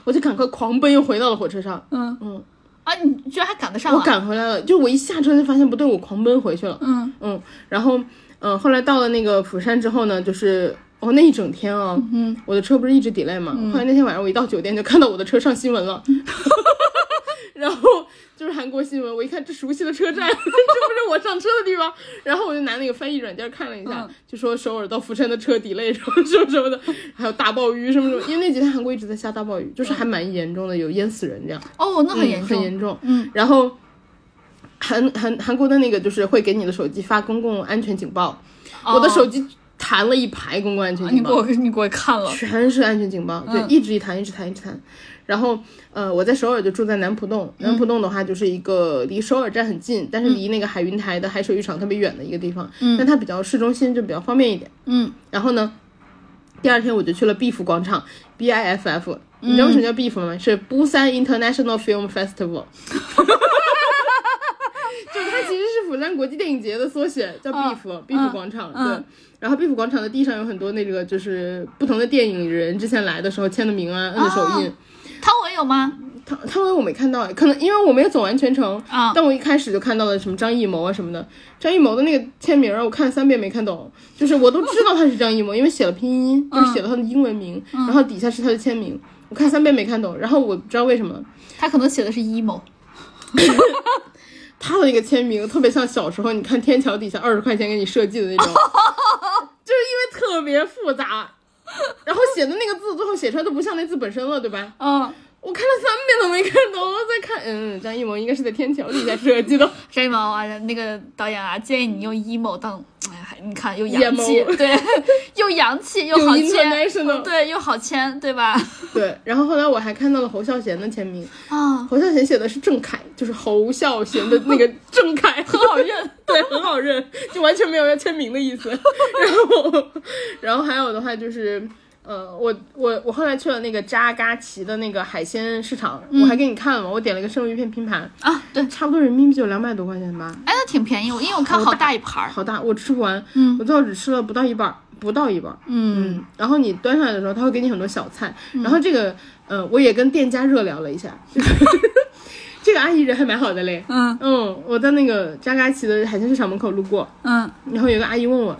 [SPEAKER 2] 我就赶快狂奔，又回到了火车上。
[SPEAKER 1] 嗯
[SPEAKER 2] 嗯，
[SPEAKER 1] 啊，你居然还赶得上
[SPEAKER 2] 我
[SPEAKER 1] 啊！
[SPEAKER 2] 赶回来了，就我一下车就发现不对，我狂奔回去了。
[SPEAKER 1] 嗯
[SPEAKER 2] 嗯，然后嗯，后来到了那个釜山之后呢，就是哦那一整天啊、
[SPEAKER 1] 嗯，
[SPEAKER 2] 我的车不是一直 delay 嘛，后来那天晚上我一到酒店就看到我的车上新 闻了。然后就是韩国新闻，我一看这熟悉的车站，这 不是我上车的地方。然后我就拿那个翻译软件看了一下，
[SPEAKER 1] 嗯
[SPEAKER 2] 就说首尔到釜山的车 delay 什么什么什么的，还有大暴雨什么什么。因为那几天韩国一直在下大暴雨，就是还蛮严重的，有淹死人这样。
[SPEAKER 1] 哦，那很严
[SPEAKER 2] 很
[SPEAKER 1] 重。
[SPEAKER 2] 严重。
[SPEAKER 1] 嗯，
[SPEAKER 2] 然后韩韩韩国的那个就是会给你的手机发公共安全警报，我的
[SPEAKER 1] 哦
[SPEAKER 2] 手机弹了一排公共安全
[SPEAKER 1] 啊
[SPEAKER 2] 警
[SPEAKER 1] 你给
[SPEAKER 2] 报，
[SPEAKER 1] 我你给我看了。
[SPEAKER 2] 全是安全警报，对，
[SPEAKER 1] 嗯
[SPEAKER 2] 一直一弹，一直弹，一直弹。然后，呃，我在首尔就住在南浦洞，
[SPEAKER 1] 嗯
[SPEAKER 2] 南浦洞的话就是一个离首尔站很近，但是离那个海云台的海水浴场特别远的一个地方，
[SPEAKER 1] 嗯
[SPEAKER 2] 但它比较市中心就比较方便一点。
[SPEAKER 1] 嗯
[SPEAKER 2] 然后呢，第二天我就去了 BIF 广场，B I F F。
[SPEAKER 1] 嗯
[SPEAKER 2] 你知道为什么叫 BIF 吗？是 Busan International Film Festival。就是它其实是釜山国际电影节的缩写，叫 BIF、BIF 广场。
[SPEAKER 1] 嗯
[SPEAKER 2] 对，然后 BIF 广场的地上有很多那个就是不同的电影人之前来的时候签的名啊，摁的手
[SPEAKER 1] 哦
[SPEAKER 2] 印。
[SPEAKER 1] 汤唯有吗？
[SPEAKER 2] 他他们我没看到，可能因为我没有走完全程。
[SPEAKER 1] 啊，
[SPEAKER 2] 但我一开始就看到了什么张艺谋啊什么的，张艺谋的那个签名儿我看了三遍没看懂，就是我都知道他是张艺谋，因为写了拼音，就是写了他的英文名，然后底下是他的签名，我看三遍没看懂，然后我不知道为什么
[SPEAKER 1] 他可能写的是 emo。
[SPEAKER 2] 他的那个签名特别像小时候你看天桥底下二十块钱给你设计的那种，就是因为特别复杂，然后写的那个字最后写出来都不像那字本身了，对吧？
[SPEAKER 1] 嗯，
[SPEAKER 2] 我看了三遍都没看懂，我在看，嗯，张艺谋应该是在天桥底下设 计的。
[SPEAKER 1] 张艺谋啊，那个导演啊，建议你用 emo 当，哎呀，你看又
[SPEAKER 2] 眼
[SPEAKER 1] 洋气，
[SPEAKER 2] 眸
[SPEAKER 1] 对， 又洋气又
[SPEAKER 2] 有
[SPEAKER 1] 好签，
[SPEAKER 2] international，
[SPEAKER 1] 对，又好签，对吧？
[SPEAKER 2] 对，然后后来我还看到了侯孝贤的签名，
[SPEAKER 1] 啊，
[SPEAKER 2] 侯孝贤写的是郑恺，就是侯孝贤的那个郑恺，很好认，对，很好认，就完全没有要签名的意思。 然后，然后还有的话就是。呃，我我我后来去了那个扎嘎奇的那个海鲜市场，我
[SPEAKER 1] 嗯
[SPEAKER 2] 还给你看了嘛，我点了个生鱼片拼盘，
[SPEAKER 1] 啊，对，
[SPEAKER 2] 差不多人民币就两百多块钱吧，
[SPEAKER 1] 哎，那挺便宜，我因为我看好大一盘儿，
[SPEAKER 2] 好大，我吃不完，
[SPEAKER 1] 嗯
[SPEAKER 2] 我最后只吃了不到一半儿，不到一半儿，
[SPEAKER 1] 嗯
[SPEAKER 2] 嗯，然后你端上来的时候，他会给你很多小菜。然后这个，呃，我也跟店家热聊了一下， 就是这个阿姨人还蛮好的嘞。
[SPEAKER 1] 嗯
[SPEAKER 2] 嗯，我在那个扎嘎奇的海鲜市场门口路过，
[SPEAKER 1] 嗯
[SPEAKER 2] 然后有个阿姨问我，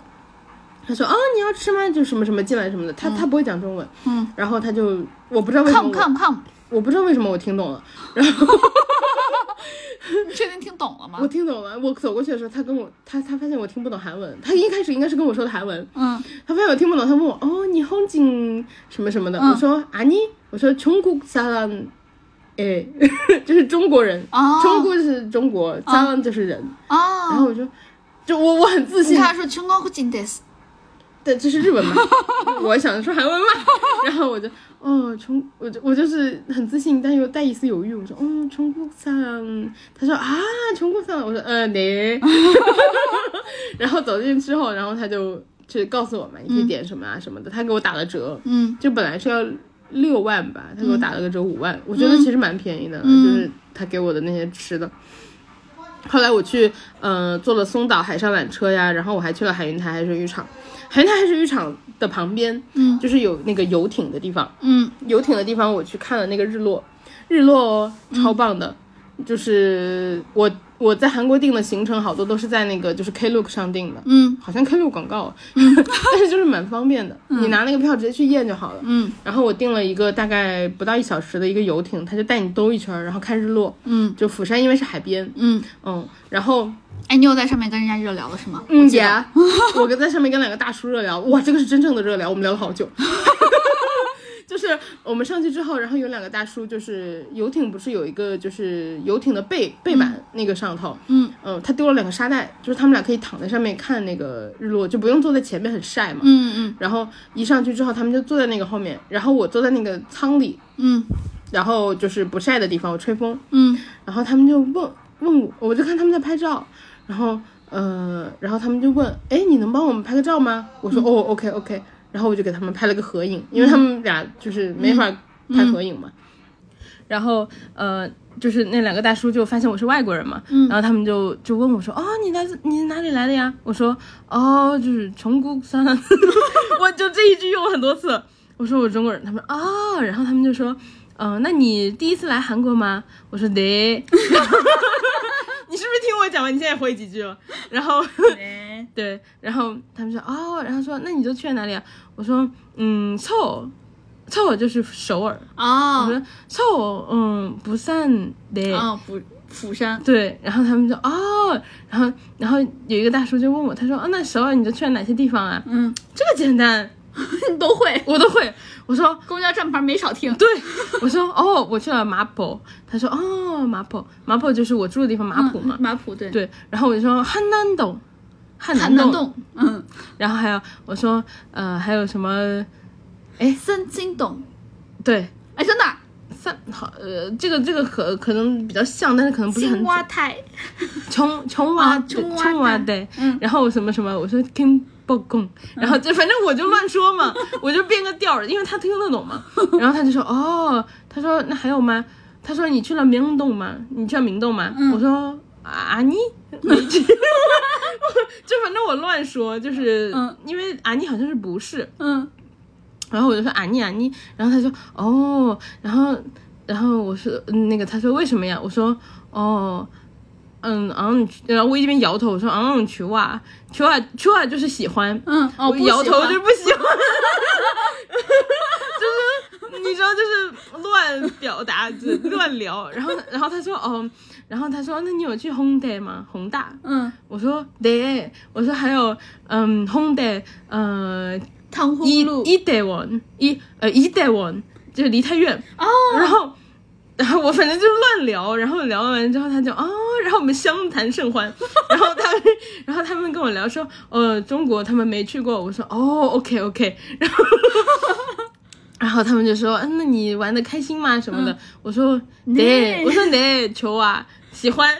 [SPEAKER 2] 她说：“哦，你要吃吗？就什么什么进来什么的。她”她不会讲中文，
[SPEAKER 1] 嗯
[SPEAKER 2] 然后她就我不知道为什么
[SPEAKER 1] ，come come
[SPEAKER 2] 我，
[SPEAKER 1] come，
[SPEAKER 2] 我不知道为什么我听懂了，
[SPEAKER 1] 你确定听懂了吗
[SPEAKER 2] 我？听懂了。我走过去的时候，她跟我，她她发现我听不懂韩文，她一开始应该是跟我说的韩文，
[SPEAKER 1] 嗯
[SPEAKER 2] 他发现我听不懂，他问我哦，你红景什么什么的，
[SPEAKER 1] 嗯
[SPEAKER 2] 我说啊你，我说中国撒浪，哎， 就是中国人，
[SPEAKER 1] 哦
[SPEAKER 2] 中国就是中国，撒浪就是人。然
[SPEAKER 1] 哦，
[SPEAKER 2] 后我说，就我我很自
[SPEAKER 1] 你
[SPEAKER 2] 信，
[SPEAKER 1] 看说穷光不进 this，
[SPEAKER 2] 对，这是 日文嘛，我想说韩文嘛， 然后我就哦，重，我就我就是很自信，但又带一丝犹豫，我说嗯，重复上，他说啊，重复上，我说 呃， 你，然后走进去之后，然后他就就告诉我嘛，你可以点什么啊什么的，他给我打了折，
[SPEAKER 1] 嗯
[SPEAKER 2] 就本来是要六万吧，他给我打了个折五万，我觉得其实蛮便宜的了，就是他给我的那些吃的。后来我去，呃，坐了松岛海上缆车呀，然后我还去了海云台海水浴场。海云台海水浴场的旁边，
[SPEAKER 1] 嗯
[SPEAKER 2] 就是有那个游艇的地方，
[SPEAKER 1] 嗯
[SPEAKER 2] 游艇的地方我去看了那个日落，日落哦，超棒的。就是我我在韩国订的行程好多都是在那个就是 Klook 上订的，
[SPEAKER 1] 嗯
[SPEAKER 2] 好像 Klook 广告， 但是就是蛮方便的，你拿那个票直接去验就好了。
[SPEAKER 1] 嗯
[SPEAKER 2] 然后我订了一个大概不到一小时的一个游艇，他就带你兜一圈儿，然后看日落。
[SPEAKER 1] 嗯
[SPEAKER 2] 就釜山因为是海边，
[SPEAKER 1] 嗯，
[SPEAKER 2] 嗯，然后
[SPEAKER 1] 哎，你有在上面跟人家热聊了是吗？
[SPEAKER 2] 嗯姐，我跟在上面跟两个大叔热聊，哇，这个是真正的热聊，我们聊了好久。 就是我们上去之后，然后有两个大叔，就是游艇不是有一个就是游艇的背背板那个上头，
[SPEAKER 1] 嗯
[SPEAKER 2] 嗯，他丢了两个沙袋，就是他们俩可以躺在上面看那个日落，就不用坐在前面很晒嘛。
[SPEAKER 1] 嗯
[SPEAKER 2] 然后一上去之后，他们就坐在那个后面，然后我坐在那个舱里，
[SPEAKER 1] 嗯
[SPEAKER 2] 然后就是不晒的地方，我吹风，
[SPEAKER 1] 嗯
[SPEAKER 2] 然后他们就问问我，我就看他们在拍照，然后呃，然后他们就问，哎，你能帮我们拍个照吗？我说、哦，OK OK，然后我就给他们拍了个合影，因为他们俩就是没法拍合影嘛。然后呃，就是那两个大叔就发现我是外国人嘛，然后他们就就问我说，哦，你来自你哪里来的呀？我说哦，就是从姑桑， 我就这一句用了很多次。我说我中国人，他们哦，然后他们就说，嗯、那你第一次来韩国吗？我说对。 你是不是听我讲完？你现在会几句了？然后
[SPEAKER 1] 嗯，
[SPEAKER 2] 对，然后他们说哦，然后说那你就去了哪里啊？我说嗯，凑凑就是首尔，我
[SPEAKER 1] 哦
[SPEAKER 2] 说凑嗯不算的。
[SPEAKER 1] 哦，釜釜山，
[SPEAKER 2] 对，然后他们就哦，然后然后有一个大叔就问我，他说啊，那首尔你就去了哪些地方啊？
[SPEAKER 1] 嗯，
[SPEAKER 2] 这么简单，
[SPEAKER 1] 都会。
[SPEAKER 2] 我都会。我说
[SPEAKER 1] 公交站牌没少听，
[SPEAKER 2] 对，我说哦，我去了马浦。他说哦，马浦，马浦就是我住的地方马浦嘛。
[SPEAKER 1] 嗯马普对，
[SPEAKER 2] 对，然后我就说汉南洞，汉
[SPEAKER 1] 汉南
[SPEAKER 2] 洞，
[SPEAKER 1] 洞，嗯，
[SPEAKER 2] 然后还有我说呃还有什么
[SPEAKER 1] 三清洞，
[SPEAKER 2] 对
[SPEAKER 1] 哎，真的啊，
[SPEAKER 2] 三好呃这个这个可可能比较像，但是可能不是很
[SPEAKER 1] 青蛙台，
[SPEAKER 2] 琼琼蛙
[SPEAKER 1] 啊
[SPEAKER 2] 对
[SPEAKER 1] 琼蛙
[SPEAKER 2] 琼蛙
[SPEAKER 1] 蛋
[SPEAKER 2] 对，
[SPEAKER 1] 嗯
[SPEAKER 2] 然后什么什么我说听。不公， 然后就反正我就乱说 嘛，我就编个调儿，因为他听得懂嘛。然后他就说哦，他说那还有吗？他说你去了明洞吗？你去了明洞吗？
[SPEAKER 1] 嗯
[SPEAKER 2] 我说啊你，没去 就反正我乱说，就是、
[SPEAKER 1] 嗯
[SPEAKER 2] 因为啊你好像是不是，
[SPEAKER 1] 嗯
[SPEAKER 2] 然后我就说啊你啊你，然后他说哦，然后然后我说嗯那个他说为什么呀？我说哦，嗯嗯，然后我一边摇头我说嗯去哇去哇去哇就是喜欢，
[SPEAKER 1] 嗯，哦，
[SPEAKER 2] 我
[SPEAKER 1] 不喜
[SPEAKER 2] 摇头
[SPEAKER 1] 欢
[SPEAKER 2] 就不喜欢， 就是你知道就是乱表达就乱聊， 然后然后他说哦，然后他说那你有去 Hongdae 吗？宏大，
[SPEAKER 1] 嗯，
[SPEAKER 2] 我说对，我说还有嗯 Hongdae 呃。
[SPEAKER 1] 汤
[SPEAKER 2] 一
[SPEAKER 1] 呼路，
[SPEAKER 2] 一代文一呃一代文就是梨泰院
[SPEAKER 1] 哦，
[SPEAKER 2] 然后 然后我反正就是乱聊，然后聊完之后他就哦，然后我们相谈甚欢，然后他们然后他们跟我聊说呃中国他们没去过，我说哦 OK OK，然后 然后他们就说嗯那你玩的开心吗什么的，我说对，
[SPEAKER 1] 对
[SPEAKER 2] 我说对，球啊喜欢。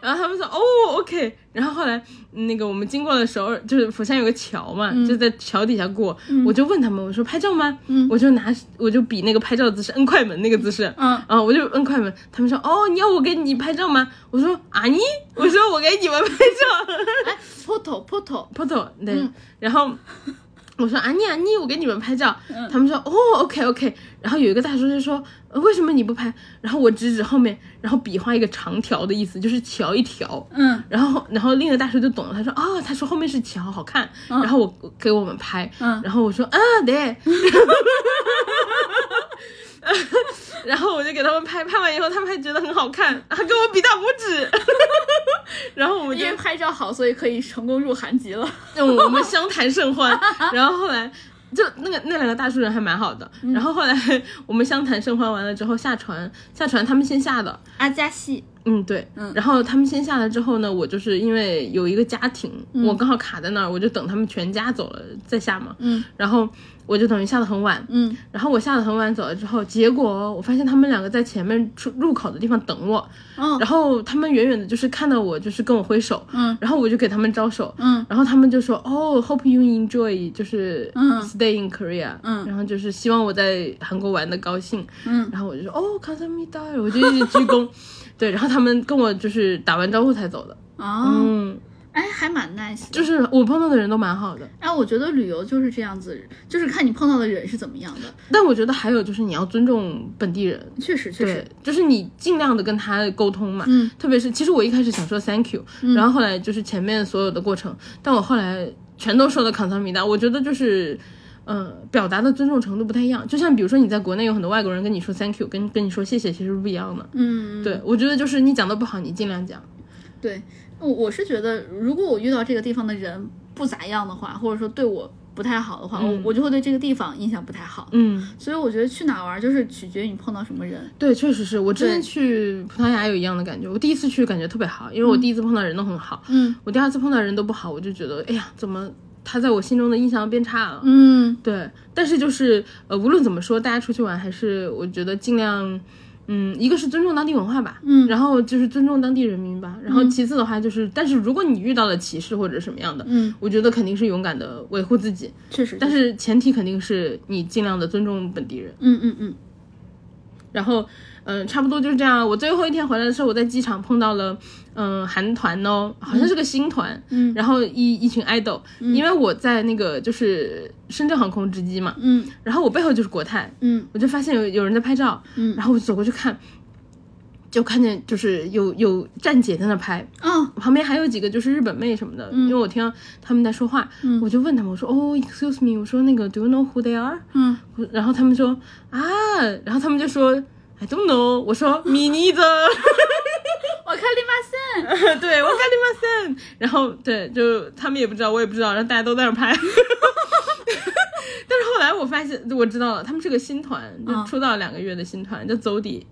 [SPEAKER 2] 然后他们说哦，OK。然后后来那个我们经过了首尔，就是釜山有个桥嘛，就在桥底下过。我就问他们，我说拍照吗？我就拿我就比那个拍照的姿势，摁嗯快门那个姿势。
[SPEAKER 1] 嗯
[SPEAKER 2] 啊，我就摁快门。他们说哦，你要我给你拍照吗？我说啊你，我说我给你们拍照。
[SPEAKER 1] 哎，poto poto，
[SPEAKER 2] poto 对，然后我说安妮安妮，我给你们拍照，他们说哦 OK OK，然后有一个大叔就说、呃为什么你不拍？然后我指指后面，然后比划一个长条的意思，就是桥一条。
[SPEAKER 1] 嗯
[SPEAKER 2] 然后，然后另一个大叔就懂了，他说：“哦，他说后面是桥，好看。然后我我给我们拍，
[SPEAKER 1] 嗯
[SPEAKER 2] 然后我说：“啊，对。” 然后我就给他们拍，拍完以后他们还觉得很好看，还给我比大拇指。 然后我们就
[SPEAKER 1] 因为拍照好，所以可以成功入韩籍了。
[SPEAKER 2] 嗯，我们相谈甚欢。然后后来就那个那两个大叔人还蛮好的。然后后来我们相谈甚欢完了之后下船，下船他们先下的，
[SPEAKER 1] 阿加西，
[SPEAKER 2] 嗯，对，
[SPEAKER 1] 嗯
[SPEAKER 2] 然后他们先下来之后呢，我就是因为有一个家庭，我刚好卡在那儿，我就等他们全家走了再下嘛。
[SPEAKER 1] 嗯
[SPEAKER 2] 然后我就等于下的很晚，
[SPEAKER 1] 嗯
[SPEAKER 2] 然后我下的很晚走了之后，结果我发现他们两个在前面出入口的地方等我，
[SPEAKER 1] 哦
[SPEAKER 2] 然后他们远远的就是看到我，就是跟我挥手，
[SPEAKER 1] 嗯
[SPEAKER 2] 然后我就给他们招手，
[SPEAKER 1] 嗯
[SPEAKER 2] 然后他们就说哦，hope you enjoy，就是
[SPEAKER 1] 嗯
[SPEAKER 2] stay in Korea，
[SPEAKER 1] 嗯
[SPEAKER 2] 然后就是希望我在韩国玩的高兴，
[SPEAKER 1] 嗯
[SPEAKER 2] 然后我就说哦，卡萨米达，我就一直鞠 躬，对，然后他们跟我就是打完招呼才走的，
[SPEAKER 1] 哦，
[SPEAKER 2] 嗯，
[SPEAKER 1] 哎，还蛮 nice 的。
[SPEAKER 2] 就是我碰到的人都蛮好的，
[SPEAKER 1] 哎，我觉得旅游就是这样子，就是看你碰到的人是怎么样的。
[SPEAKER 2] 但我觉得还有就是你要尊重本地人，
[SPEAKER 1] 确实，确
[SPEAKER 2] 对
[SPEAKER 1] 实，，
[SPEAKER 2] 就是你尽量的跟他沟通嘛，
[SPEAKER 1] 嗯
[SPEAKER 2] 特别是其实我一开始想说 thank you，、然后后来就是前面所有的过程，但我后来全都说的康桑米达，我觉得就是。嗯，表达的尊重程度不太一样，就像比如说你在国内有很多外国人跟你说 thank you，跟跟你说谢谢，其实是不一样的。
[SPEAKER 1] 嗯，
[SPEAKER 2] 对，我觉得就是你讲的不好，你尽量讲。
[SPEAKER 1] 对，我我是觉得，如果我遇到这个地方的人不咋样的话，或者说对我不太好的话，我我就会对这个地方印象不太好。
[SPEAKER 2] 嗯，
[SPEAKER 1] 所以我觉得去哪玩儿就是取决于你碰到什么人。
[SPEAKER 2] 对，确实是我之前
[SPEAKER 1] 对
[SPEAKER 2] 去葡萄牙有一样的感觉，我第一次去感觉特别好，因为我第一次碰到人都很好，
[SPEAKER 1] 嗯
[SPEAKER 2] 我第二次碰到人都不好，我就觉得哎呀，怎么他在我心中的印象变差了？
[SPEAKER 1] 嗯
[SPEAKER 2] 对，但是就是呃，无论怎么说，大家出去玩还是我觉得尽量，嗯，一个是尊重当地文化吧，
[SPEAKER 1] 嗯
[SPEAKER 2] 然后就是尊重当地人民吧，然后其次的话就是，但是如果你遇到了歧视或者什么样的，
[SPEAKER 1] 嗯，
[SPEAKER 2] 我觉得肯定是勇敢的维护自己，
[SPEAKER 1] 确实，
[SPEAKER 2] 但是前提肯定是你尽量的尊重本地人。
[SPEAKER 1] 嗯嗯嗯
[SPEAKER 2] 然后，嗯、差不多就是这样。我最后一天回来的时候，我在机场碰到了，嗯、韩团哦，好像是个新团，
[SPEAKER 1] 嗯
[SPEAKER 2] 然后一一群 idol，、因为我在那个就是深圳航空值机嘛，
[SPEAKER 1] 嗯
[SPEAKER 2] 然后我背后就是国泰，
[SPEAKER 1] 嗯
[SPEAKER 2] 我就发现有有人在拍照，
[SPEAKER 1] 嗯
[SPEAKER 2] 然后我就走过去看，就看见就是有有站姐在那拍，
[SPEAKER 1] 哦
[SPEAKER 2] 旁边还有几个就是日本妹什么的，因为我听到他们在说话，我就问他们，我说哦，excuse me，我说那个 do you know who they are？
[SPEAKER 1] 嗯，
[SPEAKER 2] 我然后他们说啊，然后他们就说 I don't know，我说 me neither，
[SPEAKER 1] 我看立马森，
[SPEAKER 2] 对我干你妈然后对，就他们也不知道，我也不知道，然后大家都在那儿拍。但 是后来我发现，我知道了，他们是个新团，就
[SPEAKER 1] 嗯
[SPEAKER 2] 出道两个月的新团，叫 Zodi，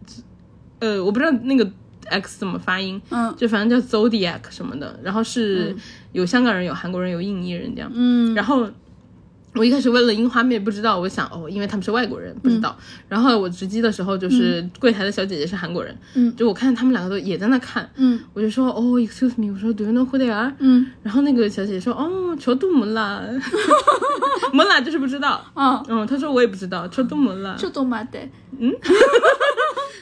[SPEAKER 2] 呃，我不知道那个 X 怎么发音，
[SPEAKER 1] 嗯
[SPEAKER 2] 就反正叫 Zodiac 什么的，然后是有香港人、有韩国人、有印尼人这样，
[SPEAKER 1] 嗯
[SPEAKER 2] 然后。我一开始为了樱花妹不知道，我想哦，因为他们是外国人，不知道。
[SPEAKER 1] 嗯
[SPEAKER 2] 然后我值机的时候，就是柜台的小姐姐是韩国人，
[SPEAKER 1] 嗯
[SPEAKER 2] 就我看他们两个都也在那看，
[SPEAKER 1] 嗯
[SPEAKER 2] 我就说哦，excuse me，我说 do you know who they are？
[SPEAKER 1] 嗯
[SPEAKER 2] 然后那个小姐姐说哦，求杜姆啦， 姆啦就是不知道。
[SPEAKER 1] 哦，
[SPEAKER 2] 嗯，她说我也不知道，求杜姆啦。
[SPEAKER 1] 就都马得，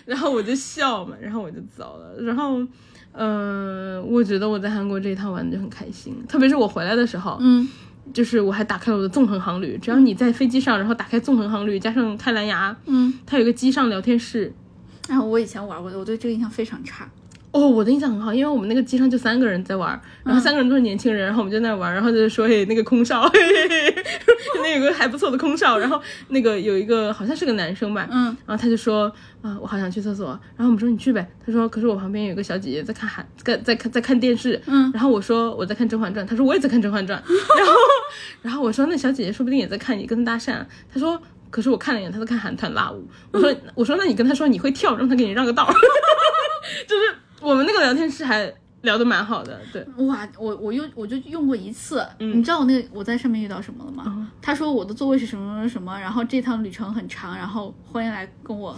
[SPEAKER 2] 然后我就笑嘛，然后我就走了。然后，嗯、我觉得我在韩国这一趟玩的就很开心，特别是我回来的时候，
[SPEAKER 1] 嗯
[SPEAKER 2] 就是我还打开了我的纵横航旅。只要你在飞机上，然后打开纵横航旅，加上开蓝牙，
[SPEAKER 1] 嗯，
[SPEAKER 2] 它有一个机上聊天室。
[SPEAKER 1] 哎，我以前玩过，我对这个印象非常差。
[SPEAKER 2] 哦，我的印象很好，因为我们那个机上就三个人在玩儿，然后三个人都是年轻人，然后我们就在那玩儿，然后就说哎嘿那个空少，嘿嘿嘿， 那有个还不错的空少，然后那个有一个好像是个男生吧，
[SPEAKER 1] 嗯，
[SPEAKER 2] 然后他就说啊、我好想去厕所，然后我们说你去呗，他说可是我旁边有一个小姐姐在看韩在在看在看电视，
[SPEAKER 1] 嗯
[SPEAKER 2] 然后我说我在看《甄嬛传》，他说我也在看《甄嬛传》， 然后然后我说那小姐姐说不定也在看，你跟她搭讪，他说。可是我看了一眼，她在看韩团辣舞。我说，我说，那你跟她说你会跳，让她给你让个道儿。 就是我们那个聊天室还聊得蛮好的，对，
[SPEAKER 1] 哇，我我用我就用过一次，你知道我那个我在上面遇到什么了吗？他说我的座位是什么什么什么，然后这趟旅程很长，然后欢迎来跟我，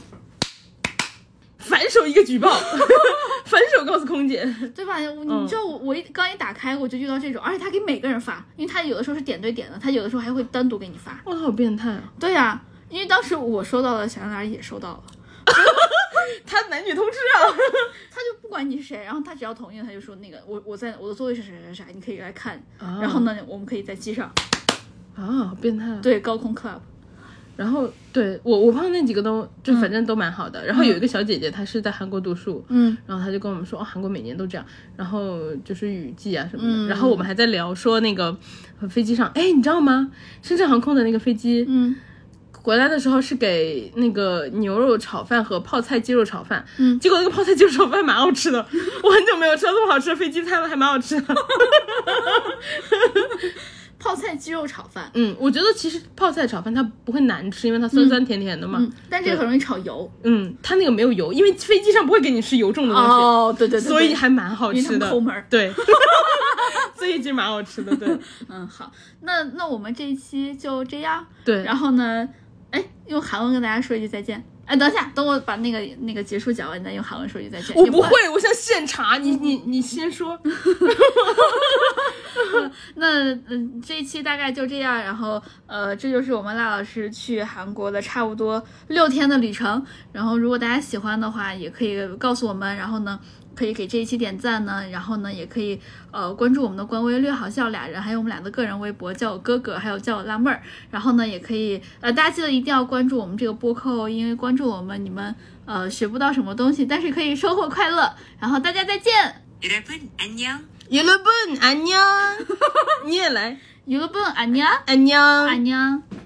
[SPEAKER 2] 反手一个举报， 反手告诉空姐，
[SPEAKER 1] 对吧？我你知道我我一刚一打开我就遇到这种，而且他给每个人发，因为他有的时候是点对点的，他有的时候还会单独给你发。
[SPEAKER 2] 哇，好变态啊！
[SPEAKER 1] 对呀、因为当时我收到了，小杨兰也收到了，
[SPEAKER 2] 他男女通吃啊！
[SPEAKER 1] 他就不管你是谁，然后他只要同意，他就说那个我我在我的座位是谁谁谁，你可以来看。
[SPEAKER 2] 哦
[SPEAKER 1] 然后呢，我们可以在机上
[SPEAKER 2] 啊，好变态啊！
[SPEAKER 1] 对高空 club，
[SPEAKER 2] 然后对我我碰到那几个都就反正都蛮好的。然后有一个小姐姐，她是在韩国读书，
[SPEAKER 1] 嗯
[SPEAKER 2] 然后她就跟我们说，哦，韩国每年都这样，然后就是雨季啊什么的。
[SPEAKER 1] 嗯
[SPEAKER 2] 然后我们还在聊说那个呃飞机上，哎，你知道吗？深圳航空的那个飞机，
[SPEAKER 1] 嗯
[SPEAKER 2] 回来的时候是给那个牛肉炒饭和泡菜鸡肉炒饭，
[SPEAKER 1] 嗯
[SPEAKER 2] 结果那个泡菜鸡肉炒饭蛮好吃的， 我很久没有吃到这么好吃的飞机餐了，还蛮好吃的。
[SPEAKER 1] 泡菜鸡肉炒饭，
[SPEAKER 2] 嗯，我觉得其实泡菜炒饭它不会难吃，因为它酸酸甜甜的嘛。
[SPEAKER 1] 嗯，但这个很容易炒油。
[SPEAKER 2] 嗯，它那个没有油，因为飞机上不会给你吃油重的东西，，
[SPEAKER 1] 哦对对对，
[SPEAKER 2] 所以
[SPEAKER 1] 对
[SPEAKER 2] 还蛮好
[SPEAKER 1] 因为
[SPEAKER 2] 吃
[SPEAKER 1] 他们
[SPEAKER 2] 的。
[SPEAKER 1] 抠门儿
[SPEAKER 2] 对， 所以就蛮好吃的。 对
[SPEAKER 1] 嗯好，那那我们这一期就这样。
[SPEAKER 2] 对，
[SPEAKER 1] 然后呢，哎，用韩文跟大家说一句再见。哎，等一下，等我把那个那个结束讲完，你再用韩文说一句再见。
[SPEAKER 2] 我
[SPEAKER 1] 也
[SPEAKER 2] 不
[SPEAKER 1] 管。
[SPEAKER 2] 会，我想现查。你你你 先说。
[SPEAKER 1] 那嗯，这一期大概就这样。然后呃，这就是我们赖老师去韩国的差不多六天的旅程。然后如果大家喜欢的话，也可以告诉我们。然后呢，可以给这一期点赞呢。然后呢，也可以呃关注我们的官微“略好笑俩人”，还有我们俩的个人微博，叫我哥哥，还有叫我辣妹儿。然后呢，也可以呃，大家记得一定要关注我们这个播客哦，因为关注我们，你们呃学不到什么东西，但是可以收获快乐。然后大家再见，
[SPEAKER 3] 여러분 안녕.
[SPEAKER 4] 여러분 안녕. 니엘라이.
[SPEAKER 1] 유럽분안녕
[SPEAKER 4] 안녕.
[SPEAKER 1] 안녕